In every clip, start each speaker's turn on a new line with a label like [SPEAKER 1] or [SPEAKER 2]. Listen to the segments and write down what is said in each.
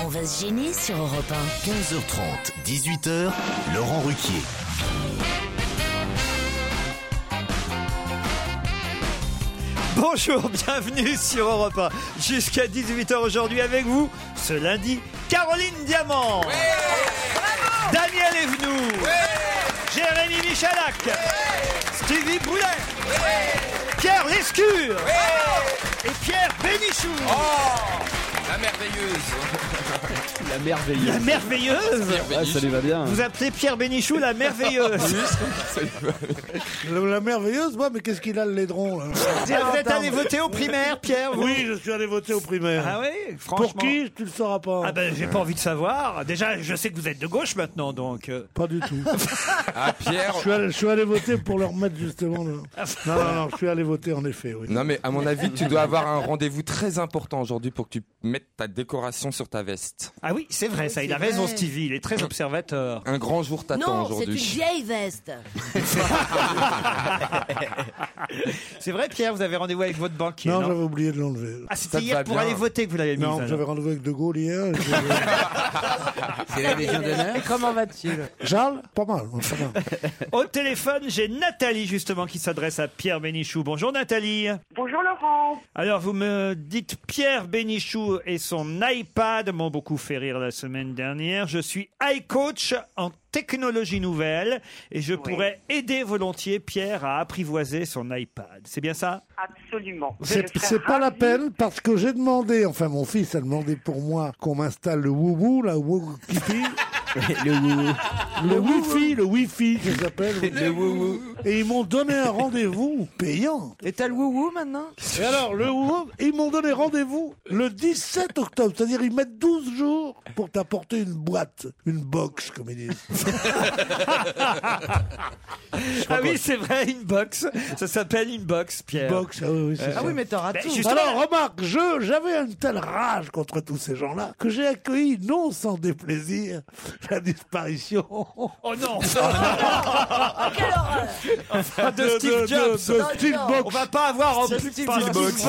[SPEAKER 1] On va se gêner sur Europe 1.
[SPEAKER 2] 15h30, 18h, Laurent Ruquier.
[SPEAKER 3] Bonjour, bienvenue sur Europe 1. Jusqu'à 18h aujourd'hui avec vous, ce lundi, Caroline Diamant. Daniel Evenou. Jérémy Michalak. Stevie Boulet. Pierre Lescure. Et Pierre Bénichou.
[SPEAKER 4] La merveilleuse.
[SPEAKER 3] La merveilleuse. La merveilleuse.
[SPEAKER 5] Ah, ça lui va bien.
[SPEAKER 3] Vous appelez Pierre Bénichou la merveilleuse.
[SPEAKER 6] La, la merveilleuse, ouais, mais qu'est-ce qu'il a le laidron là
[SPEAKER 3] Ah, Vous êtes allé voter au primaire, Pierre vous
[SPEAKER 6] Oui, je suis allé voter au primaire.
[SPEAKER 3] Ah oui Franchement.
[SPEAKER 6] Pour qui Tu le sauras pas. hein.
[SPEAKER 3] Ah ben j'ai pas envie de savoir. Déjà, je sais que vous êtes de gauche maintenant, donc. euh,
[SPEAKER 6] Pas du tout.
[SPEAKER 4] Ah, Pierre.
[SPEAKER 6] je, suis allé, je suis allé voter pour leur mettre justement. le-
[SPEAKER 3] Ah,
[SPEAKER 6] Non, non, non, je suis allé voter en effet, oui.
[SPEAKER 4] Non, mais à mon avis, tu dois avoir un rendez-vous très important aujourd'hui pour que tu mettes ta décoration sur ta veste.
[SPEAKER 3] Ah oui, c'est vrai, ça. Il a raison, Stevie. Il est très observateur.
[SPEAKER 4] Un grand jour t'attend
[SPEAKER 1] Non, c'est une
[SPEAKER 4] aujourd'hui.
[SPEAKER 1] vieille veste.
[SPEAKER 3] C'est vrai, Pierre, vous avez rendez-vous avec votre banquier.
[SPEAKER 6] Non,
[SPEAKER 3] Non,
[SPEAKER 6] j'avais oublié de l'enlever.
[SPEAKER 3] Ah,
[SPEAKER 4] Ça
[SPEAKER 3] c'était
[SPEAKER 4] te
[SPEAKER 3] hier
[SPEAKER 4] va
[SPEAKER 3] pour
[SPEAKER 4] bien.
[SPEAKER 3] aller voter que vous l'avez mise.
[SPEAKER 6] Non,
[SPEAKER 3] alors.
[SPEAKER 6] j'avais rendez-vous avec De Gaulle hier. je-
[SPEAKER 5] C'est la Légion d'honneur.
[SPEAKER 7] Comment va-t-il
[SPEAKER 6] Charles, pas mal. pas mal.
[SPEAKER 3] Au téléphone, j'ai Nathalie justement qui s'adresse à Pierre Bénichou. Bonjour Nathalie.
[SPEAKER 8] Bonjour Laurent.
[SPEAKER 3] Alors vous me dites Pierre Bénichou et son iPad m'ont beaucoup fait rire la semaine dernière. Je suis iCoach en technologie nouvelle et je pourrais aider volontiers Pierre à apprivoiser son iPad. C'est bien ça
[SPEAKER 8] Absolument. Je
[SPEAKER 6] C'est
[SPEAKER 8] serais
[SPEAKER 6] c'est pas la
[SPEAKER 8] ravie.
[SPEAKER 6] peine parce que j'ai demandé, enfin mon fils a demandé pour moi qu'on m'installe le wou la wou le wifi, le wifi, je s'appelle. Le wou Et ils m'ont donné un rendez-vous payant.
[SPEAKER 7] Et t'as le wou-wou maintenant
[SPEAKER 6] Et alors, le wou ils m'ont donné rendez-vous le 17 octobre. C'est-à-dire, ils mettent 12 jours pour t'apporter une boîte, une box, comme ils disent.
[SPEAKER 3] Ah oui, c'est vrai, Inbox. Ça s'appelle Inbox, Pierre.
[SPEAKER 6] Box, ah oui, oui,
[SPEAKER 3] Euh,
[SPEAKER 6] c'est ça.
[SPEAKER 7] Ah oui, mais t'auras tout.
[SPEAKER 3] Ben, justement-
[SPEAKER 6] Alors remarque, je j'avais une telle rage contre tous ces gens-là que j'ai accueilli non sans déplaisir la disparition
[SPEAKER 3] Oh non
[SPEAKER 1] Quelle horreur
[SPEAKER 3] De Steve
[SPEAKER 6] de
[SPEAKER 3] Jobs
[SPEAKER 6] Steve
[SPEAKER 3] On
[SPEAKER 6] Box.
[SPEAKER 3] va pas avoir en plus
[SPEAKER 7] Steve
[SPEAKER 3] par-
[SPEAKER 7] Box.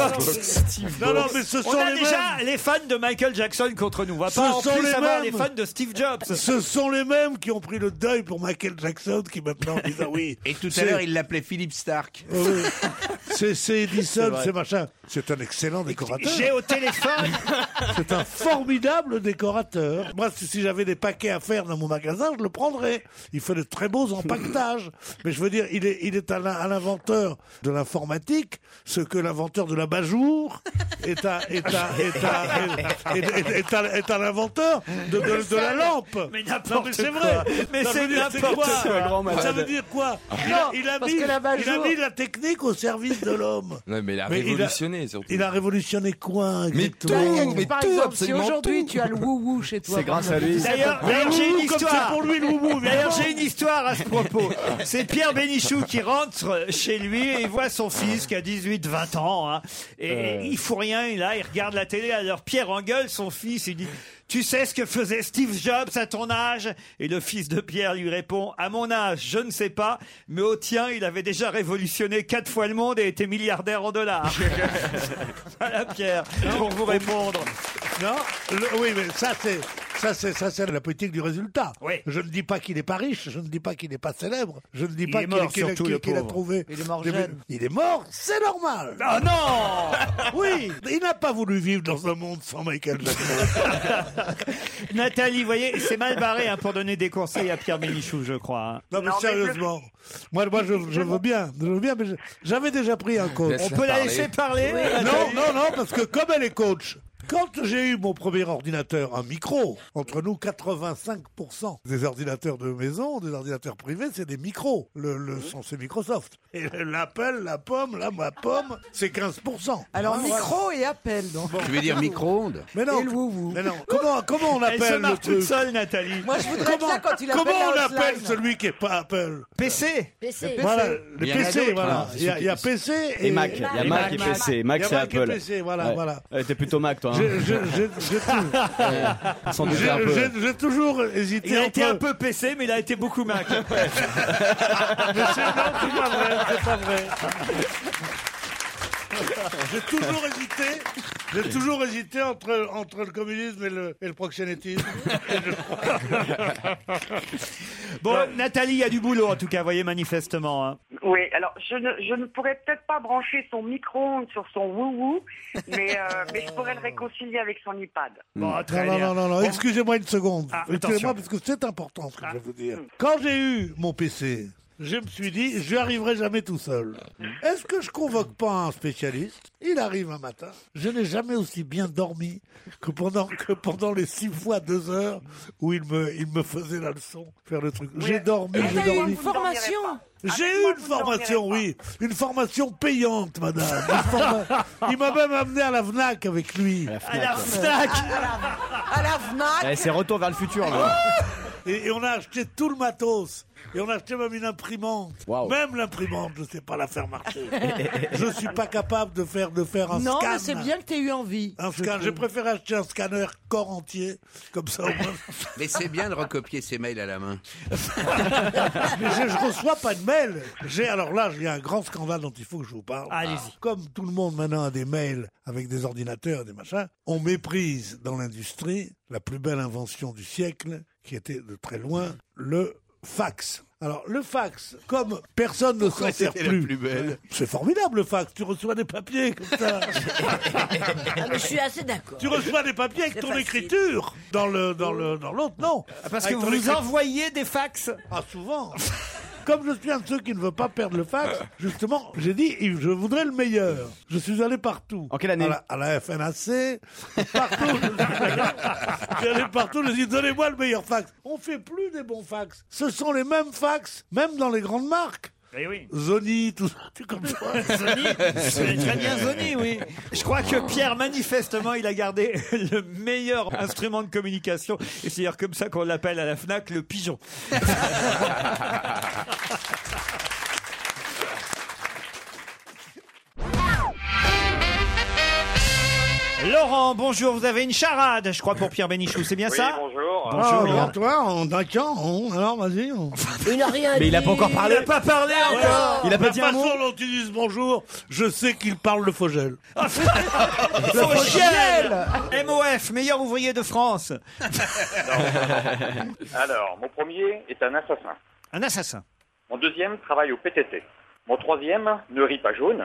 [SPEAKER 6] Non non, mais ce
[SPEAKER 3] On
[SPEAKER 6] sont
[SPEAKER 3] a
[SPEAKER 6] les
[SPEAKER 3] déjà
[SPEAKER 6] mêmes.
[SPEAKER 3] les fans de Michael Jackson contre nous. On va
[SPEAKER 6] Ce
[SPEAKER 3] pas en
[SPEAKER 6] sont
[SPEAKER 3] plus
[SPEAKER 6] les
[SPEAKER 3] avoir
[SPEAKER 6] mêmes.
[SPEAKER 3] les fans de Steve Jobs.
[SPEAKER 6] Ce sont les mêmes qui ont pris le deuil pour Michael Jackson qui maintenant disent ah oui.
[SPEAKER 5] Et tout à
[SPEAKER 6] c'est-
[SPEAKER 5] l'heure, il l'appelait Philippe Stark.
[SPEAKER 6] ah oui, C'est c'est Edison,
[SPEAKER 5] vrai.
[SPEAKER 6] c'est machin. C'est un excellent décorateur.
[SPEAKER 3] J'ai au téléphone.
[SPEAKER 6] C'est un formidable décorateur. Moi, si si j'avais des paquets à faire dans mon magasin, je le prendrais. Il fait de très beaux empaquetages. Mais je veux dire, il est, il est à la- à l'inventeur de l'informatique ce que l'inventeur de la bajour est à, est à, est à, est- est- est à- est à l'inventeur de, de- de la lampe.
[SPEAKER 3] Mais
[SPEAKER 6] Non,
[SPEAKER 3] n'importe
[SPEAKER 6] mais c'est
[SPEAKER 3] quoi.
[SPEAKER 6] vrai.
[SPEAKER 3] Mais
[SPEAKER 6] Ça
[SPEAKER 3] c'est
[SPEAKER 6] veut dire, c'est
[SPEAKER 3] n'importe
[SPEAKER 6] quoi
[SPEAKER 3] quoi. Ah.
[SPEAKER 5] grand malade.
[SPEAKER 6] Ça veut dire quoi il, a- il a
[SPEAKER 7] parce
[SPEAKER 6] mis,
[SPEAKER 7] que la
[SPEAKER 6] il a
[SPEAKER 7] Bajour-
[SPEAKER 6] mis la technique au service de l'homme.
[SPEAKER 4] Non, mais il a
[SPEAKER 6] Mais il a-
[SPEAKER 4] révolutionné surtout.
[SPEAKER 6] Il a révolutionné quoi
[SPEAKER 4] Mais
[SPEAKER 6] exactement
[SPEAKER 4] tout, mais
[SPEAKER 7] Par
[SPEAKER 4] tout,
[SPEAKER 7] exemple, si
[SPEAKER 4] absolument
[SPEAKER 7] aujourd'hui
[SPEAKER 4] tout.
[SPEAKER 7] tu as le wou-wou chez toi,
[SPEAKER 5] C'est grâce à lui.
[SPEAKER 3] D'ailleurs,
[SPEAKER 6] Mais
[SPEAKER 3] d'ailleurs, j'ai une
[SPEAKER 6] Loubou, comme
[SPEAKER 3] histoire.
[SPEAKER 6] c'est pour lui, Loubou,
[SPEAKER 3] D'ailleurs,
[SPEAKER 6] évidemment.
[SPEAKER 3] j'ai une histoire à ce propos. C'est Pierre Bénichou qui rentre chez lui et il voit son fils qui a 18-20 ans. hein. et
[SPEAKER 9] Euh.
[SPEAKER 3] il fout rien, il, là, il regarde la télé. Alors Pierre engueule son fils. Il dit Tu sais ce que faisait Steve Jobs à ton âge Et le fils de Pierre lui répond À mon âge, je ne sais pas, mais au tien, il avait déjà révolutionné quatre fois le monde et était milliardaire en dollars. voilà, Pierre, pour vous répondre.
[SPEAKER 6] Non, le- oui, mais ça c'est ça c'est ça c'est la politique du résultat. Je ne dis pas qu'il n'est pas riche, je ne dis pas qu'il n'est pas célèbre, je ne dis
[SPEAKER 3] Il
[SPEAKER 6] pas
[SPEAKER 3] est
[SPEAKER 6] qu'il
[SPEAKER 3] mort,
[SPEAKER 6] qu'il-
[SPEAKER 3] surtout,
[SPEAKER 6] qu'il-
[SPEAKER 3] le
[SPEAKER 6] qu'il a
[SPEAKER 3] pauvre.
[SPEAKER 6] trouvé.
[SPEAKER 3] Il est mort
[SPEAKER 6] des-
[SPEAKER 3] jeune.
[SPEAKER 6] Il est mort, c'est normal.
[SPEAKER 3] Ah non
[SPEAKER 6] Oui, il n'a pas voulu vivre dans un monde sans Michael Jackson.
[SPEAKER 3] Nathalie, vous voyez, c'est mal barré hein, pour donner des conseils à Pierre Bénichou, je crois. hein.
[SPEAKER 6] Non mais sérieusement, moi moi je, je veux bien, je veux bien, mais je- j'avais déjà pris un coach.
[SPEAKER 3] Laisse-la On peut la parler. laisser parler, Oui.
[SPEAKER 6] Non
[SPEAKER 3] Nathalie.
[SPEAKER 6] non non parce que comme elle est coach. Quand j'ai eu mon premier ordinateur, un micro, entre nous 85% des ordinateurs de maison, des ordinateurs privés, c'est des micros. Le, le son c'est Microsoft. Et l'Apple, la pomme, là ma pomme, c'est 15%.
[SPEAKER 7] Alors,
[SPEAKER 6] Hein,
[SPEAKER 7] micro et appel. Donc.
[SPEAKER 6] Mais non.
[SPEAKER 7] Et le wouvou.
[SPEAKER 6] Mais non. Comment, comment on appelle le truc
[SPEAKER 3] Nathalie.
[SPEAKER 7] Moi, je voudrais être là quand il appelle
[SPEAKER 6] Comment on
[SPEAKER 7] la
[SPEAKER 6] appelle
[SPEAKER 7] hotline.
[SPEAKER 6] celui qui n'est pas Apple
[SPEAKER 3] PC.
[SPEAKER 7] PC.
[SPEAKER 6] Voilà,
[SPEAKER 5] Il
[SPEAKER 6] les
[SPEAKER 5] y en a
[SPEAKER 6] PC,
[SPEAKER 5] d'autres,
[SPEAKER 6] voilà.
[SPEAKER 5] hein.
[SPEAKER 6] Il y, a- il y a PC et,
[SPEAKER 5] Et Mac. Il y a Mac et PC. Mac,
[SPEAKER 6] Il y a Mac
[SPEAKER 5] c'est
[SPEAKER 6] et
[SPEAKER 5] Apple.
[SPEAKER 6] PC, voilà,
[SPEAKER 5] Ouais.
[SPEAKER 6] voilà.
[SPEAKER 5] Ouais, T'es plutôt Mac, toi. hein.
[SPEAKER 6] J'ai- j'ai- j'ai- j'ai
[SPEAKER 5] Ouais. Sans
[SPEAKER 6] tout-
[SPEAKER 5] douter un
[SPEAKER 6] j'ai-
[SPEAKER 5] peu.
[SPEAKER 6] j'ai- J'ai toujours hésité.
[SPEAKER 3] Il a été un
[SPEAKER 6] entre-
[SPEAKER 3] peu PC, mais il a été beaucoup Mac.
[SPEAKER 6] C'est pas vrai, c'est pas vrai. J'ai toujours hésité. J'ai toujours hésité entre, entre le communisme et le, et le proxénétisme. Et je-
[SPEAKER 3] Bon, Nathalie, il y a du boulot en tout cas, voyez manifestement. hein.
[SPEAKER 8] Oui, alors je ne, je ne pourrais peut-être pas brancher son micro-ondes sur son wou-wou, mais, euh, mais je pourrais le réconcilier avec son iPad.
[SPEAKER 3] Bon, très
[SPEAKER 6] Hmm. non,
[SPEAKER 3] bien.
[SPEAKER 6] non, non, non, excusez-moi une seconde.
[SPEAKER 3] attention.
[SPEAKER 6] Excusez-moi parce que c'est important ce que je vais vous dire. Quand j'ai eu mon PC, je me suis dit, je n'y arriverai jamais tout seul. Est-ce que je convoque pas un spécialiste Il arrive un matin. Je n'ai jamais aussi bien dormi que pendant, que pendant les six fois deux heures où il me, il me faisait la leçon, faire le truc. J'ai dormi,
[SPEAKER 7] Elle
[SPEAKER 6] j'ai
[SPEAKER 7] a eu
[SPEAKER 6] dormi.
[SPEAKER 7] une formation.
[SPEAKER 6] J'ai eu une formation, oui. Une formation payante, madame. Une forma- Il m'a même amené à la FNAC avec lui.
[SPEAKER 5] À la
[SPEAKER 7] Fnac. À la FNAC.
[SPEAKER 5] Eh, C'est retour vers le futur, là.
[SPEAKER 6] Ah Et, et on a acheté tout le matos. Et on a acheté même une imprimante.
[SPEAKER 5] Waouh.
[SPEAKER 6] Même l'imprimante, je ne sais pas la faire marcher. je ne suis pas capable de faire, de faire un
[SPEAKER 7] Non,
[SPEAKER 6] scan.
[SPEAKER 7] mais c'est bien que t'aies eu envie.
[SPEAKER 6] Un scan.
[SPEAKER 7] trouve.
[SPEAKER 6] J'ai préféré acheter un scanner corps entier. Comme ça, au moins.
[SPEAKER 9] Mais c'est bien de recopier ses mails à la main.
[SPEAKER 6] Mais je ne reçois pas de mail. J'ai, alors là, il y a un grand scandale dont il faut que je vous parle. Ah.
[SPEAKER 3] Allez-y.
[SPEAKER 6] Comme tout le monde maintenant a des mails avec des ordinateurs et des machins, on méprise dans l'industrie la plus belle invention du siècle, qui était de très loin le fax. Alors, le fax, comme personne ne s'en sert
[SPEAKER 9] c'était la
[SPEAKER 6] plus.
[SPEAKER 9] plus belle
[SPEAKER 6] C'est formidable le fax, tu reçois des papiers comme ça.
[SPEAKER 1] Ah, mais je suis assez d'accord.
[SPEAKER 6] tu reçois des papiers avec
[SPEAKER 1] C'est
[SPEAKER 6] ton
[SPEAKER 1] facile.
[SPEAKER 6] écriture. Dans le, dans le, dans l'autre, non.
[SPEAKER 3] Ah, Parce
[SPEAKER 6] Avec
[SPEAKER 3] que
[SPEAKER 6] ton
[SPEAKER 3] vous
[SPEAKER 6] écriture.
[SPEAKER 3] envoyez des fax.
[SPEAKER 6] Ah, souvent. Comme je suis un de ceux qui ne veut pas perdre le fax, justement, j'ai dit, je voudrais le meilleur. Je suis allé partout. En quelle année à la, à la FNAC, partout. Je suis allé partout, je dis, donnez-moi le meilleur fax. On fait plus des bons fax. Ce sont les mêmes fax, même dans les grandes marques.
[SPEAKER 3] Eh oui.
[SPEAKER 6] Zony, tout ça, tu comprends
[SPEAKER 3] Zony, c'est très bien Zony, oui. Je crois que Pierre, manifestement, il a gardé le meilleur instrument de communication. Et c'est d'ailleurs comme ça qu'on l'appelle à la FNAC le pigeon. Laurent, bonjour, vous avez une charade, je crois, pour Pierre Bénichou, c'est bien ça
[SPEAKER 10] bonjour.
[SPEAKER 3] Bonjour,
[SPEAKER 6] Ah,
[SPEAKER 3] Laurent.
[SPEAKER 6] alors, toi, on d'accord, on- alors vas-y. on-
[SPEAKER 1] Il n'a rien
[SPEAKER 5] Mais il a pas
[SPEAKER 1] dit.
[SPEAKER 5] encore parlé.
[SPEAKER 3] Il n'a pas parlé
[SPEAKER 6] Ouais.
[SPEAKER 3] encore
[SPEAKER 5] Il a pas
[SPEAKER 6] La
[SPEAKER 5] dit un
[SPEAKER 6] façon
[SPEAKER 5] mot
[SPEAKER 6] dont ils disent bonjour, je sais qu'ils parlent le Fogel.
[SPEAKER 3] Fogiel MOF, meilleur ouvrier de France.
[SPEAKER 10] Alors, mon premier est un assassin.
[SPEAKER 3] Un assassin.
[SPEAKER 10] Mon deuxième travaille au PTT. Mon troisième ne rit pas jaune.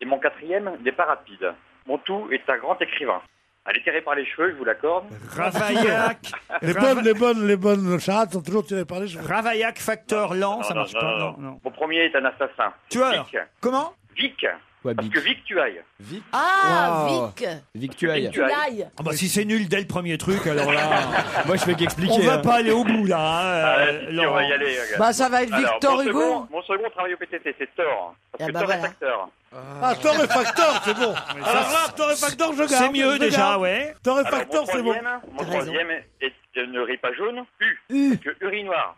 [SPEAKER 10] Et mon quatrième n'est pas rapide. Mon tout est un grand écrivain. Allez, tiré par les cheveux, je vous l'accorde.
[SPEAKER 3] Ravaillac.
[SPEAKER 6] Les
[SPEAKER 3] Rava-
[SPEAKER 6] bonnes, les bonnes, les bonnes charades sont toujours tirées par les cheveux.
[SPEAKER 3] Ravaillac, facteur lent,
[SPEAKER 10] Non,
[SPEAKER 3] ça
[SPEAKER 10] non,
[SPEAKER 3] marche
[SPEAKER 10] non,
[SPEAKER 3] pas.
[SPEAKER 10] non,
[SPEAKER 3] non,
[SPEAKER 10] non.
[SPEAKER 3] non.
[SPEAKER 10] Mon premier est un assassin.
[SPEAKER 3] Tueur.
[SPEAKER 10] Vic.
[SPEAKER 3] Comment
[SPEAKER 10] Vic. Parce que Vic, tu ailles.
[SPEAKER 5] Vic.
[SPEAKER 1] Ah,
[SPEAKER 5] Wow.
[SPEAKER 1] Vic.
[SPEAKER 5] Vic, tu ailles.
[SPEAKER 1] Tu l'ailles.
[SPEAKER 3] Ah bah si c'est nul dès le premier truc, alors là,
[SPEAKER 5] Moi, je fais qu'expliquer.
[SPEAKER 3] on va
[SPEAKER 5] hein.
[SPEAKER 3] pas aller au bout là. hein,
[SPEAKER 10] Ah,
[SPEAKER 3] euh,
[SPEAKER 10] si, si, on
[SPEAKER 3] Laurent.
[SPEAKER 10] va y aller. regarde.
[SPEAKER 7] Bah, ça va être
[SPEAKER 10] Alors,
[SPEAKER 7] Victor
[SPEAKER 10] mon
[SPEAKER 7] Hugo.
[SPEAKER 10] second- mon second travaille au PTT, c'est Thor. Parce
[SPEAKER 7] Ah
[SPEAKER 10] que
[SPEAKER 7] bah
[SPEAKER 10] Thor est
[SPEAKER 7] voilà.
[SPEAKER 10] acteur.
[SPEAKER 6] Ah, torréfacteur, c'est bon. Ah, Alors là, torréfacteur, je garde.
[SPEAKER 3] C'est mieux
[SPEAKER 6] je
[SPEAKER 3] déjà,
[SPEAKER 6] garde.
[SPEAKER 3] ouais.
[SPEAKER 10] Alors,
[SPEAKER 6] Torréfacteur, c'est bon.
[SPEAKER 10] troisième- Mon
[SPEAKER 7] T'as raison.
[SPEAKER 10] troisième est, c'est ne ris pas jaune, U, que urinoir.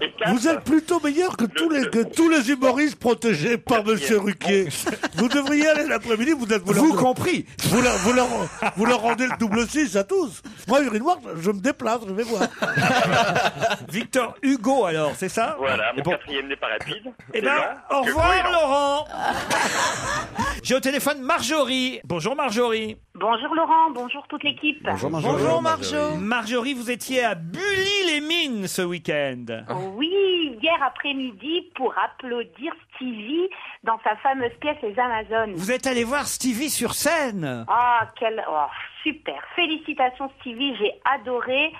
[SPEAKER 10] Et quatre,
[SPEAKER 6] Vous êtes plutôt meilleur que tous les, que tous les humoristes protégés par Monsieur Ruquier. Vous devriez aller l'après-midi, vous êtes... Vous, compris vous leur, vous, leur, vous leur rendez le double 6 à tous. Moi, urinoir, je me déplace, je vais voir.
[SPEAKER 3] Victor Hugo, alors, c'est ça
[SPEAKER 10] Voilà, mon quatrième n'est pas rapide.
[SPEAKER 3] Eh
[SPEAKER 10] c'est
[SPEAKER 3] ben,
[SPEAKER 10] lent,
[SPEAKER 3] au
[SPEAKER 10] que
[SPEAKER 3] revoir,
[SPEAKER 10] cohérent.
[SPEAKER 3] Laurent J'ai au téléphone Marjorie. Bonjour, Marjorie.
[SPEAKER 11] Bonjour Laurent, bonjour toute l'équipe.
[SPEAKER 3] Bonjour, Marjo. Marjorie, vous étiez à Bully-les-Mines ce week-end.
[SPEAKER 11] Ah.
[SPEAKER 6] Oh.
[SPEAKER 11] Oui, hier après-midi pour applaudir Stevie dans sa fameuse pièce Les Amazones.
[SPEAKER 3] Vous êtes allé voir Stevie sur scène
[SPEAKER 11] Ah, quel... oh, super. Félicitations Stevie, j'ai adoré.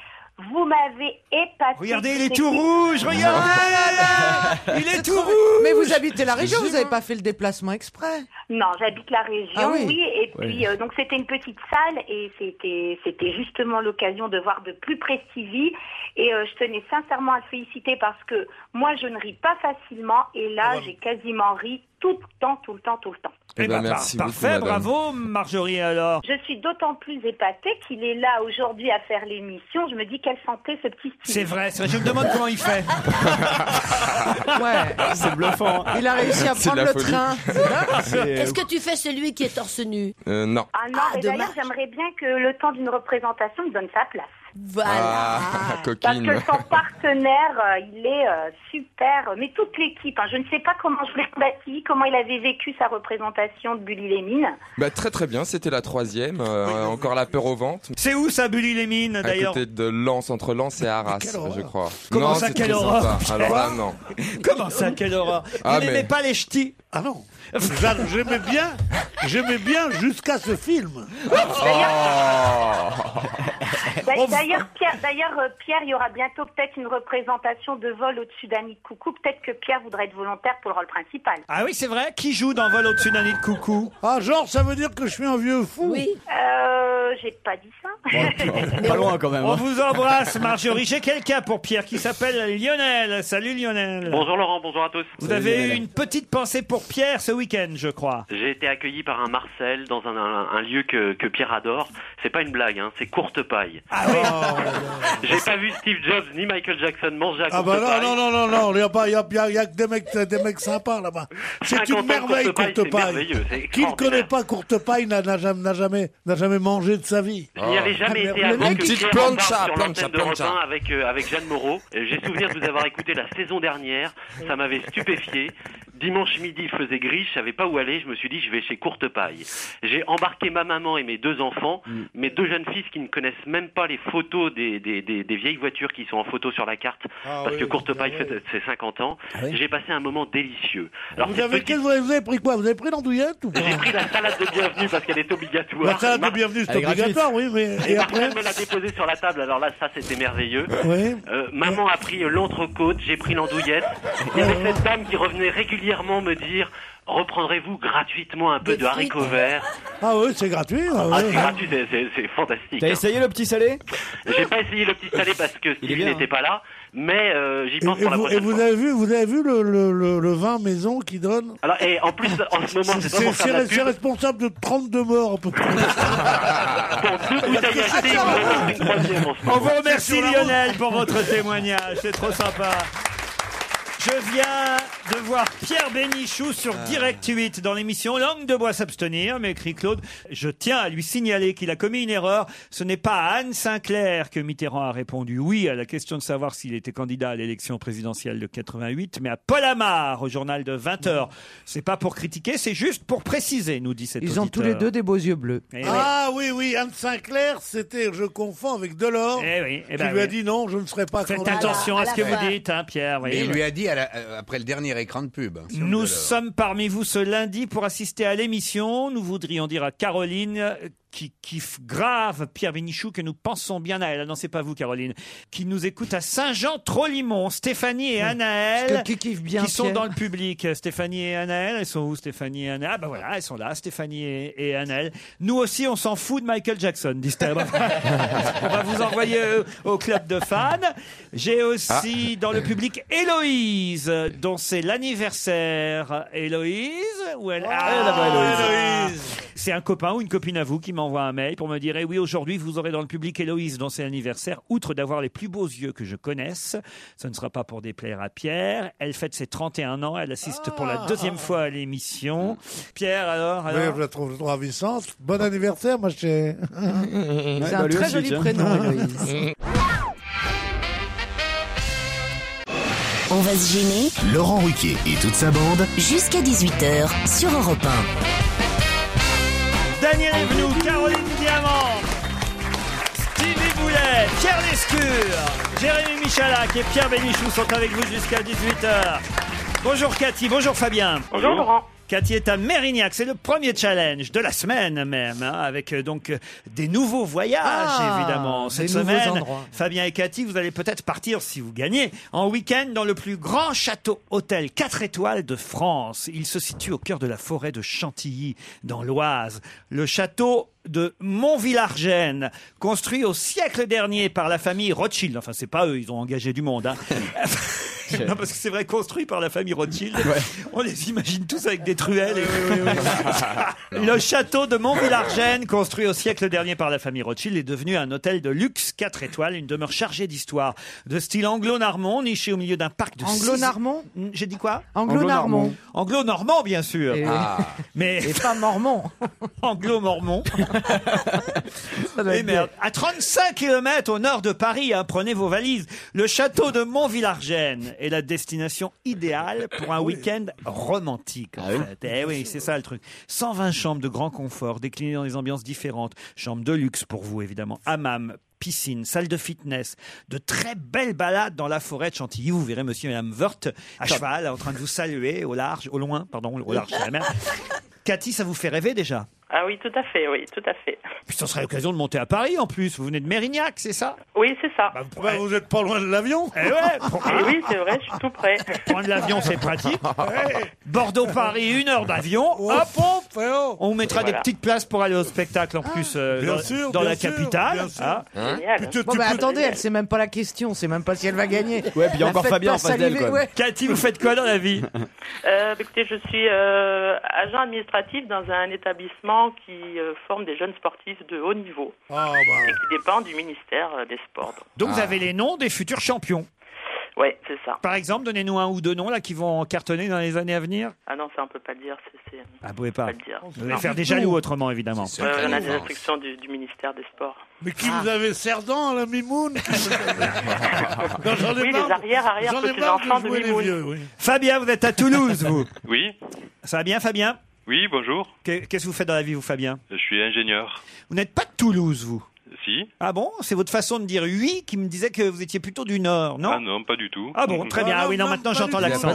[SPEAKER 11] Vous m'avez épaté.
[SPEAKER 3] Regardez, il
[SPEAKER 11] les
[SPEAKER 3] est tout rouge, regardez Il est tout rouge
[SPEAKER 7] Mais vous habitez la région, vous n'avez pas fait le déplacement exprès.
[SPEAKER 11] Non, j'habite la région,
[SPEAKER 7] Ah oui.
[SPEAKER 11] oui. Et
[SPEAKER 7] Oui.
[SPEAKER 11] puis, euh, donc c'était une petite salle et c'était c'était justement l'occasion de voir de plus près Stevie. Et euh, je tenais sincèrement à le féliciter parce que moi, je ne ris pas facilement et
[SPEAKER 7] Ah
[SPEAKER 11] là, j'ai quasiment ri tout le temps, tout le temps, tout le temps.
[SPEAKER 3] Eh ben, par-
[SPEAKER 4] merci beaucoup,
[SPEAKER 3] parfait,
[SPEAKER 4] madame.
[SPEAKER 3] bravo Marjorie alors.
[SPEAKER 11] Je suis d'autant plus épatée qu'il est là aujourd'hui à faire l'émission. Je me dis quelle santé ce petit Stevie.
[SPEAKER 3] C'est vrai, c'est vrai, je me demande comment il fait.
[SPEAKER 7] Ouais.
[SPEAKER 5] C'est bluffant.
[SPEAKER 7] Il a réussi à
[SPEAKER 4] C'est de
[SPEAKER 7] prendre
[SPEAKER 4] la
[SPEAKER 7] le
[SPEAKER 4] folie.
[SPEAKER 7] train.
[SPEAKER 4] C'est-
[SPEAKER 1] Est-ce que tu fais celui qui est torse nu
[SPEAKER 4] Euh, non.
[SPEAKER 11] Ah non,
[SPEAKER 1] Ah,
[SPEAKER 11] et d'ailleurs,
[SPEAKER 1] dommage.
[SPEAKER 11] j'aimerais bien que le temps d'une représentation, il donne sa place.
[SPEAKER 4] Ah,
[SPEAKER 11] Parce que
[SPEAKER 4] coquine.
[SPEAKER 11] son partenaire, euh, il est euh, super, mais toute l'équipe, hein, je ne sais pas comment je l'ai bâti, comment il avait vécu sa représentation de Bully Lémine.
[SPEAKER 4] Bah, très très bien, c'était la troisième. euh, encore la peur au ventre.
[SPEAKER 3] C'est où ça, Bully-les-Mines
[SPEAKER 4] À
[SPEAKER 3] d'ailleurs
[SPEAKER 4] côté de Lens, entre Lens et Arras, je crois.
[SPEAKER 3] Comment
[SPEAKER 4] non,
[SPEAKER 3] ça,
[SPEAKER 4] c'est
[SPEAKER 3] quelle
[SPEAKER 4] très
[SPEAKER 3] horreur
[SPEAKER 4] sympa. Alors là, non.
[SPEAKER 3] Comment ça, quelle horreur
[SPEAKER 4] Ah,
[SPEAKER 3] Vous
[SPEAKER 4] mais-
[SPEAKER 3] n'aimez pas les ch'tis
[SPEAKER 6] Ah non J'a- J'aimais bien, j'aimais bien jusqu'à ce film.
[SPEAKER 4] Oh.
[SPEAKER 3] Oh.
[SPEAKER 11] D'a-
[SPEAKER 1] Oh, bah.
[SPEAKER 11] D'ailleurs, Pierre, d'ailleurs, euh, Pierre, il y aura bientôt peut-être une représentation de vol au-dessus d'Annie de Coucou. Peut-être que Pierre voudrait être volontaire pour le rôle principal.
[SPEAKER 3] Ah oui, c'est vrai, qui joue dans Vol au-dessus d'un nid de coucou
[SPEAKER 6] Ah, genre, ça veut dire que je suis un vieux fou
[SPEAKER 11] Euh, j'ai pas dit ça.
[SPEAKER 5] Pas loin quand même. hein.
[SPEAKER 3] On vous embrasse, Marjorie. J'ai quelqu'un pour Pierre qui s'appelle Lionel. Salut Lionel.
[SPEAKER 12] Bonjour Laurent, bonjour à tous.
[SPEAKER 3] Vous avez eu une petite pensée pour Pierre ce week-end, je crois.
[SPEAKER 12] J'ai été accueilli par un Marcel dans un, un- un lieu que, que Pierre adore. C'est pas une blague, hein, c'est courte paille.
[SPEAKER 6] Ah
[SPEAKER 12] J'ai pas vu Steve Jobs ni Michael Jackson manger à
[SPEAKER 6] Ah
[SPEAKER 12] courte
[SPEAKER 6] bah
[SPEAKER 12] paille.
[SPEAKER 6] non, non, non, non, non, il n'y a, pas- y a, y a- y a que des mecs, des mecs sympas là-bas. C'est
[SPEAKER 12] 50 ans
[SPEAKER 6] une
[SPEAKER 12] de
[SPEAKER 6] merveille,
[SPEAKER 12] Courtepaille, c'est
[SPEAKER 6] Courtepaille.
[SPEAKER 12] merveilleux, c'est
[SPEAKER 6] Qui ne connaît
[SPEAKER 12] extraordinaire.
[SPEAKER 6] pas Courtepaille n'a n'a jamais, n'a jamais, n'a jamais mangé de sa vie.
[SPEAKER 12] Je n'y avais jamais été
[SPEAKER 6] Ah. Le
[SPEAKER 12] avant
[SPEAKER 6] mec,
[SPEAKER 12] que
[SPEAKER 6] il-
[SPEAKER 12] Pierre en
[SPEAKER 6] plancha,
[SPEAKER 12] parle sur
[SPEAKER 6] plancha,
[SPEAKER 12] l'antenne de
[SPEAKER 6] plancha.
[SPEAKER 12] Europe 1 avec, euh, avec Jeanne Moreau. Euh, J'ai souvenir de vous avoir écouté la saison dernière. Ça m'avait stupéfié. Dimanche midi, il faisait gris, je savais pas où aller. Je me suis dit, je vais chez Courte Paille. J'ai embarqué ma maman et mes deux enfants,
[SPEAKER 6] Mm.
[SPEAKER 12] mes deux jeunes fils qui ne connaissent même pas les photos des, des, des, des vieilles voitures qui sont en photo sur la carte,
[SPEAKER 6] Ah
[SPEAKER 12] parce
[SPEAKER 6] oui, Ah
[SPEAKER 12] que Courte Paille fait ses 50 ans. J'ai passé un moment délicieux. Alors,
[SPEAKER 6] vous
[SPEAKER 12] cette
[SPEAKER 6] avez,
[SPEAKER 12] petite-
[SPEAKER 6] qu'est-ce que vous avez- vous avez pris quoi Vous avez pris l'andouillette ou pas
[SPEAKER 12] j'ai pris la salade de bienvenue parce qu'elle est obligatoire.
[SPEAKER 6] La salade de bienvenue, c'est
[SPEAKER 12] Elle est gratuite.
[SPEAKER 6] obligatoire, oui, mais-
[SPEAKER 12] Et,
[SPEAKER 6] et
[SPEAKER 12] Marcel
[SPEAKER 6] après
[SPEAKER 12] me l'a déposée sur la table, alors là, ça, c'était merveilleux.
[SPEAKER 6] Oui.
[SPEAKER 12] Euh, maman a pris l'entrecôte, j'ai pris l'andouillette. Il y avait cette dame qui revenait régulièrement me dire reprendrez-vous gratuitement un peu de haricots verts
[SPEAKER 6] Ah oui, c'est gratuit. ah
[SPEAKER 12] Ah,
[SPEAKER 6] oui.
[SPEAKER 12] c'est gratuit, c'est- c'est c'est fantastique.
[SPEAKER 5] T'as
[SPEAKER 12] hein.
[SPEAKER 5] essayé le petit salé
[SPEAKER 12] J'ai pas essayé le petit salé parce que Steve
[SPEAKER 5] bien,
[SPEAKER 12] n'était pas là, mais euh, j'y
[SPEAKER 6] hein. Et,
[SPEAKER 12] pense
[SPEAKER 6] et
[SPEAKER 12] pour la
[SPEAKER 6] vous, et
[SPEAKER 12] prochaine
[SPEAKER 6] vous
[SPEAKER 12] fois.
[SPEAKER 6] avez vu, vous avez vu le, le, le, le vin maison qui donne
[SPEAKER 12] Alors, et en plus, en ce moment, c'est pas
[SPEAKER 6] C'est
[SPEAKER 12] pour faire de la
[SPEAKER 6] c'est- c'est
[SPEAKER 12] pub.
[SPEAKER 6] responsable de 32 morts à peu près.
[SPEAKER 12] Pour deux bouteilles achetées, il en reste une troisième en ce
[SPEAKER 3] On
[SPEAKER 12] moment.
[SPEAKER 3] vous remercie Lionel pour votre témoignage, c'est trop sympa. Je viens de voir Pierre Bénichou sur
[SPEAKER 7] Ah.
[SPEAKER 3] Direct 8 dans l'émission Langue de bois s'abstenir, m'écrit Claude. Je tiens à lui signaler qu'il a commis une erreur. Ce n'est pas à Anne Sinclair que Mitterrand a répondu oui à la question de savoir s'il était candidat à l'élection présidentielle de 88, mais à Paul Amar au journal de 20h. C'est pas pour critiquer, c'est juste pour préciser, nous dit cet
[SPEAKER 7] Ils ont tous les
[SPEAKER 3] auditeur.
[SPEAKER 7] deux des beaux yeux bleus.
[SPEAKER 3] Eh oui.
[SPEAKER 6] Ah oui, oui, Anne Sinclair, c'était, je confonds avec Delors,
[SPEAKER 3] Eh oui, eh
[SPEAKER 6] qui
[SPEAKER 3] ben
[SPEAKER 6] lui a
[SPEAKER 3] oui.
[SPEAKER 6] dit non, je ne serai pas
[SPEAKER 3] Faites
[SPEAKER 6] candidat.
[SPEAKER 3] attention à, ce que
[SPEAKER 6] fin.
[SPEAKER 3] vous dites, hein, Pierre.
[SPEAKER 9] Mais
[SPEAKER 3] voyez.
[SPEAKER 9] il lui a dit à la- euh, après le dernier écran de pub. hein.
[SPEAKER 3] Nous sommes parmi vous ce lundi pour assister à l'émission. Nous voudrions dire à Caroline, euh, qui kiffe grave Pierre Bénichou, que nous pensons bien à elle. Ah Non, c'est pas vous, Caroline. Qui nous écoute à Saint-Jean-Trolimont. Stéphanie et Anaël.
[SPEAKER 7] Parce que qui kiffent bien
[SPEAKER 3] qui sont
[SPEAKER 7] Pierre.
[SPEAKER 3] dans le public. Euh, Stéphanie et Anaël. Elles sont où, Stéphanie et Anaël Ah, bah voilà, elles sont là, Stéphanie et, et Anaël. Nous aussi, on s'en fout de Michael Jackson, disent-elles. on va vous envoyer euh, au club de fans. J'ai aussi dans le public Héloïse, dont c'est l'anniversaire. Héloïse Ou elle... Ah,
[SPEAKER 5] là-bas, Héloïse.
[SPEAKER 3] c'est un copain ou une copine à vous qui m'envoie un mail pour me dire Eh oui, aujourd'hui, vous aurez dans le public Héloïse dans ses anniversaires. Outre d'avoir les plus beaux yeux que je connaisse, ce ne sera pas pour déplaire à Pierre. Elle fête ses 31 ans. Elle assiste pour la deuxième fois à l'émission. Pierre, alors,
[SPEAKER 6] Oui,
[SPEAKER 3] alors
[SPEAKER 6] je la trouve ravissante. Bon anniversaire, ma chérie.
[SPEAKER 3] C'est un bah, lui très aussi, joli tiens. prénom, Héloïse.
[SPEAKER 2] On va se gêner. Laurent Ruquier et toute sa bande. Jusqu'à 18h sur Europe
[SPEAKER 3] Daniel Evenou, Caroline Diamant, Stevie Boulet, Pierre Lescure, Jérémy Michalak et Pierre Bénichou sont avec vous jusqu'à 18h. Bonjour Cathy, bonjour Fabien.
[SPEAKER 8] Bonjour, Laurent.
[SPEAKER 3] Cathy est à Mérignac, c'est le premier challenge de la semaine même, hein, avec euh, donc euh, des nouveaux voyages
[SPEAKER 7] Ah,
[SPEAKER 3] évidemment
[SPEAKER 7] des
[SPEAKER 3] cette
[SPEAKER 7] nouveaux
[SPEAKER 3] semaine.
[SPEAKER 7] endroits.
[SPEAKER 3] Fabien et Cathy, vous allez peut-être partir, si vous gagnez, en week-end dans le plus grand château hôtel 4 étoiles de France. Il se situe au cœur de la forêt de Chantilly, dans l'Oise. Le château de Montvillargennes, construit au siècle dernier par la famille Rothschild. Enfin, c'est pas eux, ils ont engagé du monde. hein. non, parce que c'est vrai, construit par la famille Rothschild. On les imagine tous avec des truelles. et- le château de Montvillargennes, construit au siècle dernier par la famille Rothschild, est devenu un hôtel de luxe 4 étoiles, une demeure chargée d'histoire, de style anglo-normand, nichée au milieu d'un parc de six-
[SPEAKER 7] Anglo-normand
[SPEAKER 3] J'ai dit quoi
[SPEAKER 7] Anglo-normand.
[SPEAKER 3] Anglo-normand, bien sûr.
[SPEAKER 7] Et- Ah.
[SPEAKER 3] Mais... Eh Et pas mormon. Anglo-mormon. Et merde. À 35 km au nord de Paris, hein, prenez vos valises. Le château de Montvillargennes est la destination idéale pour un week-end romantique. En fait. Eh oui, c'est ça le truc. 120 chambres de grand confort, déclinées dans des ambiances différentes. Chambres de luxe pour vous, évidemment. Hammam, piscine, salle de fitness, de très belles balades dans la forêt de Chantilly. Vous verrez monsieur et madame Wörth à cheval, en train de vous saluer au large, au loin, pardon, au large, c'est la mer. Cathy, ça vous fait rêver déjà
[SPEAKER 13] Ah oui, tout à fait, oui, tout à fait.
[SPEAKER 3] Puis ça serait l'occasion de monter à Paris en plus. Vous venez de Mérignac, c'est ça
[SPEAKER 13] Oui, c'est ça.
[SPEAKER 3] Bah, vous êtes pas loin de l'avion Eh ouais pour-
[SPEAKER 13] Eh oui, c'est vrai, je suis tout prêt.
[SPEAKER 3] Prendre l'avion, c'est pratique. Bordeaux-Paris, une heure d'avion.
[SPEAKER 7] Oh,
[SPEAKER 3] Hop, hop. On vous mettra des
[SPEAKER 7] Voilà.
[SPEAKER 3] petites places pour aller au spectacle en plus euh,
[SPEAKER 7] Ah. Bien
[SPEAKER 3] dans,
[SPEAKER 7] sûr,
[SPEAKER 3] dans
[SPEAKER 7] bien
[SPEAKER 3] la
[SPEAKER 7] sûr,
[SPEAKER 3] capitale.
[SPEAKER 7] bien sûr.
[SPEAKER 3] hein.
[SPEAKER 7] Bon, bah, attendez, elle sait même pas la question, c'est même pas si elle va gagner.
[SPEAKER 3] Ouais, puis il y a
[SPEAKER 7] La
[SPEAKER 3] encore
[SPEAKER 7] faites
[SPEAKER 3] Fabien
[SPEAKER 7] pas
[SPEAKER 3] en face d'elle,
[SPEAKER 7] saliver,
[SPEAKER 3] quand même.
[SPEAKER 7] ouais.
[SPEAKER 3] Cathy, vous faites quoi dans la vie
[SPEAKER 13] Euh, écoutez, je suis euh, agent administratif dans un établissement qui euh, forme des jeunes sportifs de haut niveau
[SPEAKER 7] Ah, bah.
[SPEAKER 13] et qui dépend du ministère euh, des Sports.
[SPEAKER 3] Ah, bah. Donc vous avez les noms des futurs champions.
[SPEAKER 13] Oui, c'est ça.
[SPEAKER 3] Par exemple, donnez-nous un ou deux noms là qui vont cartonner dans les années à venir.
[SPEAKER 13] Ah non, ça on peut pas le dire. c'est- c'est-
[SPEAKER 3] Ah, vous pouvez pas.
[SPEAKER 13] Pas le dire.
[SPEAKER 3] Vous allez
[SPEAKER 13] Non.
[SPEAKER 3] faire des jaloux autrement, évidemment.
[SPEAKER 13] Euh, on a des instructions du, du ministère des Sports.
[SPEAKER 6] Mais qui
[SPEAKER 13] Ah.
[SPEAKER 6] vous avait Cerdan, la Mimoun Non, j'en ai
[SPEAKER 13] Oui,
[SPEAKER 6] marre-
[SPEAKER 13] les arrières-arrières
[SPEAKER 6] j'en ai marre
[SPEAKER 13] petits-enfants de
[SPEAKER 6] jouer les
[SPEAKER 13] Mimoun.
[SPEAKER 6] vieux, oui.
[SPEAKER 3] Fabien, vous êtes à Toulouse, vous
[SPEAKER 14] Oui,
[SPEAKER 3] Ça va bien, Fabien
[SPEAKER 14] oui, bonjour.
[SPEAKER 3] Qu'est- Qu'est-ce que vous faites dans la vie, vous, Fabien
[SPEAKER 14] Je suis ingénieur.
[SPEAKER 3] Vous n'êtes pas de Toulouse, vous
[SPEAKER 14] Si
[SPEAKER 3] Ah bon C'est votre façon de dire oui qui me disait que vous étiez plutôt du Nord, non
[SPEAKER 14] Ah non, pas du tout.
[SPEAKER 3] Ah bon, très bien. Ah oui, non, maintenant j'entends l'accent.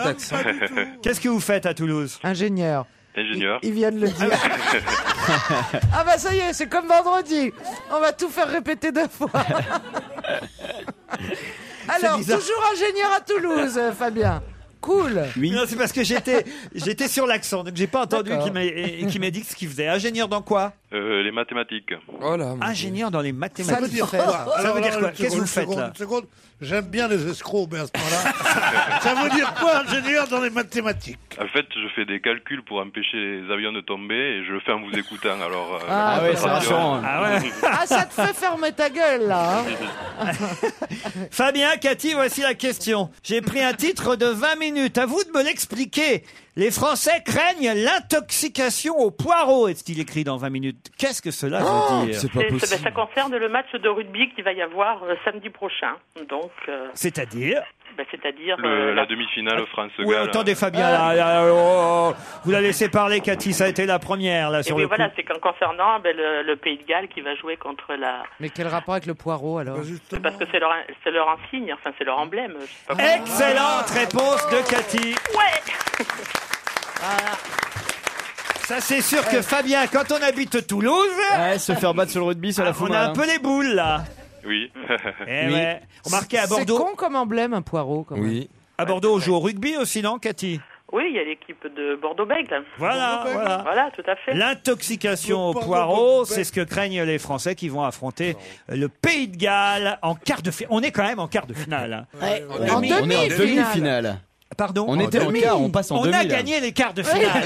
[SPEAKER 3] Qu'est-ce que vous faites à Toulouse
[SPEAKER 7] Ingénieur.
[SPEAKER 14] Ingénieur.
[SPEAKER 7] Ils viennent le dire. ah bah ça y est, c'est comme vendredi. On va tout faire répéter deux fois. Alors,
[SPEAKER 3] bizarre.
[SPEAKER 7] toujours ingénieur à Toulouse, euh, Fabien. Cool.
[SPEAKER 3] Non, c'est parce que j'étais j'étais sur l'accent, donc j'ai pas entendu
[SPEAKER 7] D'accord.
[SPEAKER 3] qui m'a et- qui m'a dit ce qu'il faisait. Ingénieur dans quoi
[SPEAKER 14] Euh, les mathématiques.
[SPEAKER 6] Oh
[SPEAKER 3] Ingénieur dans les
[SPEAKER 6] Ça veut
[SPEAKER 3] mathématiques.
[SPEAKER 6] dire quoi
[SPEAKER 3] Ça
[SPEAKER 6] Alors
[SPEAKER 3] veut dire
[SPEAKER 6] Oh là,
[SPEAKER 3] quoi
[SPEAKER 6] une
[SPEAKER 3] Qu'est-ce que vous faites
[SPEAKER 6] seconde,
[SPEAKER 3] là
[SPEAKER 6] une seconde. J'aime bien les escrocs, mais à ce moment-là. ça veut dire quoi, ingénieur dans les mathématiques
[SPEAKER 14] En fait, je fais des calculs pour empêcher les avions de tomber et je le fais en vous écoutant. Alors, euh,
[SPEAKER 7] Ah ouais, c'est
[SPEAKER 3] rassurant. Ah ouais.
[SPEAKER 7] Ah, ça te fait fermer ta gueule, là. hein.
[SPEAKER 3] Fabien, Cathy, voici la question. J'ai pris un titre de 20 minutes. À vous de me l'expliquer. Les Français craignent l'intoxication au poireau, est-il écrit dans 20 minutes. Qu'est-ce que cela
[SPEAKER 6] Oh,
[SPEAKER 3] veut dire
[SPEAKER 13] C'est- ça- Ça concerne le match de rugby qu'il va y avoir euh, samedi prochain. Donc, euh,
[SPEAKER 3] C'est-à-dire
[SPEAKER 13] bah, c'est-à-dire
[SPEAKER 14] le-
[SPEAKER 13] euh,
[SPEAKER 14] la demi-finale France-Galles.
[SPEAKER 3] Oui,
[SPEAKER 15] euh,
[SPEAKER 3] attendez Fabien, là, là, oh, vous la laissez parler Cathy, ça a été la première là
[SPEAKER 13] Et
[SPEAKER 3] Ah, sur
[SPEAKER 13] oui,
[SPEAKER 3] le
[SPEAKER 13] Eh voilà,
[SPEAKER 3] coup.
[SPEAKER 13] c'est qu'en concernant ben, le, le Pays de Galles qui va jouer contre la.
[SPEAKER 7] Mais quel rapport avec le
[SPEAKER 3] Oh,
[SPEAKER 7] poireau, alors
[SPEAKER 3] Bah,
[SPEAKER 13] C'est parce que c'est leur, c'est leur insigne, enfin c'est leur emblème. je sais pas comment-
[SPEAKER 3] Excellente réponse de Cathy.
[SPEAKER 13] Ouais
[SPEAKER 3] Ça c'est sûr
[SPEAKER 7] Eh.
[SPEAKER 3] que Fabien, quand on habite Toulouse,
[SPEAKER 5] se faire battre sur le rugby, ça la fout
[SPEAKER 3] on a
[SPEAKER 7] hein.
[SPEAKER 5] mal,
[SPEAKER 3] un peu les boules là.
[SPEAKER 14] Oui.
[SPEAKER 3] Eh ouais. Remarquez à Bordeaux.
[SPEAKER 7] C'est con comme emblème, un poireau, quand même.
[SPEAKER 3] Oui. À Bordeaux, on joue au rugby aussi, non, Cathy
[SPEAKER 13] Oui, il y a l'équipe de Bordeaux-Bègles.
[SPEAKER 3] Voilà, voilà.
[SPEAKER 13] tout à fait.
[SPEAKER 3] L'intoxication au poireau, c'est ce que craignent les Français qui vont affronter le Pays de Galles en quart de finale. On est quand même en quart de finale. hein.
[SPEAKER 1] Ouais,
[SPEAKER 7] En demi-finale.
[SPEAKER 3] Pardon
[SPEAKER 5] On était en
[SPEAKER 3] demi.
[SPEAKER 5] quart, on passe en
[SPEAKER 3] On a
[SPEAKER 5] demi, là.
[SPEAKER 3] gagné les quarts de finale.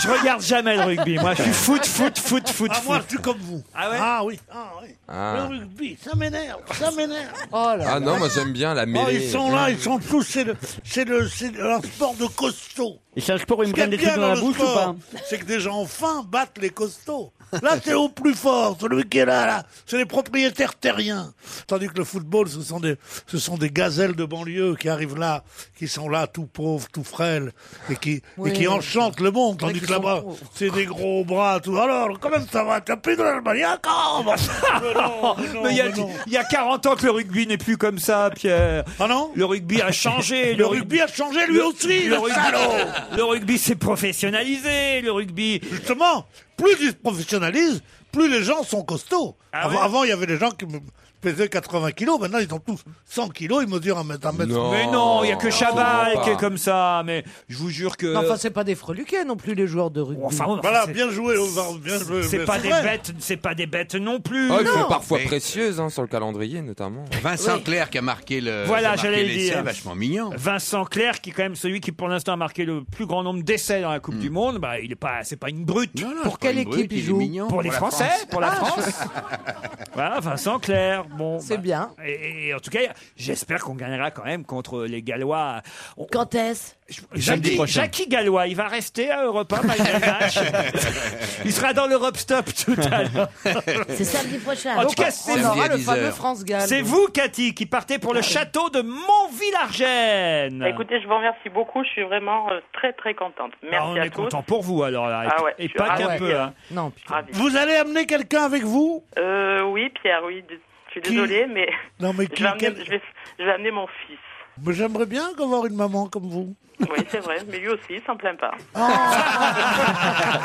[SPEAKER 3] je regarde jamais le rugby. Moi, je suis foot, foot, foot, foot.
[SPEAKER 6] Ah, moi,
[SPEAKER 3] foot.
[SPEAKER 6] je suis comme vous.
[SPEAKER 3] Ah ouais
[SPEAKER 6] Ah oui. Ah, oui. Le rugby, ça m'énerve, ça m'énerve. Oh là
[SPEAKER 4] Ah
[SPEAKER 6] là.
[SPEAKER 4] non, moi j'aime bien la mêlée.
[SPEAKER 6] Oh, ils
[SPEAKER 5] euh,
[SPEAKER 6] sont
[SPEAKER 5] hein.
[SPEAKER 6] là, ils sont tous. C'est le, c'est le, c'est le- un sport de costaud.
[SPEAKER 5] Et c'est un sport où ils me
[SPEAKER 6] Ce qu'il y a
[SPEAKER 5] prennent des
[SPEAKER 6] de
[SPEAKER 5] trucs
[SPEAKER 6] bien
[SPEAKER 5] dans la
[SPEAKER 6] le
[SPEAKER 5] bouche ou
[SPEAKER 6] sport,
[SPEAKER 5] pas
[SPEAKER 6] C'est que des gens fins battent les costauds. Là, c'est au plus fort, celui qui est là, là. C'est les propriétaires terriens. Tandis que le football, ce sont des, ce sont des gazelles de banlieue qui arrivent là, qui sont là, tout pauvres, tout frêles, et qui,
[SPEAKER 7] Oui.
[SPEAKER 6] et qui enchantent le monde.
[SPEAKER 7] C'est vrai
[SPEAKER 6] Tandis que
[SPEAKER 7] qu'ils
[SPEAKER 6] là-bas,
[SPEAKER 7] sont pauvres.
[SPEAKER 6] c'est des gros bras, tout. Alors, quand même, ça va, t'as pris de l'Allemagne, ah, quand même. Mais non, mais non,
[SPEAKER 3] Mais il y, a,
[SPEAKER 6] mais non.
[SPEAKER 3] il y a 40 ans que le rugby n'est plus comme ça, Pierre.
[SPEAKER 6] Ah non
[SPEAKER 3] Le rugby a changé.
[SPEAKER 6] Le rugby a changé, lui aussi, le salaud
[SPEAKER 3] le rugby s'est professionnalisé. Le rugby.
[SPEAKER 6] Justement, plus ils se professionnalisent, plus les gens sont costauds.
[SPEAKER 3] Ah
[SPEAKER 6] avant, avant, il y avait des gens qui me- pesaient 80 kilos, maintenant ils ont tous 100 kilos, ils mesurent 1 mètre. 1 mètre.
[SPEAKER 3] Mais non, il n'y a
[SPEAKER 5] Ah,
[SPEAKER 3] que Chabal qui est comme ça. Mais je vous jure que.
[SPEAKER 7] Non, enfin, c'est pas des freluquets non plus, les joueurs de rugby.
[SPEAKER 3] Enfin, enfin, c'est- C'est pas des bêtes, c'est pas des bêtes non plus.
[SPEAKER 4] Oh, ils sont parfois précieuses hein, sur le calendrier notamment.
[SPEAKER 9] Vincent
[SPEAKER 3] Oui.
[SPEAKER 9] Clerc qui a marqué
[SPEAKER 4] euh,
[SPEAKER 9] le. qui a
[SPEAKER 3] Voilà,
[SPEAKER 9] marqué
[SPEAKER 3] j'allais le
[SPEAKER 9] l'essai,
[SPEAKER 3] dire.
[SPEAKER 9] Vachement mignon.
[SPEAKER 3] Vincent Clerc, qui est quand même celui qui pour l'instant a marqué le plus grand nombre d'essais dans la Coupe du Monde, bah il est pas, c'est pas une brute.
[SPEAKER 7] Pour quelle équipe il joue
[SPEAKER 3] Pour les Français, pour la
[SPEAKER 7] Ah,
[SPEAKER 3] France. voilà, Vincent Clerc. Bon,
[SPEAKER 7] C'est
[SPEAKER 3] bah,
[SPEAKER 7] bien.
[SPEAKER 3] Et, et en tout cas, j'espère qu'on gagnera quand même contre les Gallois. On-
[SPEAKER 1] Quand est-ce
[SPEAKER 5] Samedi
[SPEAKER 3] Jackie,
[SPEAKER 5] prochain.
[SPEAKER 3] Jackie Gallois, il va rester à Europe 1 malgré le match. Il sera dans l'Europe Stop tout à l'heure.
[SPEAKER 1] C'est samedi prochain.
[SPEAKER 3] En tout cas,
[SPEAKER 7] on
[SPEAKER 3] c'est
[SPEAKER 7] aura Samedi à le 10 fameux heures. France-Galles.
[SPEAKER 3] C'est vous, Cathy, qui partez pour le château de Montvillargennes.
[SPEAKER 13] Bah, écoutez, je vous remercie beaucoup. Je suis vraiment euh, très très contente. Merci
[SPEAKER 3] Ah, on
[SPEAKER 13] à
[SPEAKER 3] est
[SPEAKER 13] tous.
[SPEAKER 3] content pour vous alors là, et,
[SPEAKER 13] Ah ouais,
[SPEAKER 3] et
[SPEAKER 13] je suis
[SPEAKER 3] pas
[SPEAKER 13] ravi.
[SPEAKER 3] qu'un
[SPEAKER 13] Ah ouais.
[SPEAKER 3] peu. hein.
[SPEAKER 7] Non,
[SPEAKER 13] Ravi.
[SPEAKER 6] Vous allez amener quelqu'un avec vous
[SPEAKER 13] Euh, oui, Pierre, oui. d- Je suis désolée, mais,
[SPEAKER 6] Non, mais
[SPEAKER 13] je,
[SPEAKER 6] qui-
[SPEAKER 13] vais amener,
[SPEAKER 6] quel-
[SPEAKER 13] je vais- je vais amener mon fils.
[SPEAKER 6] Mais J'aimerais bien avoir une maman comme vous.
[SPEAKER 13] Oui, c'est vrai, mais lui aussi, il s'en plaint pas.
[SPEAKER 3] Ah.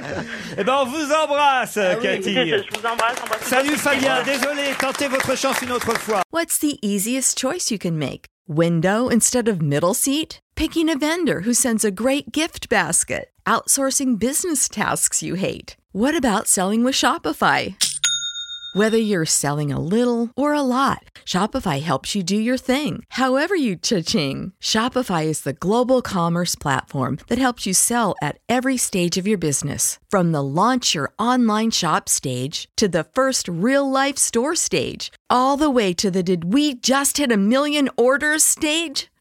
[SPEAKER 3] Eh ben on vous embrasse, Cathy.
[SPEAKER 13] Écoutez, Ah je, je vous embrasse. embrasse
[SPEAKER 3] Salut Fabien,
[SPEAKER 13] Au revoir.
[SPEAKER 3] désolé, tentez votre chance une autre fois.
[SPEAKER 16] What's the easiest choice you can make? Window instead of middle seat? Picking a vendor who sends a great gift basket? Outsourcing business tasks you hate? What about selling with Shopify? Whether you're selling a little or a lot, Shopify helps you do your thing, however you cha-ching. Shopify is the global commerce platform that helps you sell at every stage of your business. From the launch your online shop stage to the first real life store stage, all the way to the did we just hit a million orders stage?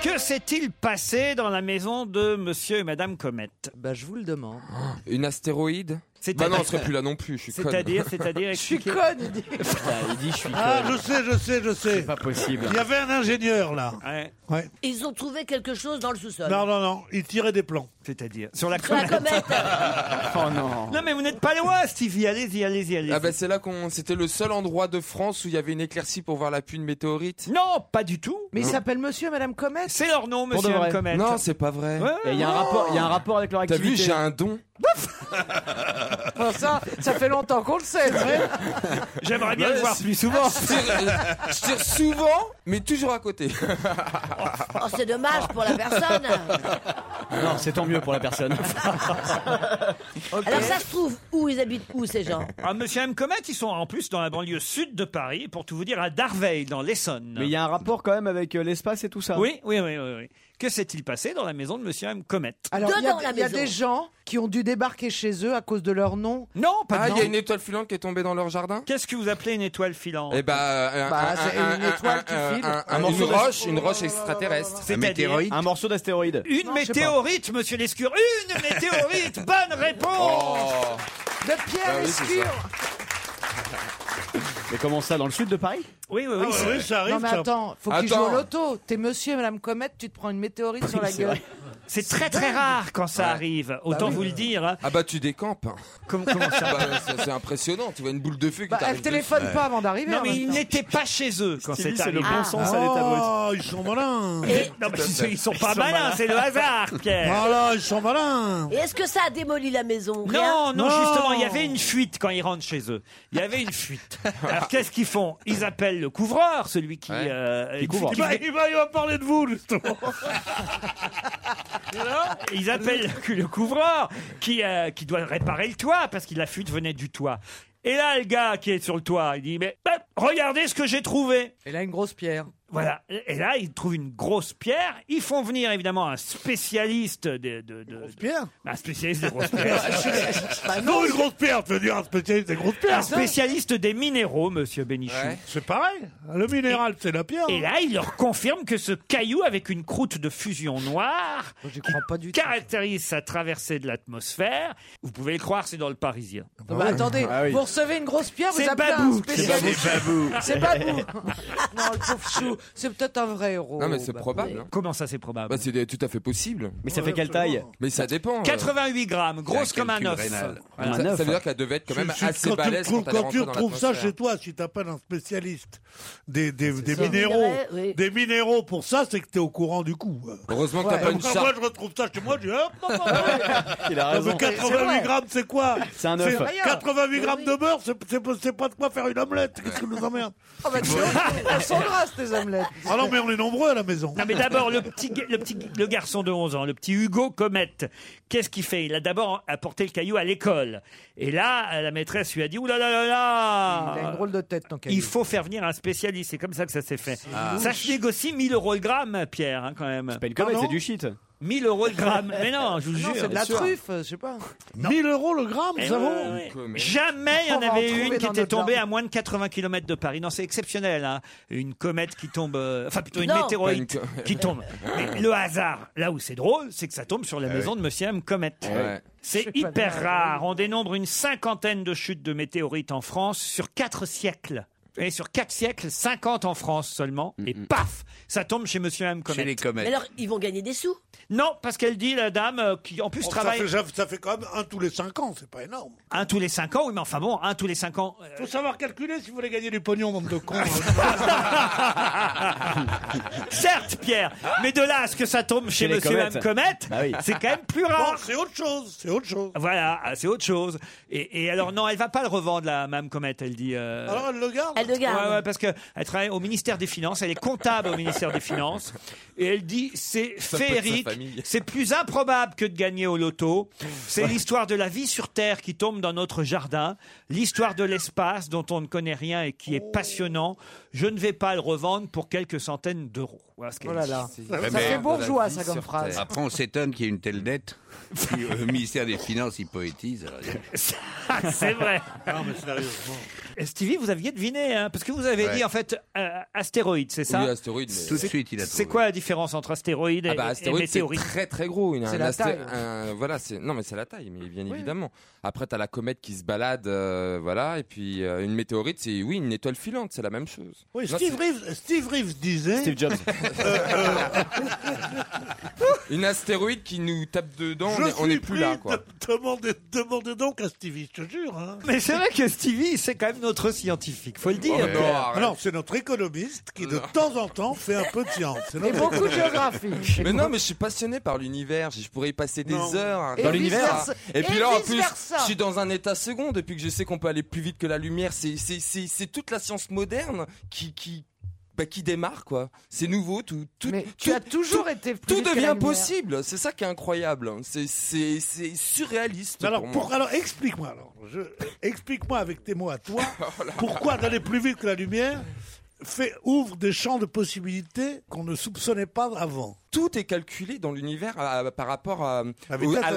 [SPEAKER 3] Que s'est-il passé dans la maison de monsieur et madame Comet Bah je vous le demande.
[SPEAKER 4] Ah, Une astéroïde Bah
[SPEAKER 3] C'est-à-dire-
[SPEAKER 4] non, on serait plus là non plus, je suis conne.
[SPEAKER 3] C'est-à-dire, c'est-à-dire, Je suis expliquez.
[SPEAKER 7] Conne, il dit.
[SPEAKER 5] il dit je suis
[SPEAKER 6] Ah, je sais, je sais, je sais.
[SPEAKER 5] pas possible.
[SPEAKER 6] Il y avait un ingénieur là.
[SPEAKER 3] Ouais.
[SPEAKER 1] Ils ont trouvé quelque chose dans le sous-sol.
[SPEAKER 6] Non, non, non, il tirait des plans.
[SPEAKER 3] C'est-à-dire Sur la
[SPEAKER 1] Sur la
[SPEAKER 3] comète.
[SPEAKER 1] comète.
[SPEAKER 4] Oh non.
[SPEAKER 3] Non mais vous n'êtes pas loin, Stevie. Allez-y, allez-y, allez-y.
[SPEAKER 4] Ah bah c'est là qu'on c'était le seul endroit de France où il y avait une éclaircie pour voir la pluie de météorite.
[SPEAKER 3] Non, pas du tout.
[SPEAKER 7] Mais il s'appelle monsieur et madame Comet
[SPEAKER 3] C'est leur nom,
[SPEAKER 4] Pour de
[SPEAKER 3] monsieur et
[SPEAKER 4] vrai.
[SPEAKER 3] madame Comet.
[SPEAKER 4] Non, c'est pas vrai.
[SPEAKER 5] Et il y a un rapport, il y a un rapport avec leur
[SPEAKER 4] T'as vu,
[SPEAKER 5] activité.
[SPEAKER 4] j'ai un don.
[SPEAKER 7] Enfin, ça, ça fait longtemps qu'on le sait, c'est vrai
[SPEAKER 3] J'aimerais bien
[SPEAKER 4] Ouais,
[SPEAKER 3] le voir
[SPEAKER 4] c'est-
[SPEAKER 3] plus souvent.
[SPEAKER 4] Je tire, je tire souvent, mais toujours à côté.
[SPEAKER 1] Oh, c'est dommage pour la personne.
[SPEAKER 5] Ah Non, c'est tant mieux pour la personne.
[SPEAKER 1] Alors ça se trouve où ils habitent où ces gens
[SPEAKER 3] Ah, monsieur et madame Comet, ils sont en plus dans la banlieue sud de Paris, pour tout vous dire, à Darveil, dans l'Essonne.
[SPEAKER 5] Mais il y a un rapport quand même avec euh, l'espace et tout ça.
[SPEAKER 3] Oui, oui, oui, oui. oui. Que s'est-il passé dans la maison de Monsieur M. Comet
[SPEAKER 7] Alors, il y a- il y, a des
[SPEAKER 4] Ah,
[SPEAKER 7] gens qui ont dû débarquer chez eux à cause de leur nom.
[SPEAKER 3] Non, pas
[SPEAKER 4] Ah,
[SPEAKER 3] de
[SPEAKER 4] il y a
[SPEAKER 3] nom.
[SPEAKER 4] une étoile filante qui est tombée dans leur jardin
[SPEAKER 3] Qu'est-ce que vous appelez une étoile filante
[SPEAKER 4] Eh ben, euh,
[SPEAKER 3] Bah,
[SPEAKER 4] un-
[SPEAKER 3] c'est
[SPEAKER 4] un-
[SPEAKER 3] une
[SPEAKER 4] un-
[SPEAKER 3] étoile
[SPEAKER 4] un-
[SPEAKER 3] qui
[SPEAKER 4] un-
[SPEAKER 3] file.
[SPEAKER 4] un-
[SPEAKER 3] Un morceau
[SPEAKER 4] une
[SPEAKER 3] de-
[SPEAKER 4] roche, une roche extraterrestre.
[SPEAKER 3] C'est-à-dire météorite
[SPEAKER 5] Un morceau d'astéroïde.
[SPEAKER 3] Une météorite, monsieur Lescure. Une météorite. Bonne réponse.
[SPEAKER 7] Oh.
[SPEAKER 5] Oh.
[SPEAKER 7] De Pierre
[SPEAKER 4] Bah
[SPEAKER 5] Ah oui, c'est Lescure. Mais comment ça, dans le sud de Paris
[SPEAKER 3] Oui, oui,
[SPEAKER 5] oui.
[SPEAKER 7] Ah ouais,
[SPEAKER 5] ça
[SPEAKER 7] non mais
[SPEAKER 5] arrive, ça.
[SPEAKER 7] attends, faut qu'ils jouent
[SPEAKER 5] Attends.
[SPEAKER 7] au loto. T'es monsieur et madame Comète, tu te prends une météorite sur la
[SPEAKER 3] c'est
[SPEAKER 7] gueule.
[SPEAKER 3] vrai. C'est très très rare quand ça
[SPEAKER 4] Ouais.
[SPEAKER 7] Bah
[SPEAKER 3] arrive. Autant
[SPEAKER 4] oui.
[SPEAKER 3] vous le dire. hein.
[SPEAKER 4] Ah bah tu décampes. hein.
[SPEAKER 3] comment ça
[SPEAKER 4] Bah, c'est- C'est impressionnant, tu vois une boule de feu qui
[SPEAKER 7] Bah,
[SPEAKER 4] t'arrive
[SPEAKER 7] elle téléphone
[SPEAKER 4] dessus.
[SPEAKER 7] pas avant d'arriver. hein,
[SPEAKER 3] Non
[SPEAKER 7] en
[SPEAKER 3] mais
[SPEAKER 7] même
[SPEAKER 3] ils
[SPEAKER 7] temps.
[SPEAKER 3] n'étaient pas chez eux quand c'est
[SPEAKER 7] Stevie, c'est
[SPEAKER 3] arrivé.
[SPEAKER 7] le
[SPEAKER 4] Ah.
[SPEAKER 7] bon sens à l'état brut.
[SPEAKER 6] Ah, ils sont malins.
[SPEAKER 3] Et- non, mais
[SPEAKER 6] Tout à
[SPEAKER 3] ils sont-
[SPEAKER 6] fait.
[SPEAKER 3] ils sont pas malins, c'est le hasard, Pierre.
[SPEAKER 6] Voilà, ils sont malins.
[SPEAKER 1] Et est-ce que ça a démoli la
[SPEAKER 3] Non,
[SPEAKER 1] maison Rien
[SPEAKER 3] non, justement, il y avait une fuite quand ils rentrent chez eux. Il y avait une fuite. Alors qu'est-ce qu'ils font Ils appellent le couvreur, celui qui, euh,
[SPEAKER 6] Il
[SPEAKER 3] qui-
[SPEAKER 6] va, il va- il va parler de vous, justement.
[SPEAKER 3] Ils appellent le- le couvreur qui, euh, qui doit réparer le toit parce que la fuite venait du toit. Et là, le gars qui est sur le toit, il dit Mais bah, regardez ce que j'ai trouvé.
[SPEAKER 7] Et là, une grosse pierre.
[SPEAKER 3] Voilà. Et là, ils trouvent une grosse pierre. Ils font venir évidemment un spécialiste de. de, de- bah, Un spécialiste des grosses pierres.
[SPEAKER 4] Bah
[SPEAKER 6] non, une grosse pierre, tu veux dire un spécialiste des grosses pierres.
[SPEAKER 3] Un spécialiste des minéraux, monsieur Bénichou.
[SPEAKER 6] C'est pareil. Le minéral, c'est la pierre.
[SPEAKER 3] Et là, il leur confirme que ce caillou avec une croûte de fusion noire qui caractérise sa traversée de l'atmosphère, vous pouvez le croire, c'est dans le Parisien.
[SPEAKER 6] Ah
[SPEAKER 7] Bah, attendez,
[SPEAKER 4] Ah
[SPEAKER 7] vous recevez une grosse pierre, vous
[SPEAKER 3] C'est
[SPEAKER 7] appelez un
[SPEAKER 3] Babou.
[SPEAKER 7] spécialiste.
[SPEAKER 3] C'est Babou.
[SPEAKER 7] C'est Babou. non, le pauvre chou, c'est peut-être un vrai héros.
[SPEAKER 4] Non mais c'est
[SPEAKER 7] Babou.
[SPEAKER 4] probable.
[SPEAKER 3] Oh. Bah,
[SPEAKER 4] hein. Bah,
[SPEAKER 3] Comment ça c'est probable
[SPEAKER 4] C'est des- tout à fait possible.
[SPEAKER 5] Mais ça fait quelle taille
[SPEAKER 4] Mais ça dépend. euh.
[SPEAKER 3] 88 grammes, grosse
[SPEAKER 4] C'est un
[SPEAKER 3] comme un
[SPEAKER 4] calcul
[SPEAKER 3] œuf.
[SPEAKER 4] rénal.
[SPEAKER 3] Voilà.
[SPEAKER 4] Ah, Ça- ça veut dire qu'elle devait être quand même
[SPEAKER 6] Tu- tu-
[SPEAKER 4] assez
[SPEAKER 6] quand tu
[SPEAKER 4] balèze
[SPEAKER 6] trouves-
[SPEAKER 4] quand elle est
[SPEAKER 6] quand tu
[SPEAKER 4] rentrée dans
[SPEAKER 6] retrouves ça
[SPEAKER 4] l'atmosphère.
[SPEAKER 6] chez toi, si t'appelles un spécialiste des, des, des
[SPEAKER 4] ça.
[SPEAKER 6] minéraux,
[SPEAKER 4] Minerais,
[SPEAKER 6] des minéraux pour ça, c'est que t'es au courant du coup.
[SPEAKER 4] Heureusement que t'as pas une
[SPEAKER 6] Moi,
[SPEAKER 4] charte.
[SPEAKER 6] Moi, je retrouve ça chez moi, je dis hop, hop, hop, hop.
[SPEAKER 5] Il a
[SPEAKER 6] Non,
[SPEAKER 5] raison.
[SPEAKER 6] Ah, mais
[SPEAKER 5] C'est
[SPEAKER 6] 88
[SPEAKER 5] vrai.
[SPEAKER 6] grammes, c'est quoi
[SPEAKER 5] C'est un
[SPEAKER 6] C'est
[SPEAKER 5] œuf. Rien.
[SPEAKER 6] 88 grammes de beurre, c'est- c'est c'est pas de quoi faire une omelette. Qu'est-ce que nous
[SPEAKER 3] Oh,
[SPEAKER 6] emmerde
[SPEAKER 7] Ah bah, tu vois, elles sont grasses, tes omelettes.
[SPEAKER 6] Ah non, mais on est nombreux à la maison.
[SPEAKER 3] Non mais d'abord le petit ga- le petit le garçon de 11 ans, le petit Hugo Comet, qu'est-ce qu'il fait Il a d'abord apporté le caillou à l'école. Et là, la maîtresse lui a dit "Ouh là là là là
[SPEAKER 7] Il a une drôle de tête, ton caillou. Ah.
[SPEAKER 3] Il faut faire venir un spécialiste, c'est comme ça que ça s'est fait.
[SPEAKER 7] louche.
[SPEAKER 3] Ça se négocie 1000 euros le gramme, Pierre, hein, quand même. C'est pas
[SPEAKER 5] une comète, c'est du shit.
[SPEAKER 3] 1000 euros le gramme. Mais non, je vous
[SPEAKER 7] Non,
[SPEAKER 3] jure.
[SPEAKER 7] c'est de la truffe, je sais pas.
[SPEAKER 6] 1000 euros le
[SPEAKER 7] Ah,
[SPEAKER 6] gramme,
[SPEAKER 3] Eh
[SPEAKER 6] ça
[SPEAKER 3] ouais,
[SPEAKER 6] vaut
[SPEAKER 3] ouais. Jamais il y
[SPEAKER 7] On
[SPEAKER 3] en
[SPEAKER 7] va en
[SPEAKER 3] avait
[SPEAKER 7] trouver
[SPEAKER 3] une qui
[SPEAKER 7] dans
[SPEAKER 3] était
[SPEAKER 7] notre
[SPEAKER 3] tombée
[SPEAKER 7] jardin.
[SPEAKER 3] à moins de 80 km de Paris. Non, c'est exceptionnel. hein. Une comète qui tombe, euh, enfin plutôt une
[SPEAKER 4] Non.
[SPEAKER 3] météorite
[SPEAKER 4] Pas une co-
[SPEAKER 3] qui tombe. Mais le hasard, là où c'est drôle, c'est que ça tombe sur la maison de Monsieur M. Comet.
[SPEAKER 4] Ah Ouais.
[SPEAKER 3] C'est hyper rare. On dénombre une cinquantaine de chutes de météorites en France sur quatre siècles. Et sur quatre siècles, 50 en France seulement. Et paf, ça tombe chez Monsieur M. Comet.
[SPEAKER 1] Mais alors, ils vont gagner des sous.
[SPEAKER 3] Non, parce qu'elle dit, la dame, euh, qui en plus
[SPEAKER 6] Oh,
[SPEAKER 3] travaille
[SPEAKER 6] ça, fait, ça fait- ça fait quand même un tous les 5 ans, c'est pas Bah, énorme.
[SPEAKER 3] un tous les cinq ans. Oui, mais enfin bon, un tous les cinq ans. euh,
[SPEAKER 6] Faut savoir calculer si vous voulez gagner du pognon, bande de cons. hein.
[SPEAKER 3] Ah. Certes, Pierre, mais de là à ce que ça tombe
[SPEAKER 6] Chez
[SPEAKER 3] chez
[SPEAKER 6] les
[SPEAKER 3] Monsieur
[SPEAKER 6] comètes.
[SPEAKER 3] M. Comète,
[SPEAKER 6] Bah oui.
[SPEAKER 3] c'est quand même plus rare.
[SPEAKER 6] Bon, Oh, c'est autre chose, c'est autre chose.
[SPEAKER 3] Voilà, ah, c'est autre chose. Et, et alors, non, elle va pas le revendre, la Mme Comet, elle dit. euh,
[SPEAKER 6] Alors elle le garde
[SPEAKER 1] Elle le garde.
[SPEAKER 3] Ouais, bah. ouais, parce qu'elle travaille au ministère des Finances, elle est comptable au ministère des Finances, et elle dit c'est
[SPEAKER 4] Ça peut être sa
[SPEAKER 3] féerique,
[SPEAKER 4] famille.
[SPEAKER 3] c'est plus improbable que de gagner au loto. C'est l'histoire de la vie sur Terre qui tombe dans notre jardin, l'histoire de l'espace dont on ne connaît rien et qui
[SPEAKER 4] Oh.
[SPEAKER 3] est passionnant. Je ne vais pas le revendre pour quelques centaines d'euros. Voilà ce qu'elle
[SPEAKER 7] Oh là
[SPEAKER 3] dit.
[SPEAKER 7] là. Ça fait bourgeois, ça, comme phrase.
[SPEAKER 9] Après, on s'étonne qu'il y ait une telle dette. Puis, euh, Le ministère des Finances, il poétise.
[SPEAKER 3] c'est vrai.
[SPEAKER 6] Non, mais sérieusement.
[SPEAKER 3] Et Stevie, vous aviez deviné, hein, parce que vous avez
[SPEAKER 9] Ouais.
[SPEAKER 3] dit en fait euh, astéroïde, c'est ça
[SPEAKER 4] Oui, astéroïde, mais- Tout de
[SPEAKER 3] C'est-
[SPEAKER 4] suite, il a
[SPEAKER 3] C'est
[SPEAKER 4] trouvé.
[SPEAKER 3] quoi la différence entre astéroïde et,
[SPEAKER 4] Ah bah,
[SPEAKER 3] et
[SPEAKER 4] astéroïde, c'est
[SPEAKER 3] météorite
[SPEAKER 4] très très gros. Une-
[SPEAKER 3] C'est
[SPEAKER 4] un
[SPEAKER 3] la
[SPEAKER 4] asté-
[SPEAKER 3] taille.
[SPEAKER 4] un- voilà, c'est non mais c'est la taille, mais bien évidemment. Après t'as la comète qui se balade, euh, voilà, et puis euh, une météorite, c'est oui une étoile filante, c'est la même chose.
[SPEAKER 6] Oui,
[SPEAKER 4] Non,
[SPEAKER 6] Steve, Reeves, Steve Reeves disait.
[SPEAKER 4] Steve Jobs. c'est une astéroïde qui nous tape dedans, on est, on est plus là quoi.
[SPEAKER 6] Demandez, demandez donc à Stevie, je te jure. hein.
[SPEAKER 3] Mais c'est vrai que Stevie, c'est quand même notre scientifique, faut le dire.
[SPEAKER 6] Oh, mais
[SPEAKER 3] Pierre.
[SPEAKER 6] non, non, c'est notre économiste qui de temps en temps fait un peu de science. C'est notre économiste.
[SPEAKER 4] Mais non, mais je suis passionné par l'univers. Je pourrais y passer des
[SPEAKER 6] Non.
[SPEAKER 4] heures. hein,
[SPEAKER 6] Et
[SPEAKER 4] dans
[SPEAKER 6] vice
[SPEAKER 4] l'univers.
[SPEAKER 6] versa.
[SPEAKER 4] Et puis
[SPEAKER 6] Et
[SPEAKER 4] là, en
[SPEAKER 6] vice
[SPEAKER 4] plus,
[SPEAKER 6] versa.
[SPEAKER 4] je suis dans un état second depuis que je sais qu'on peut aller plus vite que la lumière. C'est c'est c'est c'est toute la science moderne qui qui bah, qui démarre quoi. C'est nouveau tout tout.
[SPEAKER 7] tu
[SPEAKER 4] tout-
[SPEAKER 7] as toujours
[SPEAKER 4] tout-
[SPEAKER 7] été plus
[SPEAKER 4] Tout
[SPEAKER 7] vite que la
[SPEAKER 4] devient
[SPEAKER 7] lumière.
[SPEAKER 4] possible. C'est ça qui est incroyable. C'est c'est c'est surréaliste.
[SPEAKER 6] Alors,
[SPEAKER 4] pour
[SPEAKER 6] pour-
[SPEAKER 4] moi.
[SPEAKER 6] alors euh,
[SPEAKER 4] Oh
[SPEAKER 6] explique-moi alors. Je- Explique-moi avec tes mots à toi pourquoi d'aller plus vite que la lumière fait, ouvre des champs de possibilités qu'on ne soupçonnait pas avant.
[SPEAKER 4] Tout est calculé dans l'univers euh, par rapport à,
[SPEAKER 6] La
[SPEAKER 4] au-
[SPEAKER 6] vitesse
[SPEAKER 4] à
[SPEAKER 6] de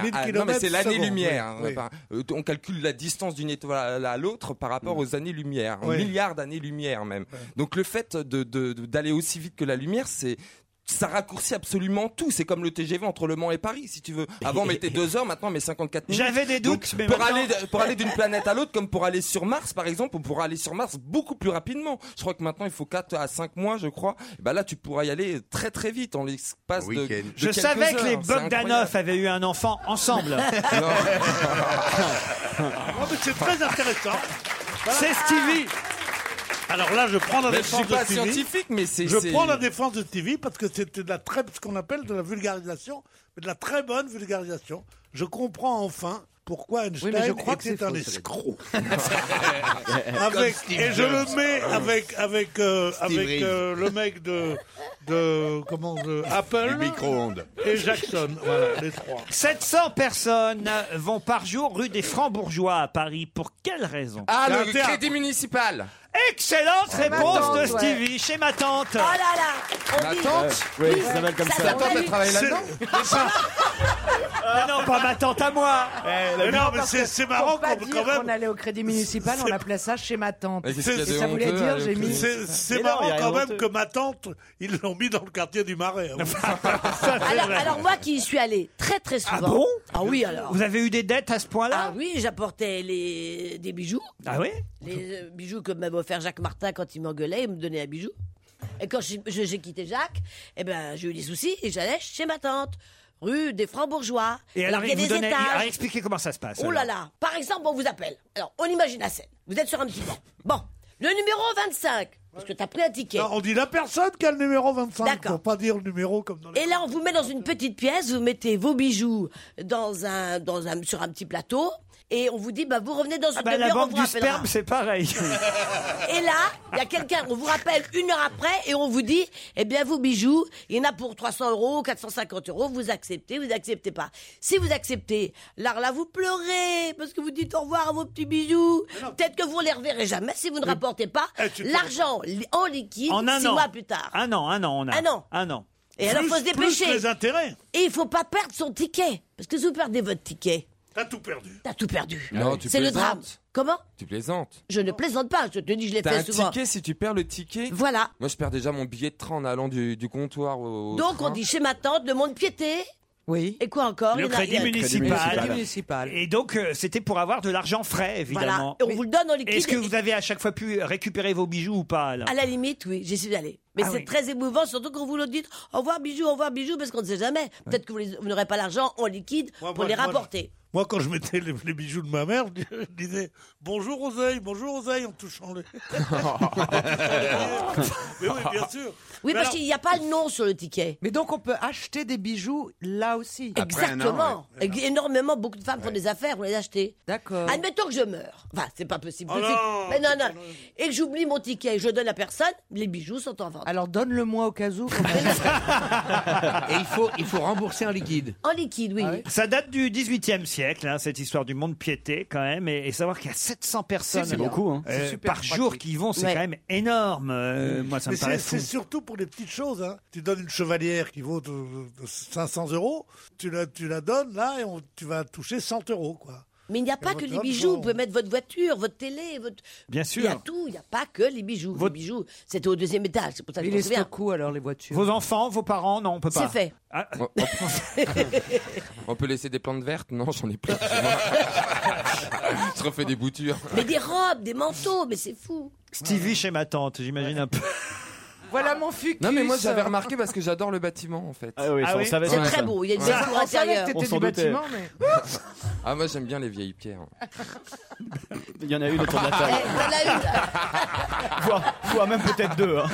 [SPEAKER 6] 300 000
[SPEAKER 4] Ah, non, mais c'est
[SPEAKER 6] kilomètres secondes,
[SPEAKER 4] l'année-lumière.
[SPEAKER 6] oui,
[SPEAKER 4] hein,
[SPEAKER 6] oui.
[SPEAKER 4] par- euh, on calcule la distance d'une étoile à l'autre par rapport aux années-lumière,
[SPEAKER 6] Mm. Oui.
[SPEAKER 4] aux milliards d'années-lumière même. Donc le fait de- de- de- d'aller aussi vite que la lumière, c'est ça raccourcit absolument tout. C'est comme le TGV entre Le Mans et Paris, si tu veux. Avant, on mettait deux heures, maintenant, on met 54 minutes.
[SPEAKER 3] J'avais des doutes, mais
[SPEAKER 4] Mmh. pour
[SPEAKER 3] maintenant-
[SPEAKER 4] aller, pour aller d'une planète à l'autre, comme pour aller sur Mars, par exemple, on pourra aller sur Mars beaucoup plus rapidement. Je crois que maintenant, il faut 4 à 5 mois, je crois. Et ben là, tu pourras y aller très très vite en l'espace de, de
[SPEAKER 3] Je
[SPEAKER 4] quelques
[SPEAKER 3] savais que les
[SPEAKER 4] heures. C'est incroyable.
[SPEAKER 3] Bogdanov avaient eu un enfant ensemble.
[SPEAKER 6] Oh, mais c'est très intéressant.
[SPEAKER 3] C'est Stevie.
[SPEAKER 6] Alors là, je prends la
[SPEAKER 4] Mais je
[SPEAKER 6] défense
[SPEAKER 4] suis pas
[SPEAKER 6] de Stevie.
[SPEAKER 4] scientifique, mais c'est-
[SPEAKER 6] Je
[SPEAKER 4] c'est-
[SPEAKER 6] prends la défense de Stevie parce que c'était de la très, ce qu'on appelle de la vulgarisation, mais de la très bonne vulgarisation. Je comprends enfin pourquoi Einstein
[SPEAKER 7] mais je crois que c'est
[SPEAKER 6] était un
[SPEAKER 7] faux, ça,
[SPEAKER 6] escroc. Avec-
[SPEAKER 7] Comme Steve
[SPEAKER 6] et je le
[SPEAKER 7] Jobs.
[SPEAKER 6] mets avec avec euh,
[SPEAKER 7] Steve
[SPEAKER 6] avec
[SPEAKER 7] Reeves.
[SPEAKER 6] euh, le mec de de comment de Apple,
[SPEAKER 3] Du micro-ondes.
[SPEAKER 6] et Jackson. Voilà les trois.
[SPEAKER 3] 700 personnes vont par jour rue des Francs-Bourgeois à Paris. Pour quelle raison
[SPEAKER 4] Ah, le crédit municipal.
[SPEAKER 3] Excellente
[SPEAKER 4] Ah, ma
[SPEAKER 3] réponse
[SPEAKER 4] tante,
[SPEAKER 3] de Stevie chez ma tante. Oh
[SPEAKER 1] là là
[SPEAKER 4] Ma tante Oui, ça s'appelle comme Ça ça. Ta tante, elle travaille là-dedans
[SPEAKER 3] Ah non, pas ma tante à moi.
[SPEAKER 4] Eh,
[SPEAKER 6] Mais non, mais
[SPEAKER 7] parce
[SPEAKER 6] c'est-
[SPEAKER 7] que
[SPEAKER 6] c'est
[SPEAKER 7] pour
[SPEAKER 6] marrant
[SPEAKER 7] pas
[SPEAKER 6] qu'on-
[SPEAKER 7] dire
[SPEAKER 6] quand même-
[SPEAKER 7] qu'on allait au crédit municipal, on appelait ça chez ma tante.
[SPEAKER 6] Mais
[SPEAKER 7] Et
[SPEAKER 6] qu'est-ce qu'il y a de
[SPEAKER 7] ça voulait
[SPEAKER 6] honteux hein, à
[SPEAKER 7] dire,
[SPEAKER 6] aller
[SPEAKER 7] j'ai
[SPEAKER 6] au
[SPEAKER 7] mis.
[SPEAKER 6] crédit C'est c'est marrant quand même que ma tante, ils l'ont mis dans le quartier du Marais. hein.
[SPEAKER 1] Alors, alors moi qui y suis allée très très souvent.
[SPEAKER 3] Ah bon
[SPEAKER 1] Ah oui alors.
[SPEAKER 3] Vous avez eu des dettes à ce point-là
[SPEAKER 1] Ah oui, j'apportais les des bijoux.
[SPEAKER 3] Ah oui
[SPEAKER 1] Les euh, bijoux que m'avait offert Jacques Martin quand il m'engueulait, il me donnait un bijou. Et quand j'ai- je- j'ai quitté Jacques, eh ben j'ai eu des soucis et j'allais chez ma tante, rue des Francs Bourgeois.
[SPEAKER 3] Et alors,
[SPEAKER 1] il y a
[SPEAKER 3] il vous
[SPEAKER 1] des
[SPEAKER 3] donnait.
[SPEAKER 1] étages.
[SPEAKER 3] Alors, expliquez comment ça se passe.
[SPEAKER 1] Oh là
[SPEAKER 3] alors.
[SPEAKER 1] là Par exemple, on vous appelle. Alors, on imagine la scène. Vous êtes sur un petit banc. Bon, le numéro 25, parce que t'as pris un ticket.
[SPEAKER 6] Non, on dit la personne qui a le numéro 25, pour pas dire le numéro comme dans les...
[SPEAKER 1] Et là, on vous met dans une petite pièce, vous mettez vos bijoux dans un, dans un, sur un petit plateau, et on vous dit, bah, vous revenez dans une
[SPEAKER 3] Ah bah, la
[SPEAKER 1] demi-heure, on
[SPEAKER 3] banque
[SPEAKER 1] vous
[SPEAKER 3] du
[SPEAKER 1] rappellera.
[SPEAKER 3] sperme, c'est pareil.
[SPEAKER 1] Et là, il y a quelqu'un, on vous rappelle une heure après, et on vous dit, eh bien, vos bijoux, il y en a pour 300 euros, 450 euros, vous acceptez, vous acceptez pas. Si vous acceptez, là, là, vous pleurez, parce que vous dites au revoir à vos petits bijoux. Peut-être que vous les reverrez jamais si vous ne rapportez pas
[SPEAKER 3] eh,
[SPEAKER 1] l'argent li- en liquide
[SPEAKER 3] en un
[SPEAKER 1] six
[SPEAKER 3] an.
[SPEAKER 1] mois plus tard.
[SPEAKER 3] Un an, un an, on a.
[SPEAKER 1] Un an.
[SPEAKER 3] Un an.
[SPEAKER 1] Et alors, faut se dépêcher. Et il faut pas perdre son ticket. Parce que si vous perdez votre ticket.
[SPEAKER 6] T'as tout perdu.
[SPEAKER 1] T'as tout perdu.
[SPEAKER 4] Non, tu
[SPEAKER 1] C'est le drame.
[SPEAKER 4] plaisantes.
[SPEAKER 1] Comment
[SPEAKER 4] Tu plaisantes.
[SPEAKER 1] Je ne plaisante pas. Je te dis, je l'ai
[SPEAKER 4] T'as
[SPEAKER 1] fait
[SPEAKER 4] un
[SPEAKER 1] souvent.
[SPEAKER 4] ticket, si tu perds le ticket.
[SPEAKER 1] Voilà.
[SPEAKER 4] Moi, je perds déjà mon billet de train en allant du, du comptoir au. au
[SPEAKER 1] Donc, on
[SPEAKER 4] train.
[SPEAKER 1] dit chez ma tante, le monde piété.
[SPEAKER 4] Oui.
[SPEAKER 1] Et quoi encore
[SPEAKER 3] Le
[SPEAKER 1] Il y en a- il
[SPEAKER 3] crédit
[SPEAKER 1] y a-
[SPEAKER 3] municipal. Et donc, euh, c'était pour avoir de l'argent frais,
[SPEAKER 1] Voilà.
[SPEAKER 3] évidemment.
[SPEAKER 1] Et on vous le donne en liquide.
[SPEAKER 3] Est-ce que vous avez à chaque fois pu récupérer vos bijoux ou pas alors
[SPEAKER 1] À la limite, oui, j'y suis allée. Mais
[SPEAKER 3] Ah
[SPEAKER 1] c'est
[SPEAKER 3] oui.
[SPEAKER 1] très émouvant, surtout quand vous le dites au revoir bijoux, au revoir bijoux, parce qu'on ne sait jamais. Peut-être que vous, les- vous n'aurez pas l'argent en liquide pour
[SPEAKER 6] moi,
[SPEAKER 1] les
[SPEAKER 6] moi,
[SPEAKER 1] rapporter.
[SPEAKER 6] Moi, quand je mettais les, les bijoux de ma mère, je disais « Bonjour Oseille, bonjour Oseille » en touchant les... Mais oui, bien sûr.
[SPEAKER 1] Ah.
[SPEAKER 6] Mais
[SPEAKER 1] Oui, parce
[SPEAKER 6] alors-
[SPEAKER 1] qu'il n'y a pas le nom sur le ticket.
[SPEAKER 7] Mais donc on peut acheter des bijoux là aussi.
[SPEAKER 1] Exactement. Ex- Énormément, beaucoup de femmes font des affaires, on les acheter. D'accord. Admettons que je meurs. Enfin, c'est pas possible.
[SPEAKER 7] Oh
[SPEAKER 1] de suite.
[SPEAKER 7] non,
[SPEAKER 1] Mais non, non. Et que j'oublie mon ticket, je donne à personne, les bijoux sont en vente.
[SPEAKER 7] Alors donne-le-moi au cas où.
[SPEAKER 9] Et il faut, il faut rembourser en liquide.
[SPEAKER 1] En liquide, oui.
[SPEAKER 3] Ça date du 18e siècle, hein, cette histoire du monde piété, quand même, et, et savoir qu'il y a 700 personnes
[SPEAKER 6] C'est bien.
[SPEAKER 5] beaucoup, hein.
[SPEAKER 3] euh,
[SPEAKER 6] C'est super
[SPEAKER 3] par jour qui y vont, c'est
[SPEAKER 6] Ouais.
[SPEAKER 3] quand même énorme. Euh, moi, ça
[SPEAKER 6] Mais
[SPEAKER 3] me
[SPEAKER 6] c'est-
[SPEAKER 3] paraît fou.
[SPEAKER 6] C'est surtout pour les petites choses. hein. Tu donnes une chevalière qui vaut de- de- de 500 euros, tu la, tu la donnes là et on- tu vas toucher 100 euros. Quoi.
[SPEAKER 1] Mais il n'y a pas
[SPEAKER 6] Et
[SPEAKER 1] que les
[SPEAKER 6] votre
[SPEAKER 1] bijoux.
[SPEAKER 6] argent.
[SPEAKER 1] Vous pouvez mettre votre voiture, votre télé, votre.
[SPEAKER 3] Bien
[SPEAKER 1] Il y a
[SPEAKER 3] sûr.
[SPEAKER 1] tout. Il n'y a pas que les bijoux. Les bijoux, c'était au deuxième étage. C'est pour ça que je me souviens.
[SPEAKER 7] coup alors les voitures
[SPEAKER 3] Vos enfants, vos parents, non, on peut pas.
[SPEAKER 1] C'est fait.
[SPEAKER 3] Ah,
[SPEAKER 4] On, on- on peut laisser des plantes vertes Non, j'en ai plein. je refais des boutures.
[SPEAKER 1] Mais des robes, des manteaux, mais c'est fou.
[SPEAKER 3] Stevie chez ma tante, j'imagine un peu.
[SPEAKER 7] Voilà mon fucus.
[SPEAKER 4] Non, mais moi, j'avais remarqué parce que j'adore le bâtiment, en fait.
[SPEAKER 3] Ah oui, Ah ça, on oui savait
[SPEAKER 7] C'est très beau, il y a une belle cour intérieure. On s'en doutait.
[SPEAKER 4] Ah, moi, j'aime bien les vieilles pierres.
[SPEAKER 5] Il y en a une
[SPEAKER 7] Eh,
[SPEAKER 5] autour de la table. Voire, voire même peut-être deux. hein.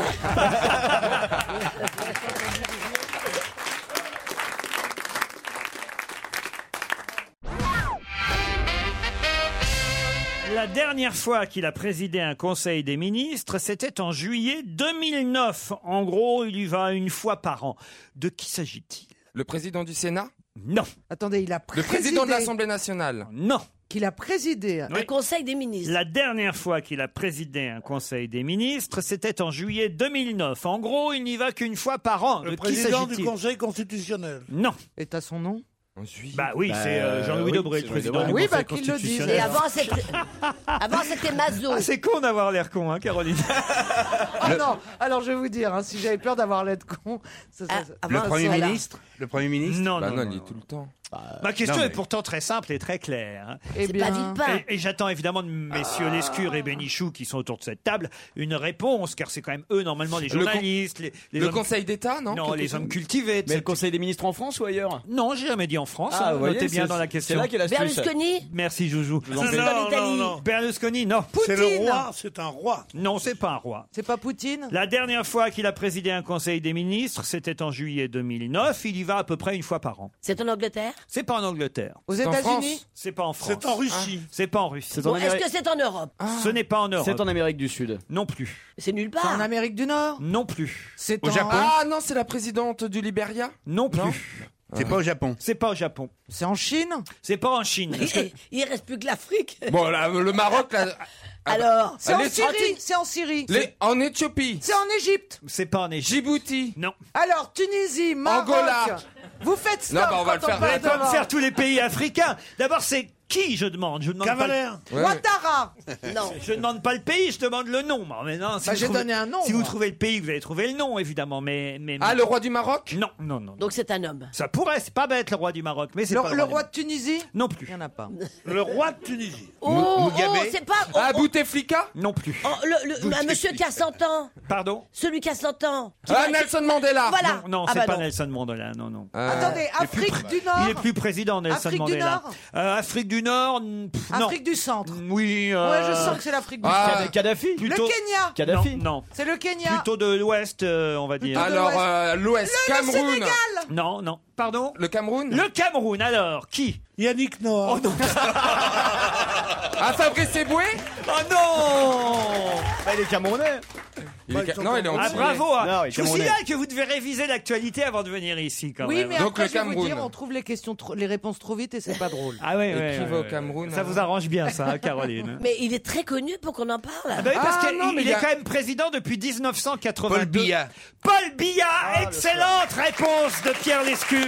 [SPEAKER 3] La dernière fois qu'il a présidé un conseil des ministres, c'était en juillet 2009. En gros, il y va une fois par an. De qui s'agit-il
[SPEAKER 4] Le président du Sénat
[SPEAKER 3] Non.
[SPEAKER 7] Attendez, il a
[SPEAKER 4] Le président de l'Assemblée nationale
[SPEAKER 3] Non.
[SPEAKER 7] qu'il a présidé.
[SPEAKER 3] Le Conseil des ministres. La dernière fois qu'il a présidé un Conseil des ministres, c'était en juillet 2009. En gros, il n'y va qu'une fois par an.
[SPEAKER 6] Le
[SPEAKER 3] De qui
[SPEAKER 6] président du
[SPEAKER 3] s'agit-il
[SPEAKER 6] Conseil constitutionnel.
[SPEAKER 3] Non.
[SPEAKER 7] Et t'as son nom
[SPEAKER 3] Bah oui,
[SPEAKER 6] Bah,
[SPEAKER 3] c'est euh, Jean-Louis
[SPEAKER 6] oui,
[SPEAKER 3] Debré,
[SPEAKER 6] c'est
[SPEAKER 3] le
[SPEAKER 6] Jean-Louis Debré.
[SPEAKER 3] président du
[SPEAKER 6] Oui,
[SPEAKER 3] Conseil
[SPEAKER 6] bah, qu'il le dise.
[SPEAKER 3] constitutionnel.
[SPEAKER 1] Et avant, c'était, avant, c'était Mazo.
[SPEAKER 3] Ah, c'est con d'avoir l'air con, hein, Caroline.
[SPEAKER 7] Oh non Alors je vais vous dire, hein, si j'avais peur d'avoir l'aide con, ça, ça-
[SPEAKER 3] Ah,
[SPEAKER 7] ça-
[SPEAKER 9] Le
[SPEAKER 7] Avant,
[SPEAKER 9] Premier
[SPEAKER 7] ça-
[SPEAKER 9] ministre Le Premier ministre
[SPEAKER 4] Bah
[SPEAKER 3] Non, non,
[SPEAKER 9] il est tout le temps.
[SPEAKER 3] Ma question
[SPEAKER 9] non, mais-
[SPEAKER 3] est pourtant très simple et très claire. hein.
[SPEAKER 7] Eh C'est bien. Ah. pas vite pas.
[SPEAKER 3] Et, et j'attends évidemment de messieurs Lescure et Bénichou qui sont autour de cette table une réponse, car c'est quand même eux normalement les
[SPEAKER 4] Le con-
[SPEAKER 3] journalistes, les, les
[SPEAKER 4] le
[SPEAKER 3] hommes-
[SPEAKER 4] Conseil d'État, non
[SPEAKER 3] Non,
[SPEAKER 4] Quelque
[SPEAKER 3] les
[SPEAKER 4] chose
[SPEAKER 3] hommes cultivés. Mais le Conseil des ministres en France ou ailleurs Non, j'ai jamais dit en France.
[SPEAKER 4] Ah,
[SPEAKER 3] hein,
[SPEAKER 4] vous voyez,
[SPEAKER 3] notez bien
[SPEAKER 4] c'est-
[SPEAKER 3] dans la
[SPEAKER 4] c'est
[SPEAKER 3] question.
[SPEAKER 4] là qu'est l'astuce. Berlusconi
[SPEAKER 3] Merci Joujou.
[SPEAKER 4] vous en prie.
[SPEAKER 6] Non, non, non.
[SPEAKER 3] Berlusconi, non.
[SPEAKER 6] C'est le roi, c'est un roi.
[SPEAKER 3] Non, c'est pas un roi.
[SPEAKER 7] C'est pas Poutine
[SPEAKER 3] La dernière fois qu'il a présidé un conseil des ministres, c'était en juillet 2009. Il y va à peu près une fois par an.
[SPEAKER 1] C'est en Angleterre
[SPEAKER 3] C'est pas en Angleterre.
[SPEAKER 1] Aux
[SPEAKER 3] C'est en
[SPEAKER 1] États-Unis
[SPEAKER 3] France. C'est pas en France.
[SPEAKER 6] C'est en Russie.
[SPEAKER 3] Ah. C'est Ah. pas en Russie.
[SPEAKER 1] Bon, Est-ce que c'est en Europe
[SPEAKER 3] Ce n'est pas en Europe.
[SPEAKER 5] C'est en Amérique du Sud.
[SPEAKER 3] Non plus.
[SPEAKER 1] C'est nulle part.
[SPEAKER 7] En Amérique du Nord
[SPEAKER 3] Non plus.
[SPEAKER 7] C'est
[SPEAKER 3] Au
[SPEAKER 7] en-
[SPEAKER 3] Japon.
[SPEAKER 4] Ah non, c'est la présidente du Liberia
[SPEAKER 3] Non plus. C'est pas au Japon. C'est pas au Japon.
[SPEAKER 7] C'est en Chine
[SPEAKER 3] C'est pas en Chine.
[SPEAKER 1] Il, il reste plus que l'Afrique.
[SPEAKER 4] Bon, là, le Maroc, là. ah bah,
[SPEAKER 1] Alors,
[SPEAKER 7] C'est en
[SPEAKER 4] Les-
[SPEAKER 7] Syrie C'est en Syrie
[SPEAKER 4] les- En Éthiopie.
[SPEAKER 7] C'est en Égypte
[SPEAKER 3] C'est pas en Égypte.
[SPEAKER 4] Djibouti.
[SPEAKER 3] Non.
[SPEAKER 7] Alors Tunisie, Maroc
[SPEAKER 4] Angola.
[SPEAKER 7] Vous faites
[SPEAKER 4] Non,
[SPEAKER 7] stop
[SPEAKER 4] bah, on va
[SPEAKER 7] quand
[SPEAKER 4] le faire.
[SPEAKER 7] parle
[SPEAKER 3] Et comme
[SPEAKER 7] d'Europe.
[SPEAKER 3] faire tous les pays africains. D'abord, c'est qui je demande Je demande
[SPEAKER 7] Cavalère.
[SPEAKER 3] pas. le-
[SPEAKER 7] Ouattara
[SPEAKER 1] Non.
[SPEAKER 3] Je demande pas le pays, je demande le nom. moi. Mais non, si
[SPEAKER 7] Bah,
[SPEAKER 3] vous
[SPEAKER 7] j'ai
[SPEAKER 3] trouvez-
[SPEAKER 7] donné un nom,
[SPEAKER 3] Si vous
[SPEAKER 7] moi.
[SPEAKER 3] trouvez le pays, vous allez trouver le nom, évidemment. Mais, mais,
[SPEAKER 4] Ah, le roi du Maroc
[SPEAKER 3] Non, non, non.
[SPEAKER 1] Donc c'est un homme.
[SPEAKER 3] Ça pourrait, c'est pas bête le roi du Maroc, mais c'est pas
[SPEAKER 7] Le, le
[SPEAKER 3] du
[SPEAKER 7] roi
[SPEAKER 3] Maroc.
[SPEAKER 7] de Tunisie
[SPEAKER 3] Non plus.
[SPEAKER 7] Il n'y en a pas.
[SPEAKER 6] Le roi de Tunisie.
[SPEAKER 1] Oh, oh, c'est pas. oh,
[SPEAKER 4] Ah,
[SPEAKER 1] oh,
[SPEAKER 4] Bouteflika
[SPEAKER 3] Non plus.
[SPEAKER 1] oh, le- le- un monsieur qui a 100 ans.
[SPEAKER 3] Pardon
[SPEAKER 1] Celui qui a 100 ans. Qui
[SPEAKER 4] Ah,
[SPEAKER 1] va-
[SPEAKER 4] Nelson Mandela.
[SPEAKER 1] Voilà.
[SPEAKER 3] Non, non,
[SPEAKER 1] Ah
[SPEAKER 3] c'est
[SPEAKER 1] bah
[SPEAKER 3] pas
[SPEAKER 1] non.
[SPEAKER 3] Nelson Mandela, non, non.
[SPEAKER 7] Ah. Attendez,
[SPEAKER 3] Il est plus
[SPEAKER 7] Afrique
[SPEAKER 3] pr-
[SPEAKER 7] du Nord
[SPEAKER 3] Il est plus président, Nelson
[SPEAKER 7] Afrique du
[SPEAKER 3] Mandela.
[SPEAKER 7] Nord
[SPEAKER 3] Euh, Afrique du Nord n- pff, non.
[SPEAKER 7] Afrique du Centre
[SPEAKER 3] Oui. euh,
[SPEAKER 7] Ouais, je sens que c'est l'Afrique du
[SPEAKER 3] Ah,
[SPEAKER 7] Centre.
[SPEAKER 3] Kadhafi
[SPEAKER 7] Le Kenya
[SPEAKER 3] Kadhafi Non. non.
[SPEAKER 7] C'est le Kenya
[SPEAKER 3] Plutôt de l'ouest, euh, on va dire.
[SPEAKER 7] Ah. de Alors, l'ouest. euh,
[SPEAKER 4] l'ouest,
[SPEAKER 7] Le- le Cameroun. Sénégal.
[SPEAKER 3] Non, non. Pardon
[SPEAKER 4] Le Cameroun
[SPEAKER 3] Le Cameroun, alors, qui
[SPEAKER 6] Yannick Noah.
[SPEAKER 4] Ah, Fabrice Eboué
[SPEAKER 3] Oh non
[SPEAKER 7] Ah,
[SPEAKER 5] Bah, il est Camerounais.
[SPEAKER 4] Il
[SPEAKER 6] Bah,
[SPEAKER 4] est ca- Non, il est en
[SPEAKER 3] Ah
[SPEAKER 4] Chili.
[SPEAKER 3] bravo hein.
[SPEAKER 5] Non, il est
[SPEAKER 3] Je vous
[SPEAKER 5] Camerounais.
[SPEAKER 3] signale que vous devez réviser l'actualité avant de venir ici quand
[SPEAKER 7] Oui,
[SPEAKER 3] même.
[SPEAKER 7] mais après, je vais vous dire, on trouve les, questions trop- les réponses trop vite et c'est pas drôle.
[SPEAKER 3] Ah ouais,
[SPEAKER 4] Et
[SPEAKER 3] ouais,
[SPEAKER 4] qui
[SPEAKER 3] ouais,
[SPEAKER 4] va au
[SPEAKER 3] ouais.
[SPEAKER 4] Cameroun,
[SPEAKER 3] Ça
[SPEAKER 4] hein
[SPEAKER 3] vous arrange bien ça, hein, Caroline.
[SPEAKER 1] Mais il est très connu pour qu'on en parle.
[SPEAKER 3] Ah bah oui, parce
[SPEAKER 4] Ah,
[SPEAKER 3] qu'il
[SPEAKER 4] non, mais
[SPEAKER 3] il
[SPEAKER 4] y
[SPEAKER 3] est
[SPEAKER 4] a-
[SPEAKER 3] quand même président depuis 1982.
[SPEAKER 9] Paul Biya.
[SPEAKER 3] Paul Biya, excellente réponse de Pierre Lescure.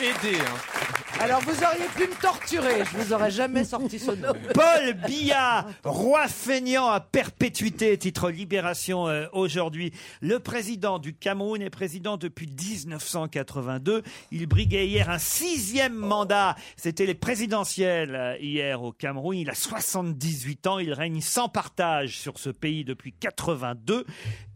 [SPEAKER 4] Aidé, hein.
[SPEAKER 7] Alors, vous auriez pu me torturer, je vous aurais jamais sorti ce nom.
[SPEAKER 3] Paul Biya, roi feignant à perpétuité, titre Libération euh, aujourd'hui. Le président du Cameroun est président depuis 1982. Il briguait hier un sixième mandat. C'était les présidentielles euh, hier au Cameroun. Il a 78 ans. Il règne sans partage sur ce pays depuis 82.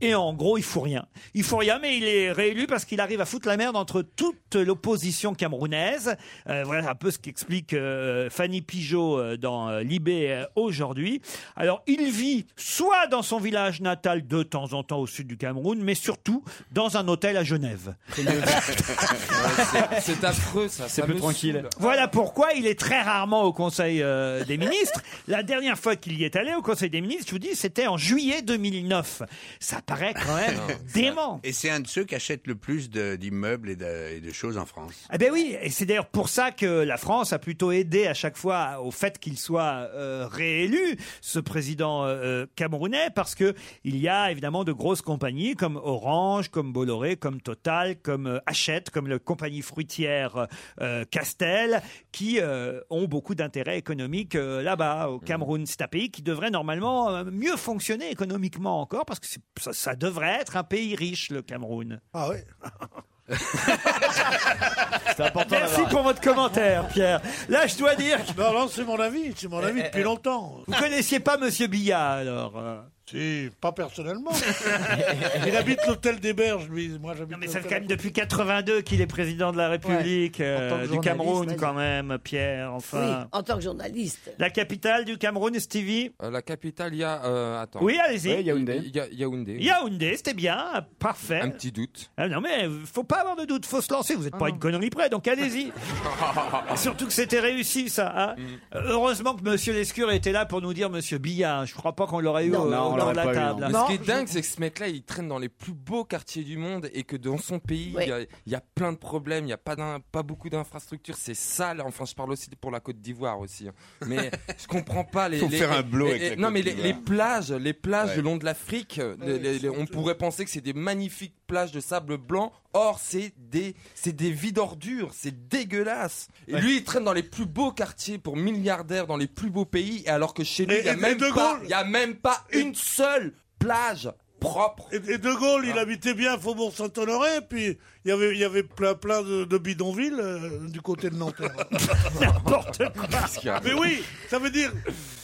[SPEAKER 3] Et en gros, il fout rien. Il fout rien, mais il est réélu parce qu'il arrive à foutre la merde entre toute l'opposition camerounaise. Euh, voilà un peu ce qu'explique euh, Fanny Pigeot euh, dans euh, Libé euh, aujourd'hui. Alors, il vit soit dans son village natal de temps en temps au sud du Cameroun, mais surtout dans un hôtel à Genève.
[SPEAKER 4] Ouais, c'est- C'est affreux, ça. C'est
[SPEAKER 5] plus tranquille.
[SPEAKER 3] Voilà pourquoi il est très rarement au Conseil euh, des ministres. La dernière fois qu'il y est allé au Conseil des ministres, je vous dis, c'était en juillet 2009. Ça paraît quand même dément.
[SPEAKER 9] Et c'est un de ceux qui achète le plus de- d'immeubles et de, et de choses en France.
[SPEAKER 3] Ah ben oui, et c'est d'ailleurs pour ça que la France a plutôt aidé à chaque fois au fait qu'il soit euh, réélu, ce président euh, euh, camerounais, parce que il y a évidemment de grosses compagnies comme Orange, comme Bolloré, comme Total, comme euh, Hachette, comme la compagnie fruitière euh, Castel, qui euh, ont beaucoup d'intérêt économique euh, là-bas au Cameroun. C'est un pays qui devrait normalement euh, mieux fonctionner économiquement encore, parce que c'est- ça, ça devrait être un pays riche, le Cameroun.
[SPEAKER 6] Ah ouais.
[SPEAKER 5] C'est important
[SPEAKER 3] Merci
[SPEAKER 5] d'avoir-
[SPEAKER 3] pour votre commentaire, Pierre. Là, je dois dire
[SPEAKER 6] Non, non, c'est mon avis. C'est
[SPEAKER 3] Eh,
[SPEAKER 6] mon avis depuis longtemps.
[SPEAKER 3] Vous connaissiez pas Monsieur Billa alors euh
[SPEAKER 6] Si, pas personnellement. Il habite l'hôtel des Berges, lui. Moi, j'habite.
[SPEAKER 3] Non mais ça
[SPEAKER 6] l'hôtel-
[SPEAKER 3] fait quand même depuis 82 qu'il est président de la République euh,
[SPEAKER 6] En tant que
[SPEAKER 3] du
[SPEAKER 6] journaliste,
[SPEAKER 3] Cameroun
[SPEAKER 6] vas-y.
[SPEAKER 3] quand même, Pierre. Enfin,
[SPEAKER 1] Oui, en tant que journaliste.
[SPEAKER 3] la capitale du Cameroun, Stevie.
[SPEAKER 4] Euh, la capitale, il y a. euh, attends.
[SPEAKER 3] Oui, allez-y.
[SPEAKER 5] Ouais, Yaoundé.
[SPEAKER 4] Il y a Yaoundé. oui.
[SPEAKER 3] Yaoundé, c'était bien, parfait.
[SPEAKER 4] Un petit doute. Ah
[SPEAKER 3] Ah non mais euh, faut pas avoir de doute, faut se lancer. Vous êtes pas une connerie près, donc allez-y. Et Surtout que c'était
[SPEAKER 4] Mm.
[SPEAKER 3] Euh, réussi ça. hein. Heureusement que Monsieur Lescure était là pour nous dire Monsieur Billa. Je crois pas qu'on l'aurait eu.
[SPEAKER 5] Non,
[SPEAKER 3] au-
[SPEAKER 5] non, on
[SPEAKER 3] au dans la table.
[SPEAKER 4] Mais ce qui est dingue, c'est que ce mec-là, il traîne dans les plus beaux quartiers du monde et que dans son pays, il y a- il y, a plein de problèmes, il n'y a pas, d'in- pas beaucoup d'infrastructures, c'est sale. Enfin, je parle aussi pour la Côte d'Ivoire aussi. hein. Mais je comprends pas les.
[SPEAKER 9] Faut
[SPEAKER 4] les-
[SPEAKER 9] faire un blow
[SPEAKER 4] les-
[SPEAKER 9] avec la
[SPEAKER 4] Non,
[SPEAKER 9] Côte
[SPEAKER 4] mais les,
[SPEAKER 9] d'Ivoire.
[SPEAKER 4] les plages, les plages
[SPEAKER 9] Ouais.
[SPEAKER 4] le long de l'Afrique, euh, les- les- les- on pourrait penser que c'est des magnifiques plages de sable blanc. Or, c'est des, c'est des vies d'ordures, c'est dégueulasse. Et lui, il traîne dans les plus beaux quartiers pour milliardaires, dans les plus beaux pays, et alors que chez lui,
[SPEAKER 6] Et-
[SPEAKER 4] il n'y a
[SPEAKER 6] et- et
[SPEAKER 4] même
[SPEAKER 6] De
[SPEAKER 4] pas
[SPEAKER 6] Gaulle-
[SPEAKER 4] il y a même pas une seule plage propre. Ah.
[SPEAKER 6] Et, et De Gaulle, il habitait bien Faubourg Saint-Honoré, puis il y avait, il y avait plein, plein de, de bidonvilles euh, du côté de Nanterre. N'importe
[SPEAKER 4] quoi
[SPEAKER 6] Mais oui, ça veut dire,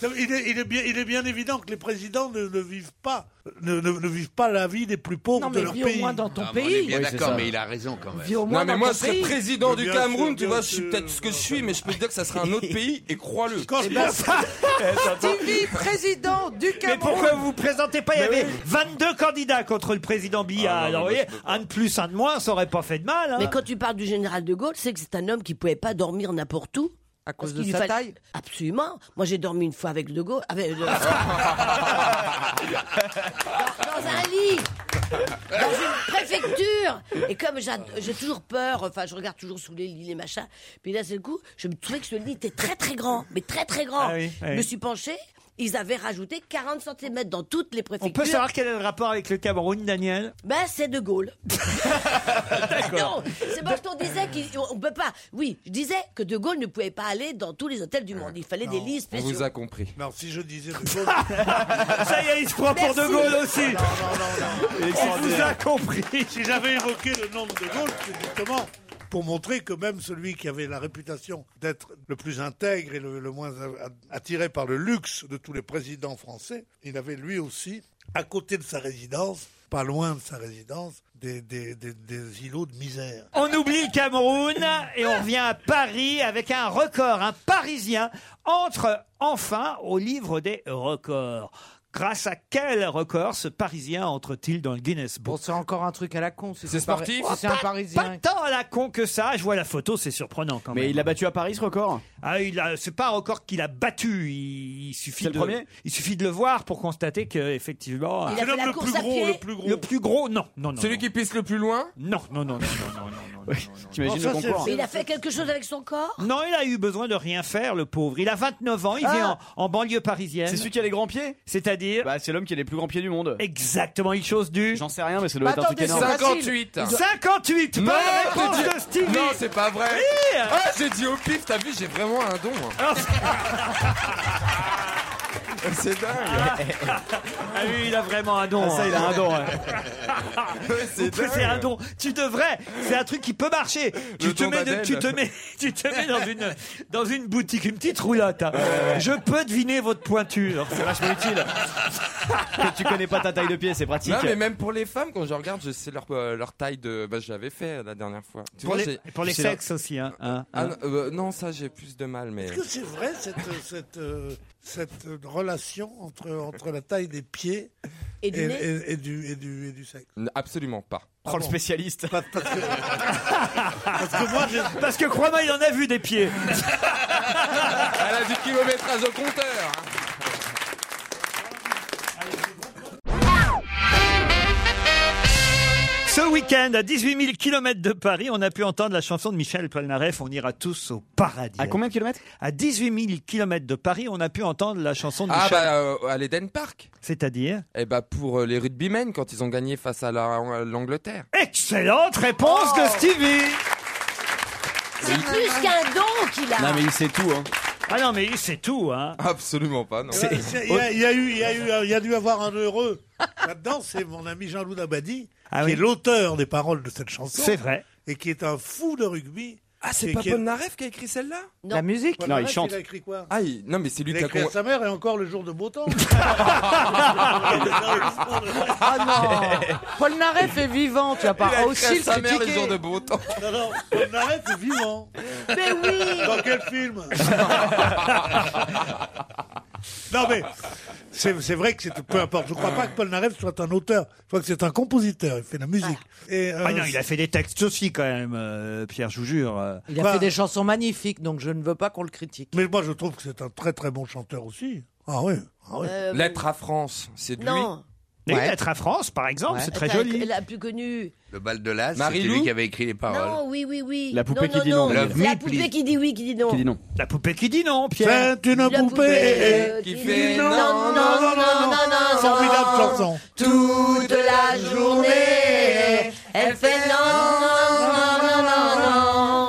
[SPEAKER 6] ça veut- il, est, il est bien, il est bien évident que les présidents ne, ne vivent pas, ne, ne- ne vivent pas la vie des plus pauvres
[SPEAKER 7] Non,
[SPEAKER 6] de
[SPEAKER 7] mais
[SPEAKER 6] leur
[SPEAKER 7] vis
[SPEAKER 6] pays.
[SPEAKER 7] au moins dans ton
[SPEAKER 9] Ah, mais on est bien d'accord, mais il a raison quand même.
[SPEAKER 7] Vis au moins
[SPEAKER 4] non mais
[SPEAKER 7] dans
[SPEAKER 4] moi
[SPEAKER 7] ton
[SPEAKER 4] je serais
[SPEAKER 7] pays.
[SPEAKER 4] président
[SPEAKER 7] Mais
[SPEAKER 4] du
[SPEAKER 7] bien
[SPEAKER 4] Cameroun,
[SPEAKER 7] sûr,
[SPEAKER 4] tu
[SPEAKER 7] bien
[SPEAKER 4] vois, je suis
[SPEAKER 7] sûr.
[SPEAKER 4] peut-être ce que je suis, mais je peux te dire que ça serait un autre pays et crois-le.
[SPEAKER 7] Eh ben, Stevie, président du
[SPEAKER 3] Mais
[SPEAKER 7] Cameroun.
[SPEAKER 3] pourquoi vous vous présentez pas Il y
[SPEAKER 7] Mais
[SPEAKER 3] avait
[SPEAKER 7] oui.
[SPEAKER 3] 22 candidats contre le président Biya.
[SPEAKER 4] Ah non, mais
[SPEAKER 3] Alors, vous
[SPEAKER 4] moi, je
[SPEAKER 3] voyez, un de plus, un de moins, ça aurait pas fait de mal. hein.
[SPEAKER 1] Mais quand tu parles du général de Gaulle, c'est que c'est un homme qui pouvait pas dormir n'importe où.
[SPEAKER 7] À
[SPEAKER 1] cause
[SPEAKER 7] de sa taille
[SPEAKER 1] Absolument. Moi, j'ai dormi une fois avec de Gaulle. Avec le- dans, dans un lit Dans une préfecture Et comme j'ad- j'ai toujours peur, enfin, je regarde toujours sous les lits, les machins. Puis là, c'est le coup, je me trouvais que ce lit était très, très grand. Mais très, très grand.
[SPEAKER 3] Ah oui, ah
[SPEAKER 1] Je me
[SPEAKER 3] oui.
[SPEAKER 1] suis penchée. Ils avaient rajouté 40 cm dans toutes les préfectures.
[SPEAKER 3] On peut savoir quel est le rapport avec le Cameroun, Daniel
[SPEAKER 1] Ben, c'est De Gaulle.
[SPEAKER 3] Bah,
[SPEAKER 1] non, c'est moi je t'en disais qu'on peut pas. Oui, je disais que De Gaulle ne pouvait pas aller dans tous les hôtels du monde. Il fallait des lits
[SPEAKER 4] On
[SPEAKER 1] spéciaux.
[SPEAKER 4] vous a compris.
[SPEAKER 6] Non, si je disais De Gaulle.
[SPEAKER 3] Ça y est, il se prend pour De
[SPEAKER 6] Merci.
[SPEAKER 3] Gaulle aussi.
[SPEAKER 6] On
[SPEAKER 3] vous a compris.
[SPEAKER 6] Si j'avais évoqué le nom de De Gaulle, c'est justement pour montrer que même celui qui avait la réputation d'être le plus intègre et le, le moins a- attiré par le luxe de tous les présidents français, il avait lui aussi, à côté de sa résidence, pas loin de sa résidence, des, des- des- des îlots de misère.
[SPEAKER 3] On oublie le Cameroun et on revient à Paris avec un record. Un Parisien entre enfin au livre des records. Grâce à quel record ce Parisien entre-t-il dans le Guinness Book C'est encore un truc à la con.
[SPEAKER 7] C'est sportif Paris- si c'est un Parisien.
[SPEAKER 3] Pas tant à la con que ça. Je vois la photo, c'est surprenant quand
[SPEAKER 5] Mais
[SPEAKER 3] même.
[SPEAKER 5] il a battu à Paris ce record
[SPEAKER 3] Ah, il a- c'est pas un record qu'il a battu. Il, il suffit
[SPEAKER 5] C'est le
[SPEAKER 3] de,
[SPEAKER 5] premier
[SPEAKER 3] il suffit de le voir pour constater que effectivement.
[SPEAKER 1] Il a C'est fait l'homme la le plus course à gros, pied le plus gros.
[SPEAKER 3] Le plus gros, non, non, non.
[SPEAKER 4] Celui qui pisse le plus loin
[SPEAKER 3] Non, non, non, non, non, non, non, non, non.
[SPEAKER 5] T'imagines
[SPEAKER 3] non, ça,
[SPEAKER 5] le
[SPEAKER 3] c'est-
[SPEAKER 5] concours
[SPEAKER 1] Mais il a fait quelque chose avec son corps
[SPEAKER 3] Non, il a eu besoin de rien faire, le pauvre. Il a 29 ans, il vit en, en banlieue parisienne.
[SPEAKER 5] Ah C'est celui qui a les grands pieds
[SPEAKER 3] C'est-à-dire
[SPEAKER 5] Bah, c'est l'homme qui a les plus grands pieds du monde.
[SPEAKER 3] Exactement, il chose du.
[SPEAKER 5] J'en sais rien, mais ça doit
[SPEAKER 7] Bah,
[SPEAKER 5] être un truc
[SPEAKER 7] attendez,
[SPEAKER 5] énorme.
[SPEAKER 7] c'est facile.
[SPEAKER 4] 58.
[SPEAKER 3] 58 Bonne réponse
[SPEAKER 4] Dieu.
[SPEAKER 3] de Stevie
[SPEAKER 4] Non, c'est pas vrai.
[SPEAKER 3] Oui.
[SPEAKER 4] Ah, j'ai dit au pif, t'as vu, j'ai vraiment un don. hein. C'est dingue.
[SPEAKER 3] Ah oui, il a vraiment un don. hein.
[SPEAKER 5] Ah, ça, il a un don, ouais.
[SPEAKER 3] c'est un don. Tu devrais. C'est un truc qui peut marcher. Tu te,
[SPEAKER 4] don
[SPEAKER 3] mets de-
[SPEAKER 4] d'Adèle.
[SPEAKER 3] tu te mets, tu te mets dans une, dans une boutique, une petite roulotte. hein. Je peux deviner votre pointure.
[SPEAKER 5] C'est vachement utile. Que tu connais pas ta taille de pied, c'est pratique.
[SPEAKER 4] Non, mais même pour les femmes, quand je regarde, je sais leur, euh, leur taille de. Bah, je l'avais fait la dernière fois. Tu
[SPEAKER 3] Pour
[SPEAKER 4] vois,
[SPEAKER 3] les,
[SPEAKER 4] j'ai-
[SPEAKER 3] pour les
[SPEAKER 4] j'ai leur-
[SPEAKER 3] sexes aussi, hein. hein,
[SPEAKER 4] Ah,
[SPEAKER 3] hein.
[SPEAKER 4] non, euh, non, ça, j'ai plus de mal, mais.
[SPEAKER 6] Est-ce que c'est vrai cette, euh, cette, euh, cette euh, relation entre, entre la taille des pieds
[SPEAKER 1] Et du nez
[SPEAKER 6] et- et du- et du- et du sexe
[SPEAKER 4] Absolument pas.
[SPEAKER 5] Prends
[SPEAKER 6] Ah
[SPEAKER 5] le spécialiste.
[SPEAKER 6] Parce que moi, j'ai-
[SPEAKER 3] Parce que crois-moi, il en a vu des pieds.
[SPEAKER 4] Elle a du kilométrage au compteur. hein.
[SPEAKER 3] Ce week-end, à 18 000 km de Paris, on a pu entendre la chanson de Michel Polnareff, On ira tous au paradis.
[SPEAKER 5] À combien de kilomètres
[SPEAKER 3] À 18 000 km de Paris, on a pu entendre la chanson de
[SPEAKER 4] Ah,
[SPEAKER 3] Michel.
[SPEAKER 4] bah, euh, à l'Eden Park.
[SPEAKER 3] C'est-à-dire
[SPEAKER 4] Eh bah, pour euh, les rugbymen, quand ils ont gagné face à la- l'Angleterre.
[SPEAKER 3] Excellente réponse
[SPEAKER 6] Oh
[SPEAKER 3] de Stevie
[SPEAKER 1] C'est plus qu'un don qu'il a.
[SPEAKER 5] Non, mais il sait tout, hein.
[SPEAKER 3] Ah non, mais c'est tout, hein.
[SPEAKER 4] Absolument pas, non.
[SPEAKER 6] Ouais, c'est- Il y, a- il y a eu, il y a eu, il y a dû avoir un heureux là-dedans. C'est mon ami Jean-Loup Dabadi,
[SPEAKER 3] Ah
[SPEAKER 6] qui
[SPEAKER 3] oui.
[SPEAKER 6] est l'auteur des paroles de cette chanson.
[SPEAKER 3] C'est vrai.
[SPEAKER 6] Et qui est un fou de rugby.
[SPEAKER 4] Ah, c'est
[SPEAKER 6] Et
[SPEAKER 4] pas
[SPEAKER 6] qui est-
[SPEAKER 4] Paul Naref qui a écrit celle-là
[SPEAKER 1] Non.
[SPEAKER 7] La musique
[SPEAKER 6] Paul
[SPEAKER 5] Non, il
[SPEAKER 6] Naref,
[SPEAKER 5] chante.
[SPEAKER 6] Il a écrit quoi
[SPEAKER 4] Ah, il- non, mais c'est lui
[SPEAKER 6] Il a
[SPEAKER 4] qui a
[SPEAKER 6] écrit à
[SPEAKER 4] con-
[SPEAKER 6] sa mère et encore le jour de beau temps.
[SPEAKER 7] Ah non Paul Naref est vivant, tu vas
[SPEAKER 4] Il a
[SPEAKER 7] pas
[SPEAKER 4] écrit à
[SPEAKER 7] aussi le
[SPEAKER 4] sa mère le jour
[SPEAKER 7] critiquer.
[SPEAKER 4] de beau temps.
[SPEAKER 6] non, non, Paul Naref est vivant.
[SPEAKER 1] Mais oui
[SPEAKER 6] Dans quel film Non mais c'est c'est vrai que c'est peu importe. Je crois pas que Paul Naref soit un auteur. Je crois que c'est un compositeur. Il fait de la musique. Et, euh,
[SPEAKER 3] Ah non, il a fait des textes aussi, quand même, euh, Pierre, je vous jure. euh.
[SPEAKER 7] Il a
[SPEAKER 6] Bah-
[SPEAKER 7] fait des chansons magnifiques, donc je ne veux pas qu'on le critique.
[SPEAKER 6] Mais moi, je trouve que c'est un très très bon chanteur aussi. Ah oui.
[SPEAKER 1] Euh,
[SPEAKER 4] Lettre à France, c'est de
[SPEAKER 1] Non.
[SPEAKER 4] lui.
[SPEAKER 3] Les Lettres à France, par exemple, c'est très
[SPEAKER 1] Attends,
[SPEAKER 3] joli.
[SPEAKER 1] La plus connue.
[SPEAKER 9] Le bal de l'As, c'est
[SPEAKER 3] Marie-Lou
[SPEAKER 9] lui qui avait écrit les paroles.
[SPEAKER 1] Non, oui, oui, oui.
[SPEAKER 9] La poupée
[SPEAKER 1] non,
[SPEAKER 9] qui
[SPEAKER 1] non,
[SPEAKER 9] dit
[SPEAKER 1] non.
[SPEAKER 9] non. Love
[SPEAKER 1] La
[SPEAKER 9] me,
[SPEAKER 1] poupée
[SPEAKER 9] please.
[SPEAKER 1] qui dit oui, qui dit non.
[SPEAKER 3] La poupée qui dit non, Pierre. C'est une
[SPEAKER 1] poupée
[SPEAKER 3] qui
[SPEAKER 1] fait non, non, non, non, non,
[SPEAKER 3] Formidable chanson.
[SPEAKER 1] Toute la journée, elle fait non, non, non, non,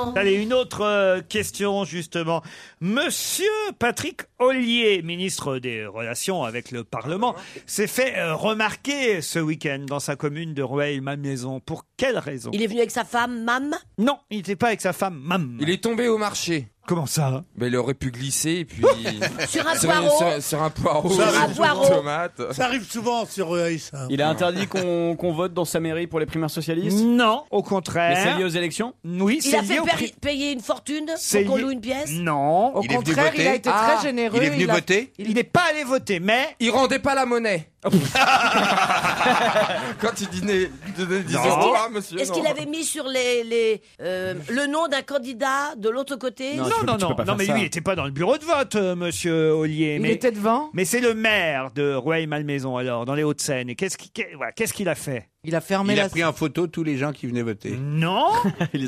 [SPEAKER 1] non.
[SPEAKER 3] Allez, une autre euh, question, justement. Monsieur Patrick Ollier, ministre des Relations avec le Parlement, s'est fait euh, remarquer ce week-end dans sa commune de Rueil-Malmaison. Pour quelle raison
[SPEAKER 1] Il est venu avec sa femme, Mam
[SPEAKER 3] Non, il n'était pas avec sa femme, Mam.
[SPEAKER 4] Il est tombé au marché.
[SPEAKER 3] Comment ça
[SPEAKER 4] Mais il aurait pu glisser et puis.
[SPEAKER 6] Sur un
[SPEAKER 4] sur,
[SPEAKER 6] poireau.
[SPEAKER 4] Sur, sur un poireau.
[SPEAKER 6] Ça
[SPEAKER 4] sur
[SPEAKER 6] arrive
[SPEAKER 4] une
[SPEAKER 6] souvent.
[SPEAKER 4] tomate.
[SPEAKER 6] Ça arrive souvent sur euh, ça.
[SPEAKER 5] Il a interdit qu'on qu'on vote dans sa mairie pour les primaires socialistes
[SPEAKER 3] Non, au contraire.
[SPEAKER 5] Mais c'est lié aux élections
[SPEAKER 3] Hein Oui,
[SPEAKER 1] Il a fait payer- payer une fortune
[SPEAKER 3] C'est
[SPEAKER 1] pour qu'on
[SPEAKER 3] lié-
[SPEAKER 1] loue une pièce
[SPEAKER 3] Non.
[SPEAKER 1] Au Il est venu contraire, il a voter. été
[SPEAKER 4] Ah,
[SPEAKER 1] très généreux,
[SPEAKER 9] Il est venu
[SPEAKER 1] il a-
[SPEAKER 9] voter
[SPEAKER 3] Il n'est pas allé voter, mais.
[SPEAKER 4] Il rendait pas la monnaie. Quand il dînait, il donnait 10
[SPEAKER 9] Non.
[SPEAKER 4] euros. Ah, monsieur.
[SPEAKER 1] Est-ce
[SPEAKER 4] non.
[SPEAKER 1] qu'il avait mis sur les, les, euh, le nom d'un candidat de l'autre côté
[SPEAKER 3] Non, non, non, non, mais lui, il n'était pas dans le bureau de vote, euh, monsieur Ollier.
[SPEAKER 1] Il
[SPEAKER 3] mais,
[SPEAKER 1] était
[SPEAKER 7] devant
[SPEAKER 3] Mais c'est le maire de Rueil-Malmaison, alors, dans les Hauts-de-Seine. Et qu'est-ce qui- qu'est- voilà, qu'est-ce qu'il a fait
[SPEAKER 7] Il a fermé
[SPEAKER 9] Il a pris en photo tous les gens qui venaient voter.
[SPEAKER 3] Non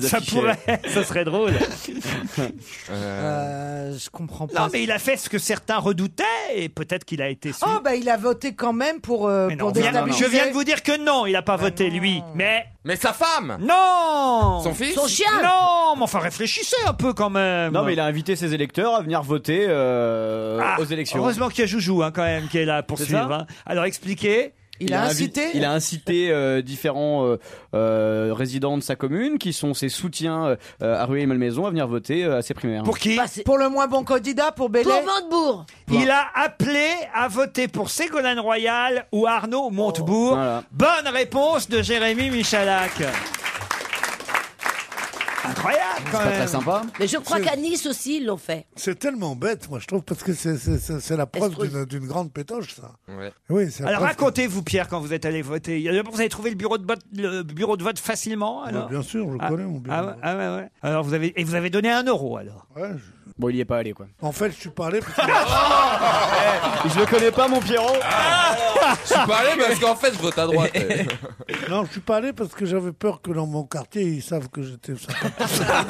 [SPEAKER 3] Ça pourrait, ça serait drôle. Euh,
[SPEAKER 7] je comprends pas.
[SPEAKER 3] non, mais il a fait ce que certains redoutaient, et peut-être qu'il a été su.
[SPEAKER 7] Oh, bah il a voté quand même pour, euh,
[SPEAKER 3] Mais
[SPEAKER 7] pour
[SPEAKER 3] non, viens-
[SPEAKER 7] déstabiliser.
[SPEAKER 3] je viens de vous dire que non, il n'a pas voté, lui. Mais.
[SPEAKER 4] Mais sa femme
[SPEAKER 3] Non
[SPEAKER 5] Son fils Son chien
[SPEAKER 3] Non, mais enfin, réfléchissez un peu quand même
[SPEAKER 5] Non, mais il a invité ses électeurs à venir voter euh,
[SPEAKER 3] Ah,
[SPEAKER 5] aux élections.
[SPEAKER 3] Heureusement qu'il y a Joujou, hein, quand même, qui est là pour
[SPEAKER 5] C'est
[SPEAKER 3] suivre.
[SPEAKER 5] ça
[SPEAKER 3] hein. Alors, expliquez.
[SPEAKER 5] invi- Il a incité euh, différents euh, euh, résidents de sa commune, qui sont ses soutiens euh, à Rueil et Malmaison, à venir voter euh, à ses primaires.
[SPEAKER 3] Pour qui
[SPEAKER 7] Bah, Pour le moins bon candidat, pour Bélé.
[SPEAKER 1] Pour Montebourg
[SPEAKER 3] Il a appelé à voter pour Ségolène Royal ou
[SPEAKER 5] Oh,
[SPEAKER 3] Arnaud Montebourg. Bonne réponse de Jérémy Michalak. Incroyable quand même.
[SPEAKER 1] Mais je crois
[SPEAKER 6] C'est-
[SPEAKER 1] qu'à Nice aussi, ils l'ont fait.
[SPEAKER 6] C'est tellement bête, moi, je trouve, parce que c'est- c'est c'est- c'est la preuve d'une- d'une grande pétoche, ça. Oui, c'est la
[SPEAKER 3] Alors
[SPEAKER 6] preuve que-
[SPEAKER 3] racontez-vous Pierre quand vous êtes allé voter. D'abord vous avez trouvé le bureau de vote, le bureau de vote facilement alors.
[SPEAKER 6] bien sûr, je connais mon bureau
[SPEAKER 3] Ah, ouais, ah ouais, ouais. Alors vous avez et vous avez donné un euro alors.
[SPEAKER 5] Bon, il y est pas allé quoi. Eh,
[SPEAKER 6] En fait, je suis pas allé. parce que-
[SPEAKER 5] Je le connais pas, mon Pierrot.
[SPEAKER 4] Je suis pas allé parce qu'en fait, je vote à droite.
[SPEAKER 6] Non, je suis pas allé parce que j'avais peur que dans mon quartier, ils savent que j'étais sympa.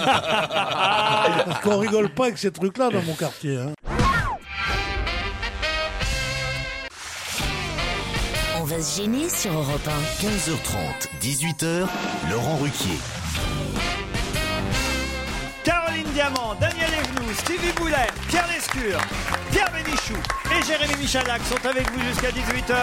[SPEAKER 6] parce qu'on rigole pas avec ces trucs-là dans mon quartier. hein.
[SPEAKER 2] On va se gêner sur Europe 1.
[SPEAKER 3] 15h30.
[SPEAKER 2] 18h, Laurent Ruquier.
[SPEAKER 3] Caroline Diamant, Daniel Evenou, Stevie Boulet, Pierre Lescure, Pierre Bénichou et Jérémy Michalak sont avec vous jusqu'à 18h.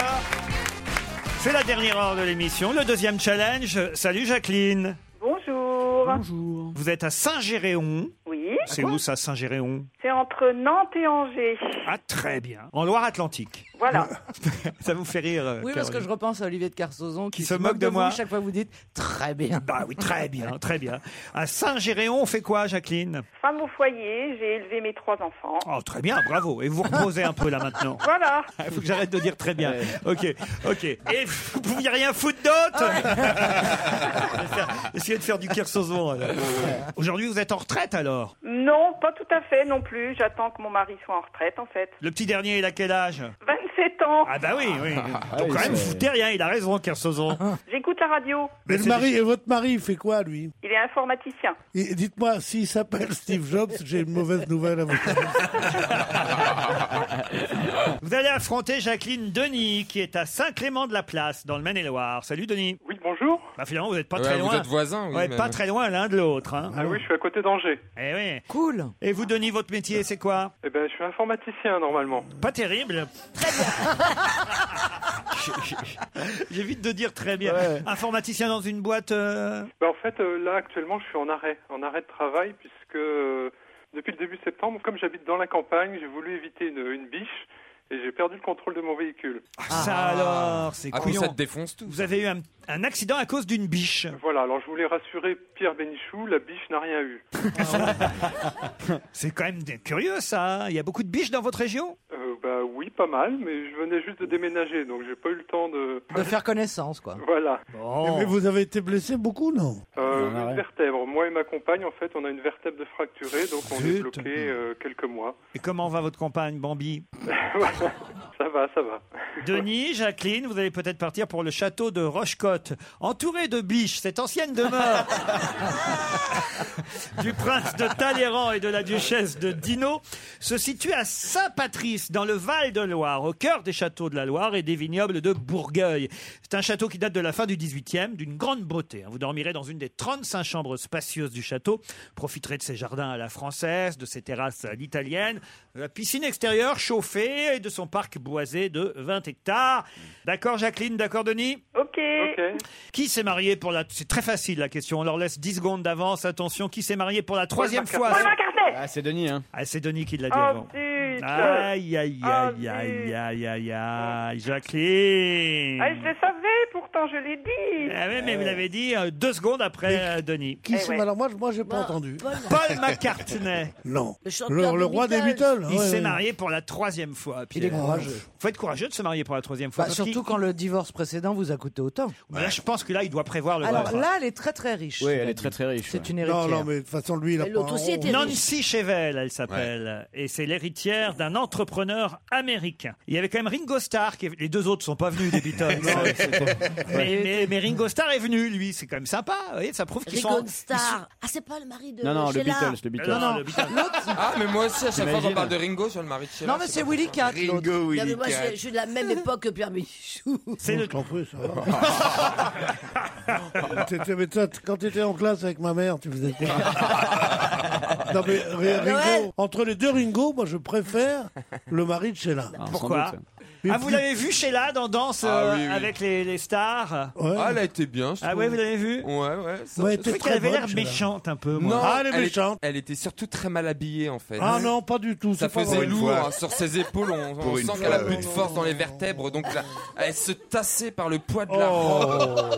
[SPEAKER 3] C'est la dernière heure de l'émission, le deuxième challenge. Salut Jacqueline.
[SPEAKER 17] Bonjour.
[SPEAKER 3] Bonjour. Vous êtes à Saint-Géréon.
[SPEAKER 17] Oui.
[SPEAKER 3] C'est où ça, Saint-Géréon
[SPEAKER 17] C'est entre Nantes et Angers.
[SPEAKER 3] Ah, très bien. En Loire-Atlantique.
[SPEAKER 17] Voilà.
[SPEAKER 3] ça vous fait rire. euh,
[SPEAKER 7] Oui, parce que je repense à Olivier de Carsozon qui,
[SPEAKER 3] se moque de
[SPEAKER 7] vous
[SPEAKER 3] moi.
[SPEAKER 7] Chaque fois, vous dites très bien.
[SPEAKER 3] Bah oui, très bien, très bien. À Saint-Géréon, on fait quoi, Jacqueline
[SPEAKER 17] Femme au foyer, j'ai élevé mes trois enfants.
[SPEAKER 3] Oh, très bien, bravo. Et vous reposez un peu là maintenant.
[SPEAKER 17] Voilà.
[SPEAKER 3] Il faut que j'arrête de dire très bien. Ok, ok. Et vous pouviez rien foutre d'autre
[SPEAKER 17] Ah.
[SPEAKER 3] Essayez de faire du Kersozon. alors. Aujourd'hui, vous êtes en retraite alors
[SPEAKER 17] Non, pas tout à fait non plus. J'attends que mon mari soit en retraite en fait.
[SPEAKER 3] Le petit dernier, il a quel âge
[SPEAKER 17] 27 ans.
[SPEAKER 3] Ah bah oui, oui.
[SPEAKER 17] Ah,
[SPEAKER 3] Donc
[SPEAKER 17] oui,
[SPEAKER 3] quand même,
[SPEAKER 17] c'est-
[SPEAKER 3] vous foutez rien, il a raison, Kersozon.
[SPEAKER 17] J'écoute la radio.
[SPEAKER 6] Mais le mari, et votre mari, il fait quoi, lui
[SPEAKER 17] Il est informaticien.
[SPEAKER 6] Et Dites-moi, s'il s'appelle Steve Jobs, j'ai une mauvaise nouvelle à vous donner.
[SPEAKER 3] Vous allez affronter Jacqueline Denis, qui est à Saint-Clément-de-la-Place, dans le Maine-et-Loire. Salut Denis.
[SPEAKER 15] Oui, bonjour.
[SPEAKER 3] Bah finalement, vous n'êtes pas
[SPEAKER 4] Ouais,
[SPEAKER 3] très
[SPEAKER 4] vous
[SPEAKER 3] loin.
[SPEAKER 4] êtes voisins, oui,
[SPEAKER 3] Ouais,
[SPEAKER 4] mais-
[SPEAKER 3] pas très loin l'un de l'autre. hein.
[SPEAKER 15] Ah oui, je suis à côté d'Angers.
[SPEAKER 3] Eh oui.
[SPEAKER 7] Cool.
[SPEAKER 3] Et vous, Denis, votre métier, c'est quoi
[SPEAKER 15] Eh ben, je suis informaticien normalement.
[SPEAKER 3] Pas terrible. J'évite de dire très bien. Informaticien dans une boîte. euh,
[SPEAKER 15] Ben, en fait, euh, là actuellement, je suis en arrêt, en arrêt de travail, puisque euh, depuis le début septembre, comme j'habite dans la campagne, j'ai voulu éviter une, une biche et j'ai perdu le contrôle de mon véhicule.
[SPEAKER 3] Ça alors, c'est
[SPEAKER 4] Ah, puis
[SPEAKER 3] couillon.
[SPEAKER 4] ça te défonce tout.
[SPEAKER 3] Vous avez eu un, un accident à cause d'une biche.
[SPEAKER 15] Voilà, alors je voulais rassurer Pierre Bénichou, la biche n'a rien eu.
[SPEAKER 3] C'est quand même des- curieux ça. Il y a beaucoup de biches dans votre région
[SPEAKER 15] Euh, bah oui, oui, pas mal, mais je venais juste de déménager, donc j'ai pas eu le temps de.
[SPEAKER 7] De faire connaissance, quoi.
[SPEAKER 15] Voilà.
[SPEAKER 6] Mais vous avez été blessé beaucoup, non
[SPEAKER 15] Euh,
[SPEAKER 6] Ah ouais.
[SPEAKER 15] une vertèbre. Moi et ma compagne, en fait, on a une vertèbre de fracturée, donc on est
[SPEAKER 3] Zut.
[SPEAKER 15] bloqué euh, quelques mois.
[SPEAKER 3] Et comment va votre compagne, Bambi
[SPEAKER 15] Ça va, ça va.
[SPEAKER 3] Denis, Jacqueline, vous allez peut-être partir pour le château de Rochecotte, entouré de biches, cette ancienne demeure du prince de Talleyrand et de la duchesse de Dino se situe à Saint-Patrice, dans le Val-de-Loire, au cœur des châteaux de la Loire et des vignobles de Bourgueil. C'est un château qui date de la fin du 18e, d'une grande beauté. hein. Vous dormirez dans une des 35 chambres spacieuses du château, profiterez de ses jardins à la française, de ses terrasses à l'italienne, de la piscine extérieure chauffée et de son parc boisé de 20 hectares. D'accord Jacqueline, d'accord Denis
[SPEAKER 17] Ok.
[SPEAKER 3] Qui s'est marié pour la... C'est très facile la question, on leur laisse 10 secondes d'avance, attention, qui s'est marié pour la troisième
[SPEAKER 17] McCartney.
[SPEAKER 3] fois
[SPEAKER 17] Paul McCartney.
[SPEAKER 3] Ah, c'est Denis, hein Ah, c'est Denis qui l'a dit
[SPEAKER 17] Oh
[SPEAKER 3] avant.
[SPEAKER 17] zut
[SPEAKER 3] Aïe, aïe, aïe, aïe, aïe, aïe, aïe, Jacqueline
[SPEAKER 17] Ah, je le savais, pourtant je l'ai dit.
[SPEAKER 3] Ah oui, mais vous l'avez dit euh, deux secondes après euh, Denis.
[SPEAKER 17] Eh
[SPEAKER 6] Qui c'est Alors moi, je- moi, j'ai pas entendu.
[SPEAKER 3] Paul McCartney.
[SPEAKER 6] Non. Le chanteur Le- des le roi des Beatles. Beatles,
[SPEAKER 3] Il
[SPEAKER 6] ouais,
[SPEAKER 3] s'est
[SPEAKER 6] ouais.
[SPEAKER 3] marié pour la troisième fois.
[SPEAKER 7] Il
[SPEAKER 3] Pierre.
[SPEAKER 7] est courageux.
[SPEAKER 3] Faut être courageux de se marier pour la troisième fois.
[SPEAKER 7] Bah,
[SPEAKER 3] parce
[SPEAKER 7] surtout
[SPEAKER 3] qu'il-
[SPEAKER 7] quand le divorce précédent vous a coûté autant.
[SPEAKER 3] Mais Là, je pense que là, il doit prévoir le.
[SPEAKER 7] Alors
[SPEAKER 3] refrain.
[SPEAKER 7] là, elle est très très riche.
[SPEAKER 3] Oui,
[SPEAKER 7] elle
[SPEAKER 3] est très très riche.
[SPEAKER 7] C'est une héritière.
[SPEAKER 6] Non, non, mais de toute façon, lui, il a pas. un rond.
[SPEAKER 3] Nancy Chevel, elle s'appelle, et c'est l'héritière d'un entrepreneur américain. Il y avait quand même Ringo Starr, qui est- les deux autres sont pas venus des Beatles.
[SPEAKER 6] Non,
[SPEAKER 3] mais,
[SPEAKER 6] c'était-
[SPEAKER 3] mais- mais Ringo Starr est venu, lui, c'est quand même sympa. vous voyez, ça prouve qu'ils sont.
[SPEAKER 1] Ringo Starr. Ah, c'est pas le mari de
[SPEAKER 3] Non, non, le
[SPEAKER 1] Sheila.
[SPEAKER 3] Beatles, le Beatles.
[SPEAKER 4] Non, non,
[SPEAKER 3] le Beatles.
[SPEAKER 4] Ah, mais moi aussi, à chaque fois qu'on
[SPEAKER 3] T'imagines
[SPEAKER 4] parle de Ringo, sur le mari de Sheila,
[SPEAKER 1] Non, mais c'est
[SPEAKER 4] pas
[SPEAKER 1] Willy
[SPEAKER 4] pour ça.
[SPEAKER 1] Cat, Non, mais moi, je, je suis de la même époque que Pierre Michou.
[SPEAKER 3] C'est
[SPEAKER 6] le T'étais- mais toi, t- quand tu étais en classe avec ma mère, tu faisais quoi Non, mais Ri- Ringo, entre les deux Ringo, moi je préfère le mari de Sheila.
[SPEAKER 3] Pourquoi Ah, vous l'avez vu Sheila dans Danse
[SPEAKER 4] Ah,
[SPEAKER 3] euh,
[SPEAKER 4] oui, oui.
[SPEAKER 3] avec les, les stars
[SPEAKER 4] Ah, elle a été bien. je
[SPEAKER 3] Ah
[SPEAKER 4] trouve.
[SPEAKER 3] ouais, vous l'avez vu
[SPEAKER 4] Ouais, ouais. ça-
[SPEAKER 3] Ouais, elle était Je trouvais très qu'elle avait bonne, l'air celle-là. méchante un peu, moi.
[SPEAKER 4] Non,
[SPEAKER 3] Ah, elle est
[SPEAKER 4] est-
[SPEAKER 3] méchante.
[SPEAKER 4] Elle était surtout très mal habillée, en fait.
[SPEAKER 6] Ah non, pas du tout.
[SPEAKER 4] Ça
[SPEAKER 6] c'est pas
[SPEAKER 4] faisait
[SPEAKER 6] vrai.
[SPEAKER 4] lourd hein, sur ses épaules. On, on
[SPEAKER 6] Pour une
[SPEAKER 4] sent
[SPEAKER 6] fois,
[SPEAKER 4] qu'elle a plus
[SPEAKER 6] ouais.
[SPEAKER 4] de force dans les vertèbres, donc là, elle se tassait par le poids de la
[SPEAKER 3] Oh.
[SPEAKER 4] robe.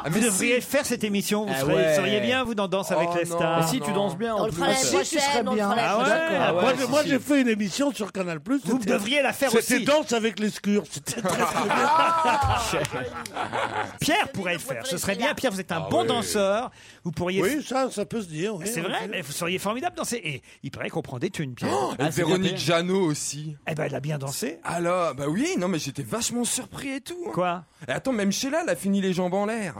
[SPEAKER 4] Ah,
[SPEAKER 3] Vous
[SPEAKER 4] mais
[SPEAKER 3] devriez
[SPEAKER 4] si.
[SPEAKER 3] faire cette émission, vous
[SPEAKER 4] Ah
[SPEAKER 3] seriez,
[SPEAKER 4] ouais.
[SPEAKER 3] seriez bien, vous, dans Danse avec
[SPEAKER 4] Oh
[SPEAKER 3] les
[SPEAKER 4] non,
[SPEAKER 3] stars.
[SPEAKER 4] Si, tu non. danses bien, en
[SPEAKER 3] On le
[SPEAKER 4] plus.
[SPEAKER 3] fera
[SPEAKER 4] Ah,
[SPEAKER 3] la
[SPEAKER 4] si,
[SPEAKER 3] prochaine,
[SPEAKER 6] tu serais
[SPEAKER 3] on le
[SPEAKER 6] bien.
[SPEAKER 3] fera la
[SPEAKER 6] Ah ouais,
[SPEAKER 3] prochaine. D'accord.
[SPEAKER 6] moi,
[SPEAKER 3] Ah ouais,
[SPEAKER 6] je-
[SPEAKER 3] si,
[SPEAKER 6] moi,
[SPEAKER 3] si.
[SPEAKER 6] j'ai fait une émission sur Canal Plus. Vous
[SPEAKER 3] devriez la faire aussi. Ah
[SPEAKER 6] C'était Danse avec les Scurs. C'était très, très bien.
[SPEAKER 4] Ah,
[SPEAKER 3] Pierre pourrait le faire. Ce serait bien. Pierre, vous êtes un
[SPEAKER 6] Ah
[SPEAKER 3] bon
[SPEAKER 6] oui.
[SPEAKER 3] danseur. Vous pourriez.
[SPEAKER 6] Oui, ça, ça peut se dire. oui.
[SPEAKER 3] C'est vrai, mais vous seriez formidable danser. Et il paraît qu'on prend des thunes, Pierre.
[SPEAKER 4] Oh, et
[SPEAKER 3] Ah, c'est bien,
[SPEAKER 4] Véronique
[SPEAKER 3] Pierre.
[SPEAKER 4] Jeannot aussi.
[SPEAKER 3] Eh ben, elle a bien dansé.
[SPEAKER 4] Alors, bah oui, non, mais j'étais vachement surpris et tout. hein.
[SPEAKER 3] Quoi
[SPEAKER 4] et Attends, même Sheila, elle a fini les jambes en l'air.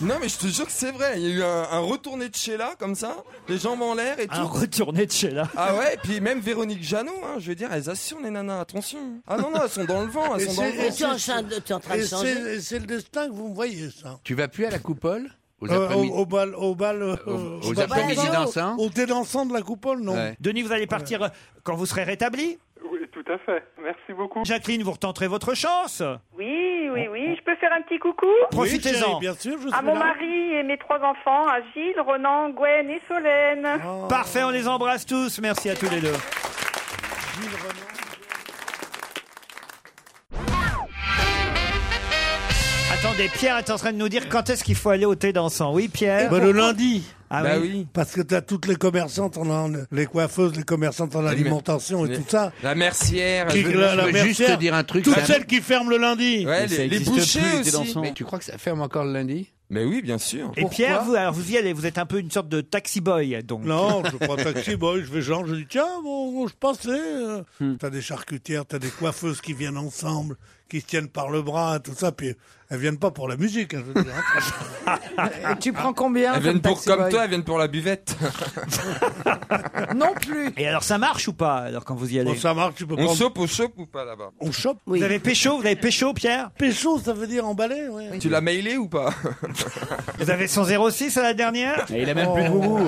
[SPEAKER 4] non, mais je te jure que c'est vrai. Il y a eu un, un retourné de Sheila, comme ça, les jambes en l'air et tout.
[SPEAKER 3] Un retourné de Sheila.
[SPEAKER 4] Ah ouais, et puis même Véronique Jeannot, hein, je veux dire, elles assurent les nanas, attention. Ah non, non, elles sont dans le vent, elles
[SPEAKER 6] Et
[SPEAKER 4] sont dans le
[SPEAKER 6] c'est-
[SPEAKER 4] vent.
[SPEAKER 6] et et c'est- et C'est le destin que vous me voyez, ça.
[SPEAKER 9] Tu vas plus à la coupole aux
[SPEAKER 6] Euh,
[SPEAKER 9] après-midi
[SPEAKER 6] au, au bal, au bal, euh,
[SPEAKER 9] Aux- aux
[SPEAKER 6] bal-
[SPEAKER 9] après-midi
[SPEAKER 6] au-
[SPEAKER 9] dansants
[SPEAKER 6] au dédansant de la coupole, non.
[SPEAKER 3] Denis, vous allez partir euh, quand vous serez rétabli.
[SPEAKER 15] Oui, tout à fait. Merci beaucoup.
[SPEAKER 3] Jacqueline, vous retenterez votre chance.
[SPEAKER 17] Oui,
[SPEAKER 6] Oh,
[SPEAKER 17] oui, oui. Je peux faire un petit coucou
[SPEAKER 3] Profitez-en. chérie,
[SPEAKER 6] bien sûr, je
[SPEAKER 17] À
[SPEAKER 6] suis
[SPEAKER 17] mon
[SPEAKER 6] là.
[SPEAKER 17] mari et mes trois enfants, à Gilles, Ronan, Gwen et Solène.
[SPEAKER 6] Bah,
[SPEAKER 3] Parfait, on les embrasse tous. Merci à tous les deux. Attendez, Pierre est en train de nous dire quand est-ce qu'il faut aller au thé dansant. Oui, Pierre.
[SPEAKER 6] Bah, le lundi.
[SPEAKER 3] Ah
[SPEAKER 9] Bah
[SPEAKER 3] oui.
[SPEAKER 6] Parce que tu as toutes les commerçantes, en, en- les coiffeuses, les commerçantes en alimentation et tout ça.
[SPEAKER 4] La mercière.
[SPEAKER 6] Qui-
[SPEAKER 4] je veux-
[SPEAKER 6] la-
[SPEAKER 4] je
[SPEAKER 6] la
[SPEAKER 4] veux
[SPEAKER 6] mercière, Toutes celles qui ferment le lundi.
[SPEAKER 4] Ouais, les, les bouchers aussi.
[SPEAKER 9] Mais tu crois que ça ferme encore le lundi
[SPEAKER 4] Mais oui, bien sûr.
[SPEAKER 3] Et Pierre, vous, alors, vous y allez, vous êtes un peu une sorte de taxi boy, donc.
[SPEAKER 6] Non, je prends taxi, boy, je vais genre, je dis tiens, bon, bon, je passais. euh.
[SPEAKER 3] Hmm.
[SPEAKER 6] T'as des charcutières, t'as des coiffeuses qui viennent ensemble, qui se tiennent par le bras, tout ça, puis elles viennent pas pour la musique. hein, je veux dire, hein.
[SPEAKER 7] Et tu prends combien
[SPEAKER 4] Elles
[SPEAKER 7] comme
[SPEAKER 4] viennent pour
[SPEAKER 7] taxi
[SPEAKER 4] comme
[SPEAKER 7] boy
[SPEAKER 4] toi, elles viennent pour la buvette.
[SPEAKER 7] Non plus.
[SPEAKER 3] Et alors, ça marche ou pas, alors, quand vous y allez
[SPEAKER 6] Bon, Oh, ça marche, tu peux
[SPEAKER 4] On
[SPEAKER 6] prendre-
[SPEAKER 4] chope, on chope ou pas là-bas
[SPEAKER 6] On chope.
[SPEAKER 3] Vous avez pécho, vous avez pécho, Pierre
[SPEAKER 6] Pécho, ça veut dire emballer, ouais.
[SPEAKER 4] Tu l'as mailé ou pas
[SPEAKER 3] Vous avez son 06 à la dernière
[SPEAKER 9] Et il a même plus de
[SPEAKER 6] Oh.
[SPEAKER 9] boubou.
[SPEAKER 7] Non,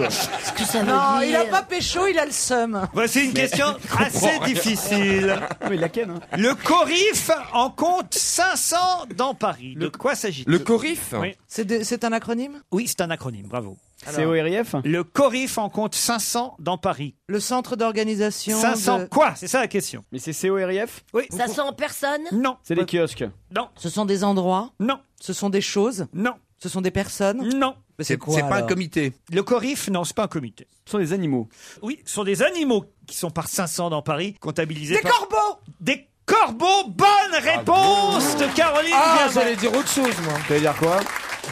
[SPEAKER 3] veut
[SPEAKER 7] il
[SPEAKER 3] dire
[SPEAKER 7] a pas pécho, il a le seum.
[SPEAKER 3] Voici une
[SPEAKER 7] Mais-
[SPEAKER 3] question
[SPEAKER 7] Je comprends
[SPEAKER 3] assez
[SPEAKER 7] rien.
[SPEAKER 3] difficile.
[SPEAKER 6] Ah, hein.
[SPEAKER 3] Le Corif en compte 500 dans Paris. De quoi s'agit-il
[SPEAKER 4] Le Corif
[SPEAKER 3] Oui.
[SPEAKER 7] C'est de- c'est un acronyme
[SPEAKER 3] Oui, c'est un acronyme, bravo.
[SPEAKER 7] C'est
[SPEAKER 3] ORIF Le Corif en compte 500 dans Paris.
[SPEAKER 7] Le centre d'organisation.
[SPEAKER 3] 500
[SPEAKER 7] de-
[SPEAKER 3] quoi C'est ça la question.
[SPEAKER 5] Mais c'est CORIF
[SPEAKER 3] Oui.
[SPEAKER 1] Ça sent personne
[SPEAKER 3] Non.
[SPEAKER 5] C'est des kiosques.
[SPEAKER 3] Non.
[SPEAKER 7] Ce sont des endroits
[SPEAKER 3] Non.
[SPEAKER 7] Ce sont des choses
[SPEAKER 3] Non. Ah,
[SPEAKER 7] Ce sont des personnes
[SPEAKER 3] Non.
[SPEAKER 7] Mais c'est quoi alors
[SPEAKER 9] comité.
[SPEAKER 3] Le Corif, non, c'est pas un comité.
[SPEAKER 5] Ce sont des animaux.
[SPEAKER 3] Oui, ce sont des animaux qui sont par 500 dans Paris, comptabilisés
[SPEAKER 7] Des
[SPEAKER 3] par...
[SPEAKER 7] corbeaux
[SPEAKER 3] Des Corbeau. Bonne réponse de Caroline
[SPEAKER 4] Ah,
[SPEAKER 3] Diamant.
[SPEAKER 4] j'allais dire autre chose, moi. Tu veux dire quoi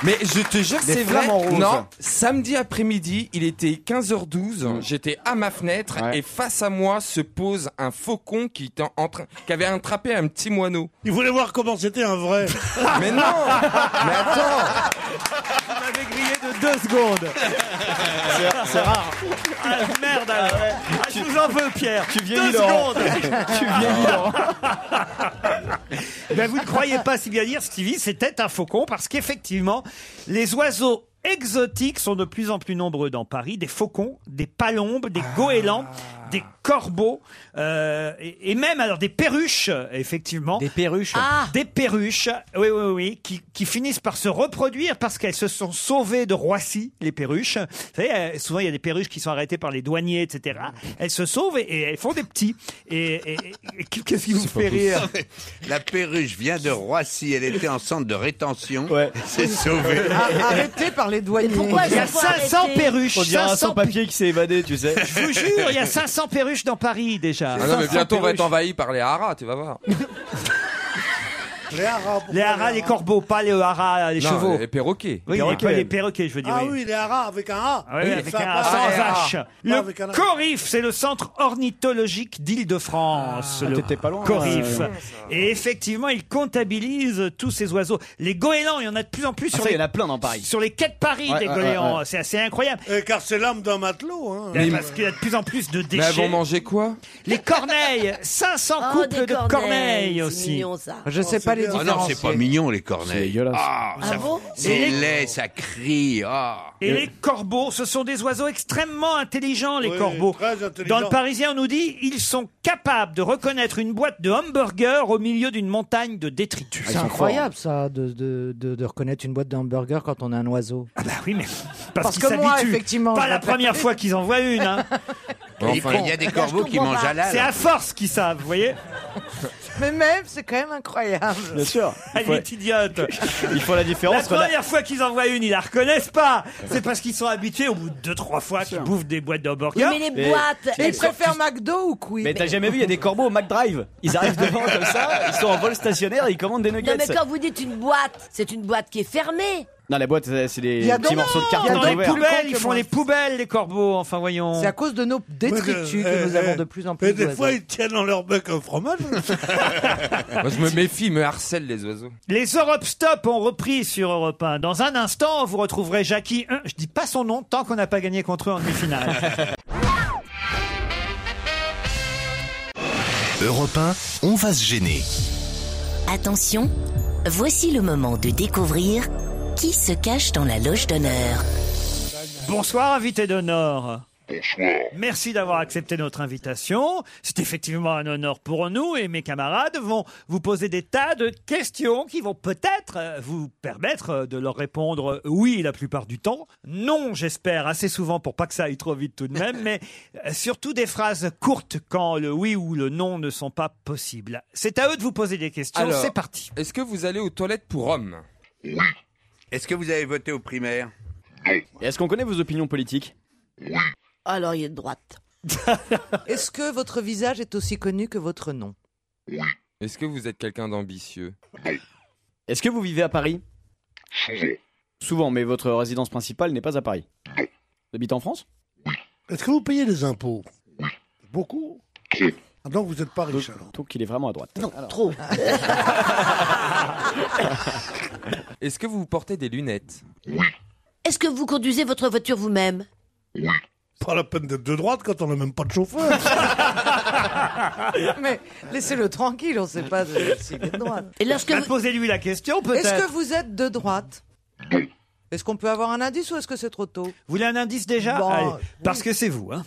[SPEAKER 4] mais je te jure,
[SPEAKER 3] Des
[SPEAKER 4] c'est vrai.
[SPEAKER 3] flamants roses.
[SPEAKER 4] Non, samedi après-midi, il était 15h12.
[SPEAKER 3] Mm.
[SPEAKER 4] J'étais à ma fenêtre et face à moi se pose un faucon qui, était en train, qui avait attrapé un petit moineau.
[SPEAKER 6] Il voulait voir comment c'était un vrai.
[SPEAKER 4] mais non Mais attends
[SPEAKER 3] Vous m'avez grillé de deux secondes.
[SPEAKER 4] C'est- c'est rare.
[SPEAKER 3] Ah merde alors. Ah, je vous en veux Pierre.
[SPEAKER 5] Tu
[SPEAKER 3] viens deux
[SPEAKER 5] vieillis, Laurent.
[SPEAKER 3] secondes.
[SPEAKER 5] Tu vieillis, Laurent.
[SPEAKER 3] ben, vous ne croyez pas si bien dire Stevie, c'était un faucon parce qu'effectivement les oiseaux exotiques sont de plus en plus nombreux dans Paris. Des faucons, des palombes, des goélands, des corbeaux euh, et, et même alors des perruches euh, effectivement. Des perruches. Ah. Des perruches. Oui oui oui qui, qui finissent par se reproduire parce qu'elles se sont sauvées de Roissy les perruches. Vous savez euh, souvent il y a des perruches qui sont arrêtées par les douaniers etc. Elles se sauvent et, et elles font des petits. Et, et- et- et qu'est-ce qui vous fait rire
[SPEAKER 9] La perruche vient de Roissy, elle était en centre de rétention. C'est sauvé.
[SPEAKER 7] Ah, Arrêté par les douaniers.
[SPEAKER 3] pourquoi elles Il y a sont 500 arrêtées perruches,
[SPEAKER 5] On dirait un
[SPEAKER 3] 500
[SPEAKER 5] sans-papier qui s'est évadé, tu sais.
[SPEAKER 3] Je vous jure, il y a 500 perruches dans Paris déjà.
[SPEAKER 4] Ah non, mais bientôt on va être
[SPEAKER 3] perruches.
[SPEAKER 4] envahi par les haras, tu vas voir.
[SPEAKER 6] Les haras,
[SPEAKER 3] Les haras, les corbeaux, pas les haras, les
[SPEAKER 4] Non,
[SPEAKER 3] chevaux.
[SPEAKER 4] les perroquets.
[SPEAKER 3] Oui,
[SPEAKER 4] Perroquets.
[SPEAKER 3] pas les perroquets, je veux dire.
[SPEAKER 6] Ah
[SPEAKER 3] oui.
[SPEAKER 6] oui, les haras avec un A.
[SPEAKER 3] Ah oui, avec
[SPEAKER 6] Ça
[SPEAKER 3] un
[SPEAKER 6] passe.
[SPEAKER 3] sans
[SPEAKER 6] Ah,
[SPEAKER 3] vache.
[SPEAKER 6] ah.
[SPEAKER 3] Le
[SPEAKER 6] Pas avec un A.
[SPEAKER 3] Corif, c'est le centre ornithologique d'Île-de-France.
[SPEAKER 6] Ah,
[SPEAKER 3] le
[SPEAKER 5] t'étais pas loin,
[SPEAKER 3] Corif.
[SPEAKER 5] hein.
[SPEAKER 3] Et effectivement, il comptabilise tous ces oiseaux. Les goélands, il y en a de plus en plus
[SPEAKER 5] Ah,
[SPEAKER 3] sur
[SPEAKER 5] ça, il
[SPEAKER 3] les
[SPEAKER 5] y en a plein dans Paris.
[SPEAKER 3] sur les quais de Paris
[SPEAKER 5] Ouais,
[SPEAKER 3] des
[SPEAKER 5] ouais,
[SPEAKER 3] goélands.
[SPEAKER 5] ouais, ouais.
[SPEAKER 3] C'est assez incroyable.
[SPEAKER 6] Eh, car c'est l'âme d'un matelot. Hein.
[SPEAKER 3] Là, parce qu'il y a de plus en plus de
[SPEAKER 4] Mais elles
[SPEAKER 3] déchets.
[SPEAKER 4] vont manger quoi
[SPEAKER 3] les corneilles, 500
[SPEAKER 1] Oh,
[SPEAKER 3] couples
[SPEAKER 1] des
[SPEAKER 3] de
[SPEAKER 1] corneilles,
[SPEAKER 3] corneilles
[SPEAKER 1] c'est
[SPEAKER 3] aussi.
[SPEAKER 1] mignon, ça. Oh,
[SPEAKER 7] Je sais pas les
[SPEAKER 9] Ah
[SPEAKER 7] différences.
[SPEAKER 9] non, c'est pas mignon les corneilles. Ah,
[SPEAKER 1] Ah
[SPEAKER 9] ça-
[SPEAKER 1] bon
[SPEAKER 9] c'est laid, ça crie. Ah.
[SPEAKER 3] Et les corbeaux, ce sont des oiseaux extrêmement intelligents, les
[SPEAKER 6] Oui,
[SPEAKER 3] corbeaux.
[SPEAKER 6] très intelligents.
[SPEAKER 3] Dans le Parisien, on nous dit, ils sont capables de reconnaître une boîte de hamburgers au milieu d'une montagne de
[SPEAKER 5] Ah,
[SPEAKER 3] détritus.
[SPEAKER 7] C'est incroyable ça de, de, de, de reconnaître une boîte de hamburger quand on est un oiseau.
[SPEAKER 3] Ah bah oui, mais parce,
[SPEAKER 7] Parce
[SPEAKER 3] qu'ils
[SPEAKER 7] que moi,
[SPEAKER 3] s'habituent.
[SPEAKER 7] effectivement,
[SPEAKER 3] Pas
[SPEAKER 7] je
[SPEAKER 3] la
[SPEAKER 7] m'appelle-
[SPEAKER 3] première fois qu'ils en voient une. hein.
[SPEAKER 9] Et Il y a des corbeaux qui mangent à l'âle.
[SPEAKER 3] C'est à force qu'ils savent, vous voyez
[SPEAKER 7] Mais même, c'est quand même incroyable.
[SPEAKER 5] Bien sûr.
[SPEAKER 3] Elle
[SPEAKER 5] Ouais.
[SPEAKER 3] est idiote.
[SPEAKER 5] Ils font la
[SPEAKER 3] La
[SPEAKER 5] différence. entre la-
[SPEAKER 3] première fois qu'ils en voient une, ils la reconnaissent pas. C'est parce qu'ils sont habitués au bout de deux, trois fois qu'ils bouffent des boîtes
[SPEAKER 1] Oui,
[SPEAKER 3] d'hamburgers.
[SPEAKER 1] mais les
[SPEAKER 5] Mais-
[SPEAKER 1] boîtes.
[SPEAKER 7] Mais
[SPEAKER 1] elles
[SPEAKER 7] ils préfèrent McDo ou Quick
[SPEAKER 5] Mais t'as jamais vu, il y a des corbeaux au McDrive. Ils arrivent devant comme ça, ils sont en vol stationnaire et ils commandent des
[SPEAKER 1] Non,
[SPEAKER 5] nuggets.
[SPEAKER 1] mais quand vous dites une boîte, c'est une boîte qui est fermée.
[SPEAKER 5] Non, la boîte, c'est c'est des
[SPEAKER 7] Il y a
[SPEAKER 5] petits
[SPEAKER 7] donc-
[SPEAKER 5] morceaux de
[SPEAKER 7] il y a
[SPEAKER 5] carton
[SPEAKER 7] donc
[SPEAKER 3] Dans les
[SPEAKER 7] Ouais.
[SPEAKER 5] ouverts.
[SPEAKER 7] plus-
[SPEAKER 3] poubelles, ils
[SPEAKER 7] Comment
[SPEAKER 3] font les poubelles, les corbeaux. Enfin, voyons.
[SPEAKER 7] C'est à cause de nos détritus que nous
[SPEAKER 6] Eh,
[SPEAKER 7] avons
[SPEAKER 6] eh,
[SPEAKER 7] de plus en
[SPEAKER 6] Et
[SPEAKER 7] plus
[SPEAKER 6] des
[SPEAKER 7] d'oiseaux.
[SPEAKER 6] fois, ils tiennent dans leur bec un fromage.
[SPEAKER 4] Moi je me méfie, ils me harcèlent les oiseaux.
[SPEAKER 3] Les Europe Stop ont repris sur Europe 1. Dans un instant, vous retrouverez Jackie. hein, Je dis pas son nom tant qu'on n'a pas gagné contre eux en demi-finale.
[SPEAKER 2] Europe 1, on va se gêner.
[SPEAKER 18] Attention, voici le moment de découvrir qui se cache dans la loge d'honneur.
[SPEAKER 3] Bonsoir, invité d'honneur. Merci d'avoir accepté notre invitation. C'est effectivement un honneur pour nous et mes camarades vont vous poser des tas de questions qui vont peut-être euh, vous permettre euh, de leur répondre euh, oui la plupart du temps, non j'espère assez souvent pour pas que ça aille trop vite tout de même, mais euh, surtout des phrases courtes quand le oui ou le non ne sont pas possibles. C'est à eux de vous poser des questions,
[SPEAKER 4] Alors,
[SPEAKER 3] c'est parti.
[SPEAKER 4] Est-ce que vous allez aux toilettes pour hommes
[SPEAKER 9] Est-ce que vous avez voté aux primaires
[SPEAKER 5] Et Est-ce qu'on connaît vos opinions politiques
[SPEAKER 1] Alors, il est de droite.
[SPEAKER 7] Est-ce que votre visage est aussi connu que votre nom
[SPEAKER 4] Est-ce que vous êtes quelqu'un d'ambitieux
[SPEAKER 5] Est-ce que vous vivez à Paris Souvent, mais votre résidence principale n'est pas à Paris. Vous habitez en France
[SPEAKER 6] Est-ce que vous payez les impôts Beaucoup. Ah, Donc vous n'êtes pas riche alors.
[SPEAKER 5] Donc qu'il est vraiment à droite.
[SPEAKER 1] Trop.
[SPEAKER 4] Est-ce que vous portez des lunettes
[SPEAKER 1] Est-ce que vous conduisez votre voiture vous-même
[SPEAKER 6] Pas la peine d'être de droite quand on n'a même pas de chauffeur.
[SPEAKER 7] Mais laissez-le tranquille, on ne sait pas de- s'il est de droite.
[SPEAKER 1] Et lorsque
[SPEAKER 3] Bah,
[SPEAKER 1] vous...
[SPEAKER 3] Posez-lui la question
[SPEAKER 7] Est-ce que
[SPEAKER 3] peut-être.
[SPEAKER 7] vous êtes de droite Est-ce qu'on peut avoir un indice ou est-ce que c'est trop tôt
[SPEAKER 3] Vous voulez un indice déjà
[SPEAKER 7] Bon,
[SPEAKER 3] Allez,
[SPEAKER 7] oui.
[SPEAKER 3] Parce que c'est vous. Hein.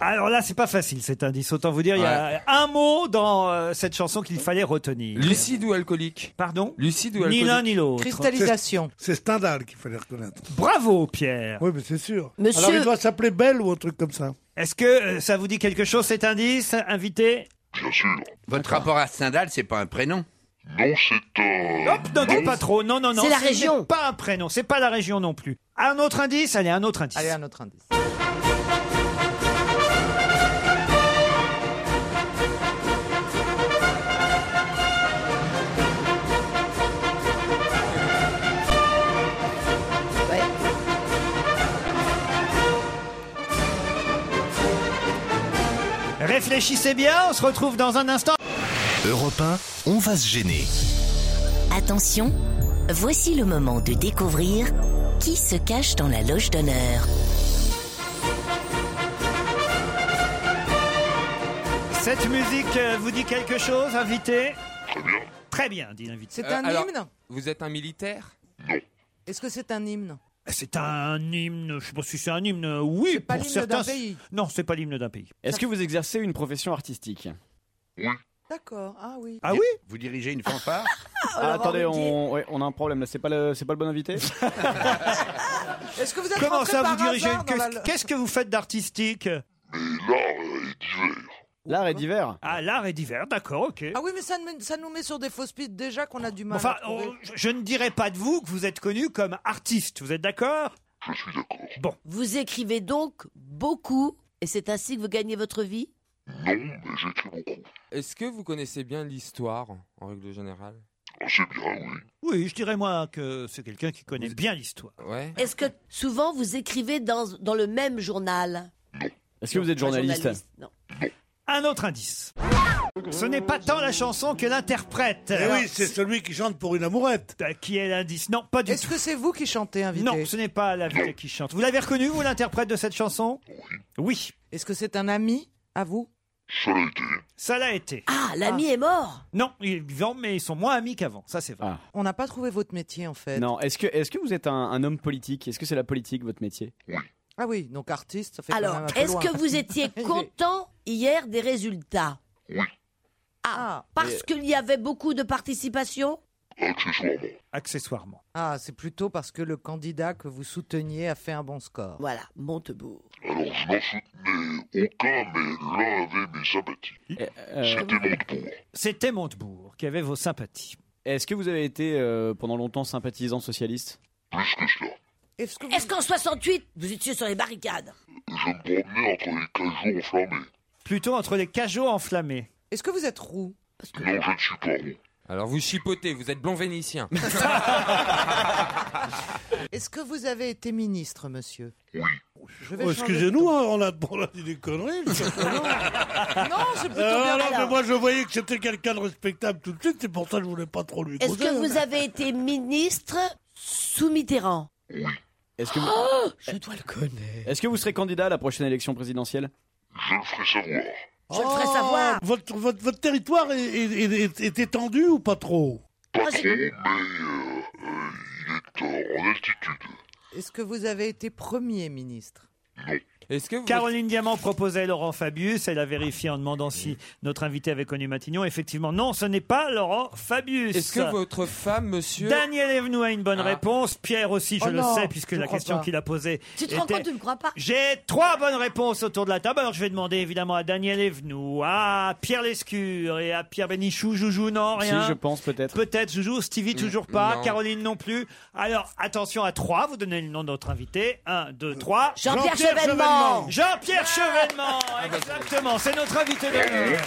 [SPEAKER 3] Alors là, c'est pas facile cet indice. Autant vous dire, il y a un mot dans euh, cette chanson qu'il fallait retenir.
[SPEAKER 4] Lucide ou alcoolique
[SPEAKER 3] Pardon
[SPEAKER 4] Lucide ou
[SPEAKER 3] Ni l'un
[SPEAKER 4] alcoolique
[SPEAKER 3] ni l'autre.
[SPEAKER 7] Cristallisation.
[SPEAKER 6] C'est Stendhal qu'il fallait reconnaître.
[SPEAKER 3] Bravo, Pierre.
[SPEAKER 6] Oui, mais c'est sûr.
[SPEAKER 1] Monsieur-
[SPEAKER 6] Alors il doit s'appeler Belle ou un truc comme ça.
[SPEAKER 3] Est-ce que euh, ça vous dit quelque chose cet indice, invité
[SPEAKER 9] Votre rapport à Stendhal, c'est pas un prénom
[SPEAKER 3] Hop, non, non, pas trop. Non, non, non.
[SPEAKER 1] C'est la
[SPEAKER 3] ce
[SPEAKER 1] région.
[SPEAKER 3] n'est Pas un prénom. C'est pas la région non plus. Un autre indice. Allez, un autre indice.
[SPEAKER 7] Allez, un autre indice.
[SPEAKER 3] Réfléchissez bien, on se retrouve dans un instant.
[SPEAKER 2] Europe 1, on va se gêner.
[SPEAKER 18] Attention, voici le moment de découvrir qui se cache dans la loge d'honneur.
[SPEAKER 3] Cette musique euh, vous dit quelque chose, invité Très bien. Très bien, dit l'invité.
[SPEAKER 4] Euh, alors, Vous êtes un militaire
[SPEAKER 7] Est-ce que c'est un hymne
[SPEAKER 3] euh, C'est un hymne, je sais pas si c'est un hymne, euh, oui,
[SPEAKER 7] pas
[SPEAKER 3] pour
[SPEAKER 7] l'hymne
[SPEAKER 3] certains.
[SPEAKER 7] d'un pays.
[SPEAKER 3] Non, c'est pas l'hymne d'un pays.
[SPEAKER 5] Est-ce que vous exercez une profession artistique
[SPEAKER 7] D'accord, ah oui.
[SPEAKER 3] Ah oui
[SPEAKER 5] Vous dirigez une fanfare
[SPEAKER 7] on va
[SPEAKER 5] Ah, Attendez,
[SPEAKER 7] voir Ruquier.
[SPEAKER 5] on, ouais, on a un problème là, c'est pas le, c'est pas le bon invité
[SPEAKER 7] Est-ce que vous êtes
[SPEAKER 3] Comment
[SPEAKER 7] rentré
[SPEAKER 3] ça
[SPEAKER 7] par
[SPEAKER 3] vous dirigez
[SPEAKER 7] hasard dans
[SPEAKER 3] Qu'est-ce
[SPEAKER 7] la-
[SPEAKER 3] qu'est-ce que vous faites d'artistique euh,
[SPEAKER 5] L'art est divers.
[SPEAKER 3] Ah, l'art est divers, d'accord, ok.
[SPEAKER 7] Ah oui, mais ça, nous- ça nous met sur des fausses pistes déjà qu'on a du mal
[SPEAKER 3] Enfin,
[SPEAKER 7] à trouver.
[SPEAKER 3] on- je- je ne dirais pas de vous que vous êtes connu comme artiste, vous êtes d'accord Je suis d'accord. Bon,
[SPEAKER 1] Vous écrivez donc beaucoup, et c'est ainsi que vous gagnez votre vie
[SPEAKER 4] Est-ce que vous connaissez bien l'histoire, en règle générale
[SPEAKER 19] Ah,
[SPEAKER 3] oui, je dirais moi que c'est quelqu'un qui connaît bien l'histoire.
[SPEAKER 4] Ouais.
[SPEAKER 1] Est-ce que souvent vous écrivez dans, dans le même journal
[SPEAKER 5] Est-ce que vous êtes
[SPEAKER 1] Pas
[SPEAKER 5] journaliste,
[SPEAKER 1] Non.
[SPEAKER 3] Un autre indice. Ce n'est pas tant la chanson que l'interprète. Bah,
[SPEAKER 6] Eh oui, c'est celui qui chante pour une amourette.
[SPEAKER 3] Qui est l'indice Non, pas du
[SPEAKER 7] Est-ce que c'est vous qui chantez, invité
[SPEAKER 3] Non, ce n'est pas l'invité qui chante. Vous l'avez reconnu, vous, l'interprète de cette chanson Oui.
[SPEAKER 7] Est-ce que c'est un ami à vous
[SPEAKER 3] Ça l'a été.
[SPEAKER 1] Ah, l'ami est mort
[SPEAKER 3] Non, il est vivant, mais ils sont moins amis qu'avant. Ça, c'est vrai.
[SPEAKER 19] Ah.
[SPEAKER 7] On n'a pas trouvé votre métier, en
[SPEAKER 6] Euh,
[SPEAKER 7] fait.
[SPEAKER 5] Non, est-ce que, est-ce que vous êtes un, un homme politique Est-ce que c'est la politique votre métier
[SPEAKER 7] Ah oui, donc artiste, ça fait quand
[SPEAKER 1] Alors,
[SPEAKER 7] même un peu
[SPEAKER 1] est-ce
[SPEAKER 7] loin.
[SPEAKER 1] que vous étiez content hier des résultats Ah, parce qu'il y avait beaucoup de participation
[SPEAKER 3] Accessoirement.
[SPEAKER 7] Ah, c'est plutôt parce que le candidat que vous souteniez a fait un bon score.
[SPEAKER 1] Voilà, Montebourg.
[SPEAKER 19] Alors, je n'en soutenais aucun, mais l'un avait mes sympathies.
[SPEAKER 5] Euh,
[SPEAKER 19] C'était Montebourg.
[SPEAKER 3] C'était Montebourg qui avait vos sympathies.
[SPEAKER 5] Est-ce que vous avez été euh, pendant longtemps sympathisant socialiste
[SPEAKER 7] Est-ce
[SPEAKER 1] qu'en 68, vous étiez sur les barricades
[SPEAKER 19] Je me promenais entre les cajots enflammés.
[SPEAKER 3] Plutôt entre les cajots enflammés.
[SPEAKER 7] Est-ce que vous êtes roux
[SPEAKER 19] Non, je ne suis pas roux.
[SPEAKER 4] Alors, vous chipotez, vous êtes blond vénitien.
[SPEAKER 7] Est-ce que vous avez été ministre, monsieur Oui. Je vais
[SPEAKER 6] Oh,
[SPEAKER 7] changer-
[SPEAKER 6] Excusez-nous, hein, on a, on a dit des conneries. le championnat.
[SPEAKER 7] Non, c'est plutôt
[SPEAKER 6] Euh,
[SPEAKER 7] bien.
[SPEAKER 6] non, mais
[SPEAKER 7] alors.
[SPEAKER 6] moi je voyais que c'était quelqu'un de respectable tout de suite, c'est pour ça que je voulais pas trop lui
[SPEAKER 1] Est-ce
[SPEAKER 6] causer,
[SPEAKER 1] que vous
[SPEAKER 6] hein.
[SPEAKER 1] avez été ministre sous Mitterrand Oh
[SPEAKER 5] Est-ce que vous...
[SPEAKER 1] Ah, Je dois le
[SPEAKER 5] Est-ce que vous serez candidat à la prochaine élection présidentielle
[SPEAKER 19] Je le ferai savoir.
[SPEAKER 1] Je le ferai savoir.
[SPEAKER 6] Oh, Votre, votre, votre territoire est, est- est- est étendu ou pas trop
[SPEAKER 19] Pas trop, mais euh, euh, il est euh, en altitude.
[SPEAKER 7] Est-ce que vous avez été premier ministre
[SPEAKER 4] Est-ce que
[SPEAKER 3] Caroline Diamant proposait Laurent Fabius. Elle a vérifié en demandant si notre invité avait connu Matignon. Effectivement, non, ce n'est pas Laurent Fabius.
[SPEAKER 4] Est-ce que votre femme, monsieur.
[SPEAKER 3] Daniel Evenou a une bonne
[SPEAKER 4] Ah.
[SPEAKER 3] réponse. Pierre aussi, je
[SPEAKER 4] Oh
[SPEAKER 3] le
[SPEAKER 4] non,
[SPEAKER 3] sais, puisque
[SPEAKER 4] je
[SPEAKER 3] la
[SPEAKER 4] crois
[SPEAKER 3] question
[SPEAKER 4] pas.
[SPEAKER 3] qu'il a posée.
[SPEAKER 1] Tu te rends
[SPEAKER 3] était-
[SPEAKER 1] compte, tu ne crois pas
[SPEAKER 3] J'ai trois bonnes réponses autour de la table. Alors, je vais demander évidemment à Daniel Evenou, à Pierre Lescure et à Pierre Bénichou. Joujou, non, rien.
[SPEAKER 5] Si, je pense peut-être.
[SPEAKER 3] Peut-être Joujou, Stevie toujours pas,
[SPEAKER 5] non.
[SPEAKER 3] Caroline Mm, non plus. Alors attention à trois, vous donnez le nom de notre invité. Un, deux, trois.
[SPEAKER 1] Jean-Pierre Jean-Pierre Chevènement. Ah. bah, Chevènement.
[SPEAKER 3] Jean-Pierre Chevènement, exactement, c'est notre invité de l'heure.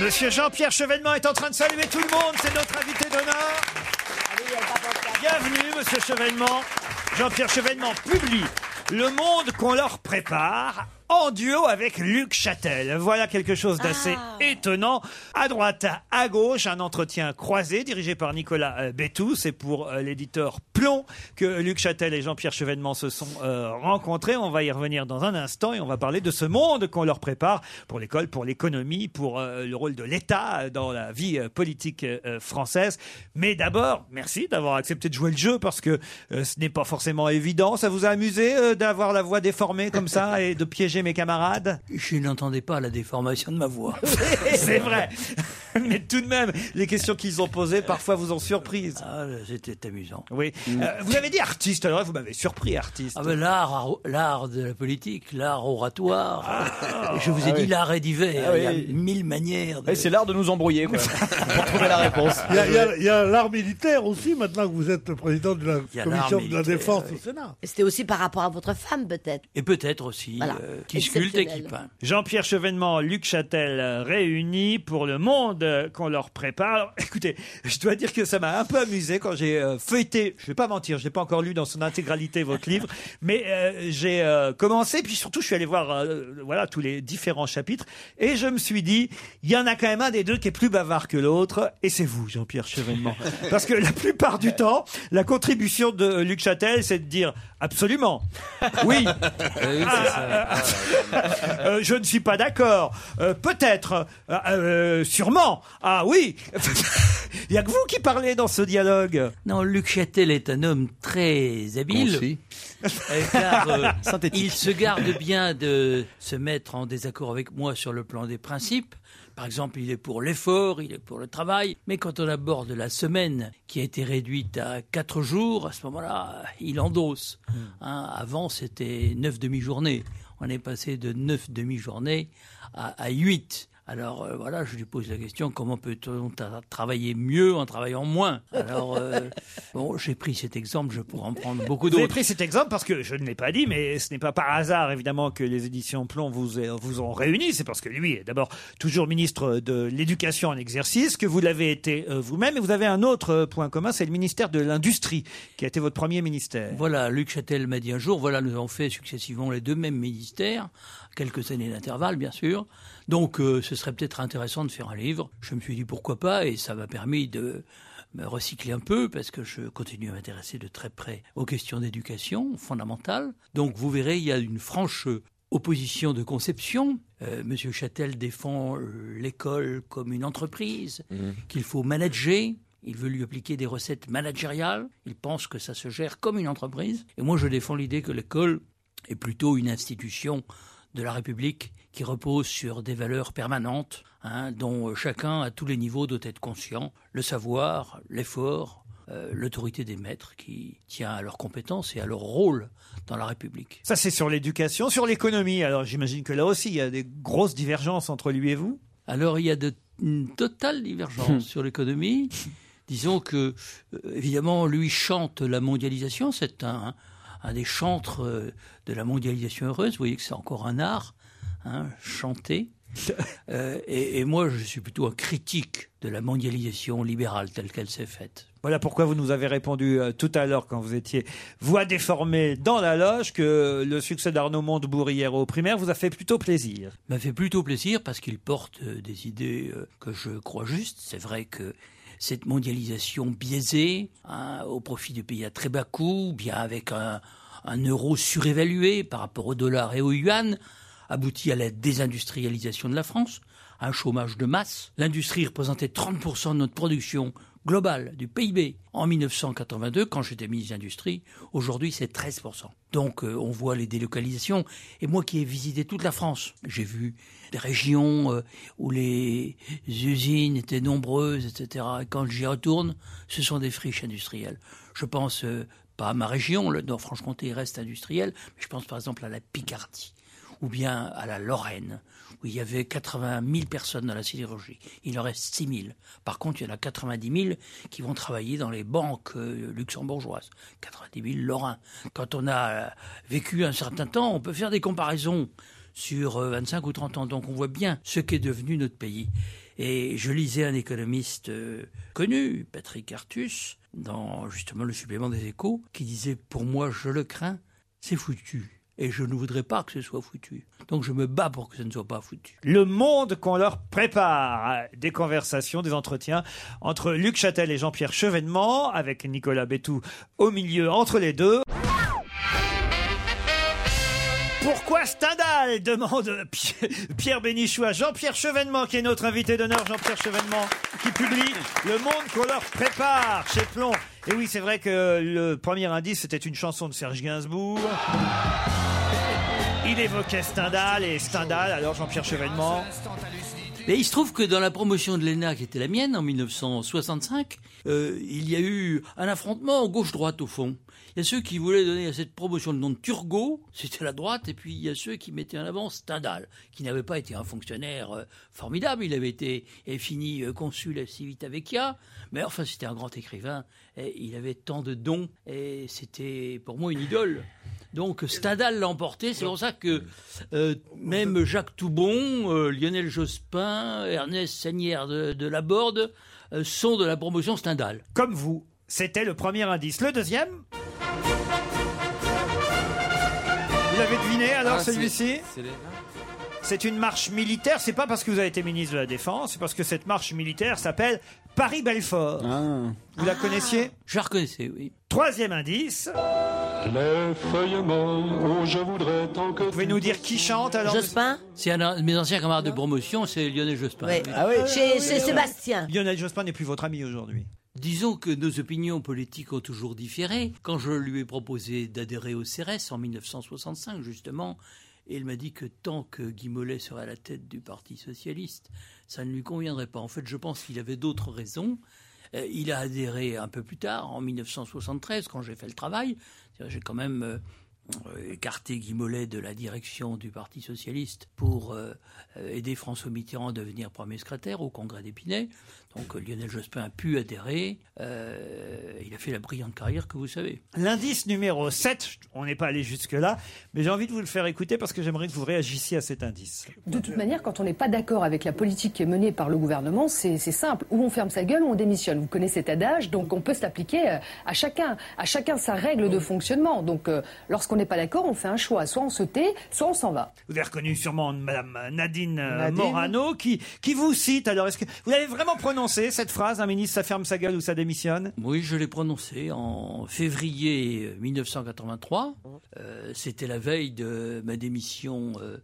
[SPEAKER 3] Monsieur Jean-Pierre Chevènement est en train de saluer tout le monde, c'est notre invité d'honneur. Bienvenue, monsieur Chevènement. Jean-Pierre Chevènement publie Le monde qu'on leur prépare en duo avec Luc Châtel. Voilà quelque chose d'assez étonnant. À droite, à gauche, un entretien croisé dirigé par Nicolas euh, Bétou. C'est pour euh, l'éditeur Plomb que Luc Châtel et Jean-Pierre Chevènement se sont euh, rencontrés. On va y revenir dans un instant et on va parler de ce monde qu'on leur prépare pour l'école, pour l'économie, pour euh, le rôle de l'État dans la vie euh, politique euh, française. Mais d'abord, merci d'avoir accepté de jouer le jeu parce que euh, ce n'est pas forcément évident. Ça vous a amusé euh, d'avoir la voix déformée comme ça et de piéger mes camarades
[SPEAKER 20] Je n'entendais pas la déformation de ma voix.
[SPEAKER 3] C'est vrai. Mais tout de même, les questions qu'ils ont posées parfois vous ont surprise.
[SPEAKER 20] Ah, c'était amusant. Mm.
[SPEAKER 3] Oui. Euh, vous avez dit artiste, alors vous m'avez surpris artiste.
[SPEAKER 20] Ah ben, l'art, ar- l'art de la politique, l'art oratoire. je vous ai
[SPEAKER 5] Ah
[SPEAKER 20] dit
[SPEAKER 5] oui.
[SPEAKER 20] l'art est divers.
[SPEAKER 5] Ah
[SPEAKER 20] Il y a
[SPEAKER 5] oui.
[SPEAKER 20] mille manières. de-
[SPEAKER 5] Eh, C'est l'art de nous embrouiller, quoi, pour trouver la réponse.
[SPEAKER 6] Il y a- il y a- il y a l'art militaire aussi, maintenant que vous êtes le président de la
[SPEAKER 20] y a l'art
[SPEAKER 6] commission de la
[SPEAKER 20] militaire,
[SPEAKER 6] défense.
[SPEAKER 20] oui.
[SPEAKER 1] Et C'était aussi par rapport à votre femme, peut-être.
[SPEAKER 20] Et peut-être aussi
[SPEAKER 1] Voilà.
[SPEAKER 20] euh, qui sculpte et qui
[SPEAKER 1] Exceptionnel.
[SPEAKER 20] peint.
[SPEAKER 3] Jean-Pierre Chevènement, Luc Châtel euh, réunis pour le monde demande euh, qu'on leur prépare. Alors, écoutez, je dois dire que ça m'a un peu amusé quand j'ai euh, feuilleté, je vais pas mentir, je n'ai pas encore lu dans son intégralité votre livre, mais euh, j'ai euh, commencé, puis surtout je suis allé voir euh, voilà, tous les différents chapitres, et je me suis dit, il y en a quand même un des deux qui est plus bavard que l'autre, et c'est vous, Jean-Pierre Chevènement. Parce que la plupart du temps, la contribution de Luc Châtel, c'est de dire, absolument, oui, euh, je ne suis pas d'accord. Euh, Peut-être. Euh, euh, sûrement. Ah oui. Il n'y a que vous qui parlez dans ce dialogue.
[SPEAKER 20] Non, Luc Châtel est un homme très habile.
[SPEAKER 3] Concis.
[SPEAKER 20] Euh, car, euh,
[SPEAKER 3] Synthétique.
[SPEAKER 20] il se garde bien de se mettre en désaccord avec moi sur le plan des principes. Par exemple, il est pour l'effort, il est pour le travail. Mais quand on aborde la semaine qui a été réduite à quatre jours, à ce moment-là, il endosse. Hein, avant, c'était neuf demi-journées. On est passé de neuf demi-journées à, à huit. Alors euh, voilà, je lui pose la question comment peut-on ta- travailler mieux en travaillant moins Alors euh, bon, j'ai pris cet exemple, je pourrais en prendre beaucoup
[SPEAKER 3] Vous
[SPEAKER 20] d'autres.
[SPEAKER 3] avez pris cet exemple parce que je ne l'ai pas dit, mais ce n'est pas par hasard évidemment que les éditions Plomb vous, aient- vous ont réunis. C'est parce que lui est d'abord toujours ministre de l'Éducation en exercice, que vous l'avez été euh, vous-même, et vous avez un autre euh, point commun, c'est le ministère de l'Industrie, qui a été votre premier ministère.
[SPEAKER 20] Voilà, Luc Châtel m'a dit un jour, voilà, nous avons fait successivement les deux mêmes ministères, quelques années d'intervalle, bien sûr. Donc, euh, ce serait peut-être intéressant de faire un livre. Je me suis dit pourquoi pas, et ça m'a permis de me recycler un peu parce que je continue à m'intéresser de très près aux questions d'éducation fondamentale. Donc, vous verrez, il y a une franche opposition de conception. Euh, Monsieur Châtel défend euh, l'école comme une entreprise
[SPEAKER 13] Mmh.
[SPEAKER 20] qu'il faut manager. Il veut lui appliquer des recettes managériales. Il pense que ça se gère comme une entreprise. Et moi, je défends l'idée que l'école est plutôt une institution de la République qui repose sur des valeurs permanentes, hein, dont chacun à tous les niveaux doit être conscient. Le savoir, l'effort, euh, l'autorité des maîtres qui tient à leurs compétences et à leur rôle dans la République.
[SPEAKER 3] Ça, c'est sur l'éducation, sur l'économie. Alors, j'imagine que là aussi, il y a des grosses divergences entre lui et vous.
[SPEAKER 20] Alors, il y a de, une totale divergence sur l'économie. Disons que, euh, évidemment, lui chante la mondialisation. C'est un, un des chantres euh, de la mondialisation heureuse. Vous voyez que c'est encore un art, hein, chanter. Euh, et, et moi, je suis plutôt un critique de la mondialisation libérale telle qu'elle s'est faite.
[SPEAKER 3] Voilà pourquoi vous nous avez répondu euh, tout à l'heure quand vous étiez voix déformée dans la loge que le succès d'Arnaud Montebourg hier au primaire vous a fait plutôt plaisir.
[SPEAKER 20] m'a fait plutôt plaisir parce qu'il porte euh, des idées euh, que je crois justes. C'est vrai que cette mondialisation biaisée hein, au profit des pays à très bas coût, bien avec un, un euro surévalué par rapport au dollar et au yuan, aboutit à la désindustrialisation de la France, à un chômage de masse. L'industrie représentait 30% de notre production globale du PIB en 1982, quand j'étais ministre de l'Industrie. Aujourd'hui, c'est 13%. Donc, euh, on voit les délocalisations. Et moi qui ai visité toute la France, j'ai vu des régions euh, où les usines étaient nombreuses, etc. Et quand j'y retourne, ce sont des friches industrielles. Je pense euh, pas à ma région, le Nord-Franche-Comté reste industriel, mais je pense par exemple à la Picardie ou bien à la Lorraine, où il y avait 80 000 personnes dans la sidérurgie. Il en reste 6 000. Par contre, il y en a 90 000 qui vont travailler dans les banques euh, luxembourgeoises. 90 000 Lorrains. Quand on a euh, vécu un certain temps, on peut faire des comparaisons sur euh, 25 ou 30 ans. Donc on voit bien ce qu'est devenu notre pays. Et je lisais un économiste euh, connu, Patrick Artus, dans justement le supplément des échos, qui disait Pour moi, je le crains, c'est foutu. Et je ne voudrais pas que ce soit foutu. Donc je me bats pour que ce ne soit pas foutu.
[SPEAKER 3] Le monde qu'on leur prépare. Euh, Des conversations, des entretiens entre Luc Châtel et Jean-Pierre Chevènement, avec Nicolas Bétou au milieu entre les deux. Pourquoi Stendhal demande Pierre- Pierre Bénichou à Jean-Pierre Chevènement, qui est notre invité d'honneur, Jean-Pierre Chevènement, qui publie Le monde qu'on leur prépare chez Plomb. Et oui, c'est vrai que le premier indice, c'était une chanson de Serge Gainsbourg. Il évoquait Stendhal et Stendhal, alors Jean-Pierre Chevènement.
[SPEAKER 20] Mais il se trouve que dans la promotion de l'ENA, qui était la mienne, en 1965, euh, il y a eu un affrontement gauche-droite, au fond. Il y a ceux qui voulaient donner à cette promotion le nom de Turgot, c'était la droite, et puis il y a ceux qui mettaient en avant Stendhal, qui n'avait pas été un fonctionnaire euh, formidable, il avait été et fini euh, consul à Civitavecchia, mais enfin c'était un grand écrivain, et il avait tant de dons, et c'était pour moi une idole. Donc Stendhal l'a emporté. C'est pour ça que euh, même Jacques Toubon, euh, Lionel Jospin, Ernest Seigneur de, de Laborde euh, sont de la promotion Stendhal.
[SPEAKER 3] Comme vous. C'était le premier indice. Le deuxième Vous avez deviné alors
[SPEAKER 4] Ah, c'est-
[SPEAKER 3] celui-ci
[SPEAKER 4] c'est les-
[SPEAKER 3] C'est une marche militaire. C'est pas parce que vous avez été ministre de la Défense, c'est parce que cette marche militaire s'appelle Paris-Belfort. Vous la connaissiez
[SPEAKER 20] Je la reconnaissais, oui.
[SPEAKER 3] Troisième indice.
[SPEAKER 20] Les feuillements je voudrais tant que... Vous
[SPEAKER 3] pouvez nous dire qui chante alors
[SPEAKER 1] Jospin
[SPEAKER 20] C'est un de mes anciens camarades de promotion, c'est Lionel Jospin.
[SPEAKER 1] Ouais. Ah oui. Chez- chez Sébastien.
[SPEAKER 3] Lionel Jospin n'est plus votre ami aujourd'hui.
[SPEAKER 20] Disons que nos opinions politiques ont toujours différé. Quand je lui ai proposé d'adhérer au CRS en 1965, justement, et il m'a dit que tant que Guy Mollet serait à la tête du Parti socialiste, ça ne lui conviendrait pas. En fait, je pense qu'il avait d'autres raisons. Euh, il a adhéré un peu plus tard, en 1973, quand j'ai fait le travail. C'est-à-dire, J'ai quand même euh, euh, écarté Guy Mollet de la direction du Parti socialiste pour euh, euh, aider François Mitterrand à devenir Premier secrétaire au Congrès d'Épinay. Donc euh, Lionel Jospin a pu adhérer. Euh, il a fait la brillante carrière que vous savez.
[SPEAKER 3] L'indice numéro 7, on n'est pas allé jusque-là, mais j'ai envie de vous le faire écouter parce que j'aimerais que vous réagissiez à cet indice.
[SPEAKER 10] De toute manière, quand on n'est pas d'accord avec la politique qui est menée par le gouvernement, c'est c'est simple. Ou on ferme sa gueule ou on démissionne. Vous connaissez cet adage, donc on peut se l'appliquer euh, à chacun. À chacun sa règle de fonctionnement. Donc euh, lorsqu'on n'est pas d'accord, on fait un choix. Soit on se tait, soit on s'en va.
[SPEAKER 3] Vous avez reconnu sûrement Madame Nadine, euh,
[SPEAKER 10] Nadine.
[SPEAKER 3] Morano qui, qui vous cite. Alors, est-ce que vous l'avez vraiment prononcé cette phrase Un ministre, ça ferme sa gueule ou ça démissionne
[SPEAKER 20] Oui, je l'ai prononcé en février euh, 1983. Euh, C'était la veille de ma démission euh,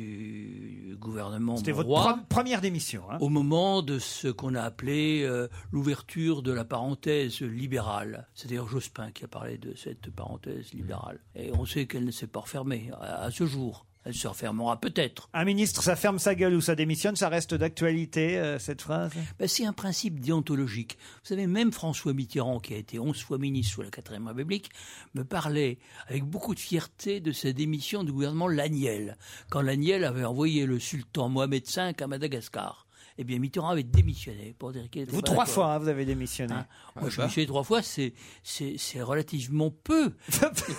[SPEAKER 20] du gouvernement
[SPEAKER 3] C'était votre
[SPEAKER 20] Mauroy.
[SPEAKER 3] pre- première démission. hein.
[SPEAKER 20] au moment de ce qu'on a appelé euh, l'ouverture de la parenthèse libérale. C'est d'ailleurs Jospin qui a parlé de cette parenthèse libérale.
[SPEAKER 3] Mmh.
[SPEAKER 20] Et on sait qu'elle ne s'est pas refermée à, à ce jour. Elle se refermera peut-être.
[SPEAKER 3] Un ministre, ça ferme sa gueule ou ça démissionne, ça reste d'actualité, euh, cette phrase
[SPEAKER 20] Ben, c'est un principe déontologique. Vous savez, même François Mitterrand, qui a été 11 fois ministre sous la 4ème République, me parlait avec beaucoup de fierté de sa démission du gouvernement Laniel, quand Laniel avait envoyé le sultan Mohamed V à Madagascar. Eh bien, Mitterrand avait démissionné pour dire qu'il était
[SPEAKER 3] Vous,
[SPEAKER 20] pas
[SPEAKER 3] trois
[SPEAKER 20] d'accord.
[SPEAKER 3] fois, hein, vous avez démissionné.
[SPEAKER 20] Hein. Moi, je me suis dit trois fois, c'est, c'est, c'est relativement peu.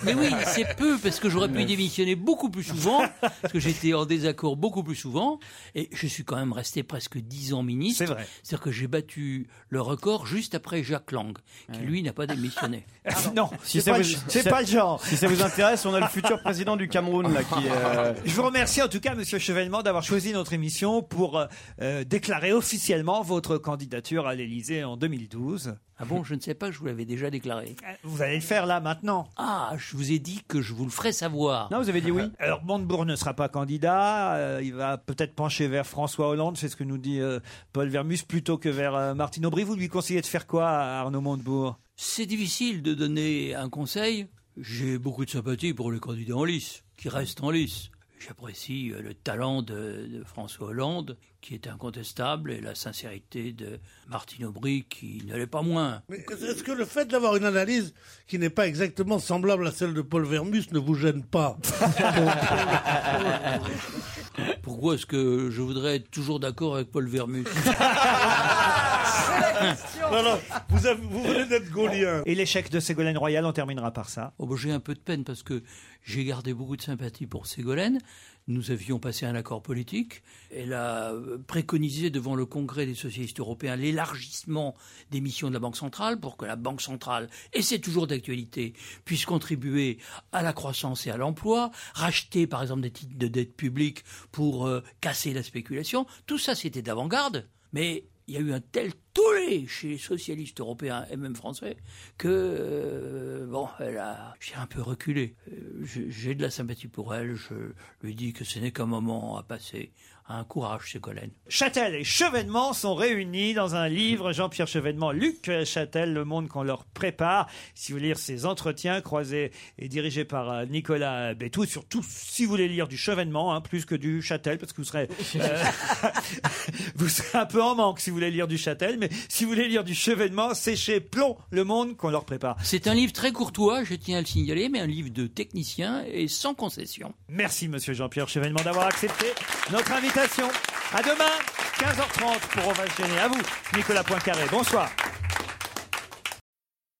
[SPEAKER 20] Mais oui, c'est peu, parce que j'aurais pu démissionner beaucoup plus souvent, parce que j'étais en désaccord beaucoup plus souvent, et je suis quand même resté presque dix ans ministre.
[SPEAKER 3] C'est vrai.
[SPEAKER 20] C'est-à-dire que j'ai battu le record juste après Jacques Lang, qui lui n'a pas démissionné.
[SPEAKER 3] Ah non, Si c'est ça pas vous- le- si c'est ça- pas le genre.
[SPEAKER 20] Si ça vous intéresse, on a le futur
[SPEAKER 3] président du Cameroun
[SPEAKER 20] là, qui, euh,
[SPEAKER 3] Je vous remercie en tout cas, Monsieur Chevènement, d'avoir choisi notre émission pour euh, euh, déclarer officiellement votre candidature à l'Élysée en 2012.
[SPEAKER 20] Ah bon, je ne sais pas, je vous l'avais déjà déclaré.
[SPEAKER 3] Euh, Vous allez le faire là maintenant.
[SPEAKER 20] Ah, je vous ai dit que je vous le ferai savoir. Euh,
[SPEAKER 3] Non, vous avez dit oui. Alors, Montebourg ne sera pas candidat. euh, il va peut-être pencher vers François Hollande, c'est ce que nous dit euh, Paul Vermus, plutôt que vers euh, Martine Aubry. Vous lui conseillez de faire quoi à Arnaud Montebourg
[SPEAKER 20] C'est difficile de donner un conseil. J'ai beaucoup de sympathie pour les candidats en lice, qui restent en lice. J'apprécie euh, le talent de, de François Hollande, qui est incontestable, et la sincérité de Martine Aubry, qui ne l'est pas moins.
[SPEAKER 6] Mais est-ce- est-ce que le fait d'avoir une analyse qui n'est pas exactement semblable à celle de Paul Vermus ne vous gêne pas
[SPEAKER 20] Pourquoi est-ce que je voudrais être toujours d'accord avec Paul Vermus
[SPEAKER 6] Non, non, vous, avez- vous venez d'être gaulien.
[SPEAKER 3] Et l'échec de Ségolène Royal, on terminera par ça.
[SPEAKER 20] Oh, ben, j'ai un peu de peine parce que j'ai gardé beaucoup de sympathie pour Ségolène. Nous avions passé un accord politique. Elle a euh, préconisé devant le Congrès des socialistes européens l'élargissement des missions de la Banque centrale pour que la Banque centrale, et c'est toujours d'actualité, puisse contribuer à la croissance et à l'emploi, racheter par exemple des titres de dette publique pour euh, casser la spéculation. Tout ça, c'était d'avant-garde. Mais il y a eu un tel tollé chez les socialistes européens et même français que, euh, bon, elle a, j'ai un peu reculé. Euh, je- J'ai de la sympathie pour elle, je lui dis que ce n'est qu'un moment à passer. Un courage, Ségolène.
[SPEAKER 3] Châtel et Chevènement sont réunis dans un livre, Jean-Pierre Chevènement, Luc Châtel, Le Monde qu'on leur prépare. Si vous voulez lire ces entretiens croisés et dirigés par euh, Nicolas Bétou, surtout si vous voulez lire du Chevènement, hein, plus que du Châtel, parce que vous serez, euh, vous serez un peu en manque si vous voulez lire du Châtel, mais si vous voulez lire du Chevènement, c'est chez Plomb, Le Monde qu'on leur prépare.
[SPEAKER 20] C'est un livre très courtois, je tiens à le signaler, mais un livre de technicien et sans concession.
[SPEAKER 3] Merci, monsieur Jean-Pierre Chevènement, d'avoir accepté notre invitation. À demain, 15h30 pour Oval Gêné. À vous, Nicolas Poincaré. Bonsoir.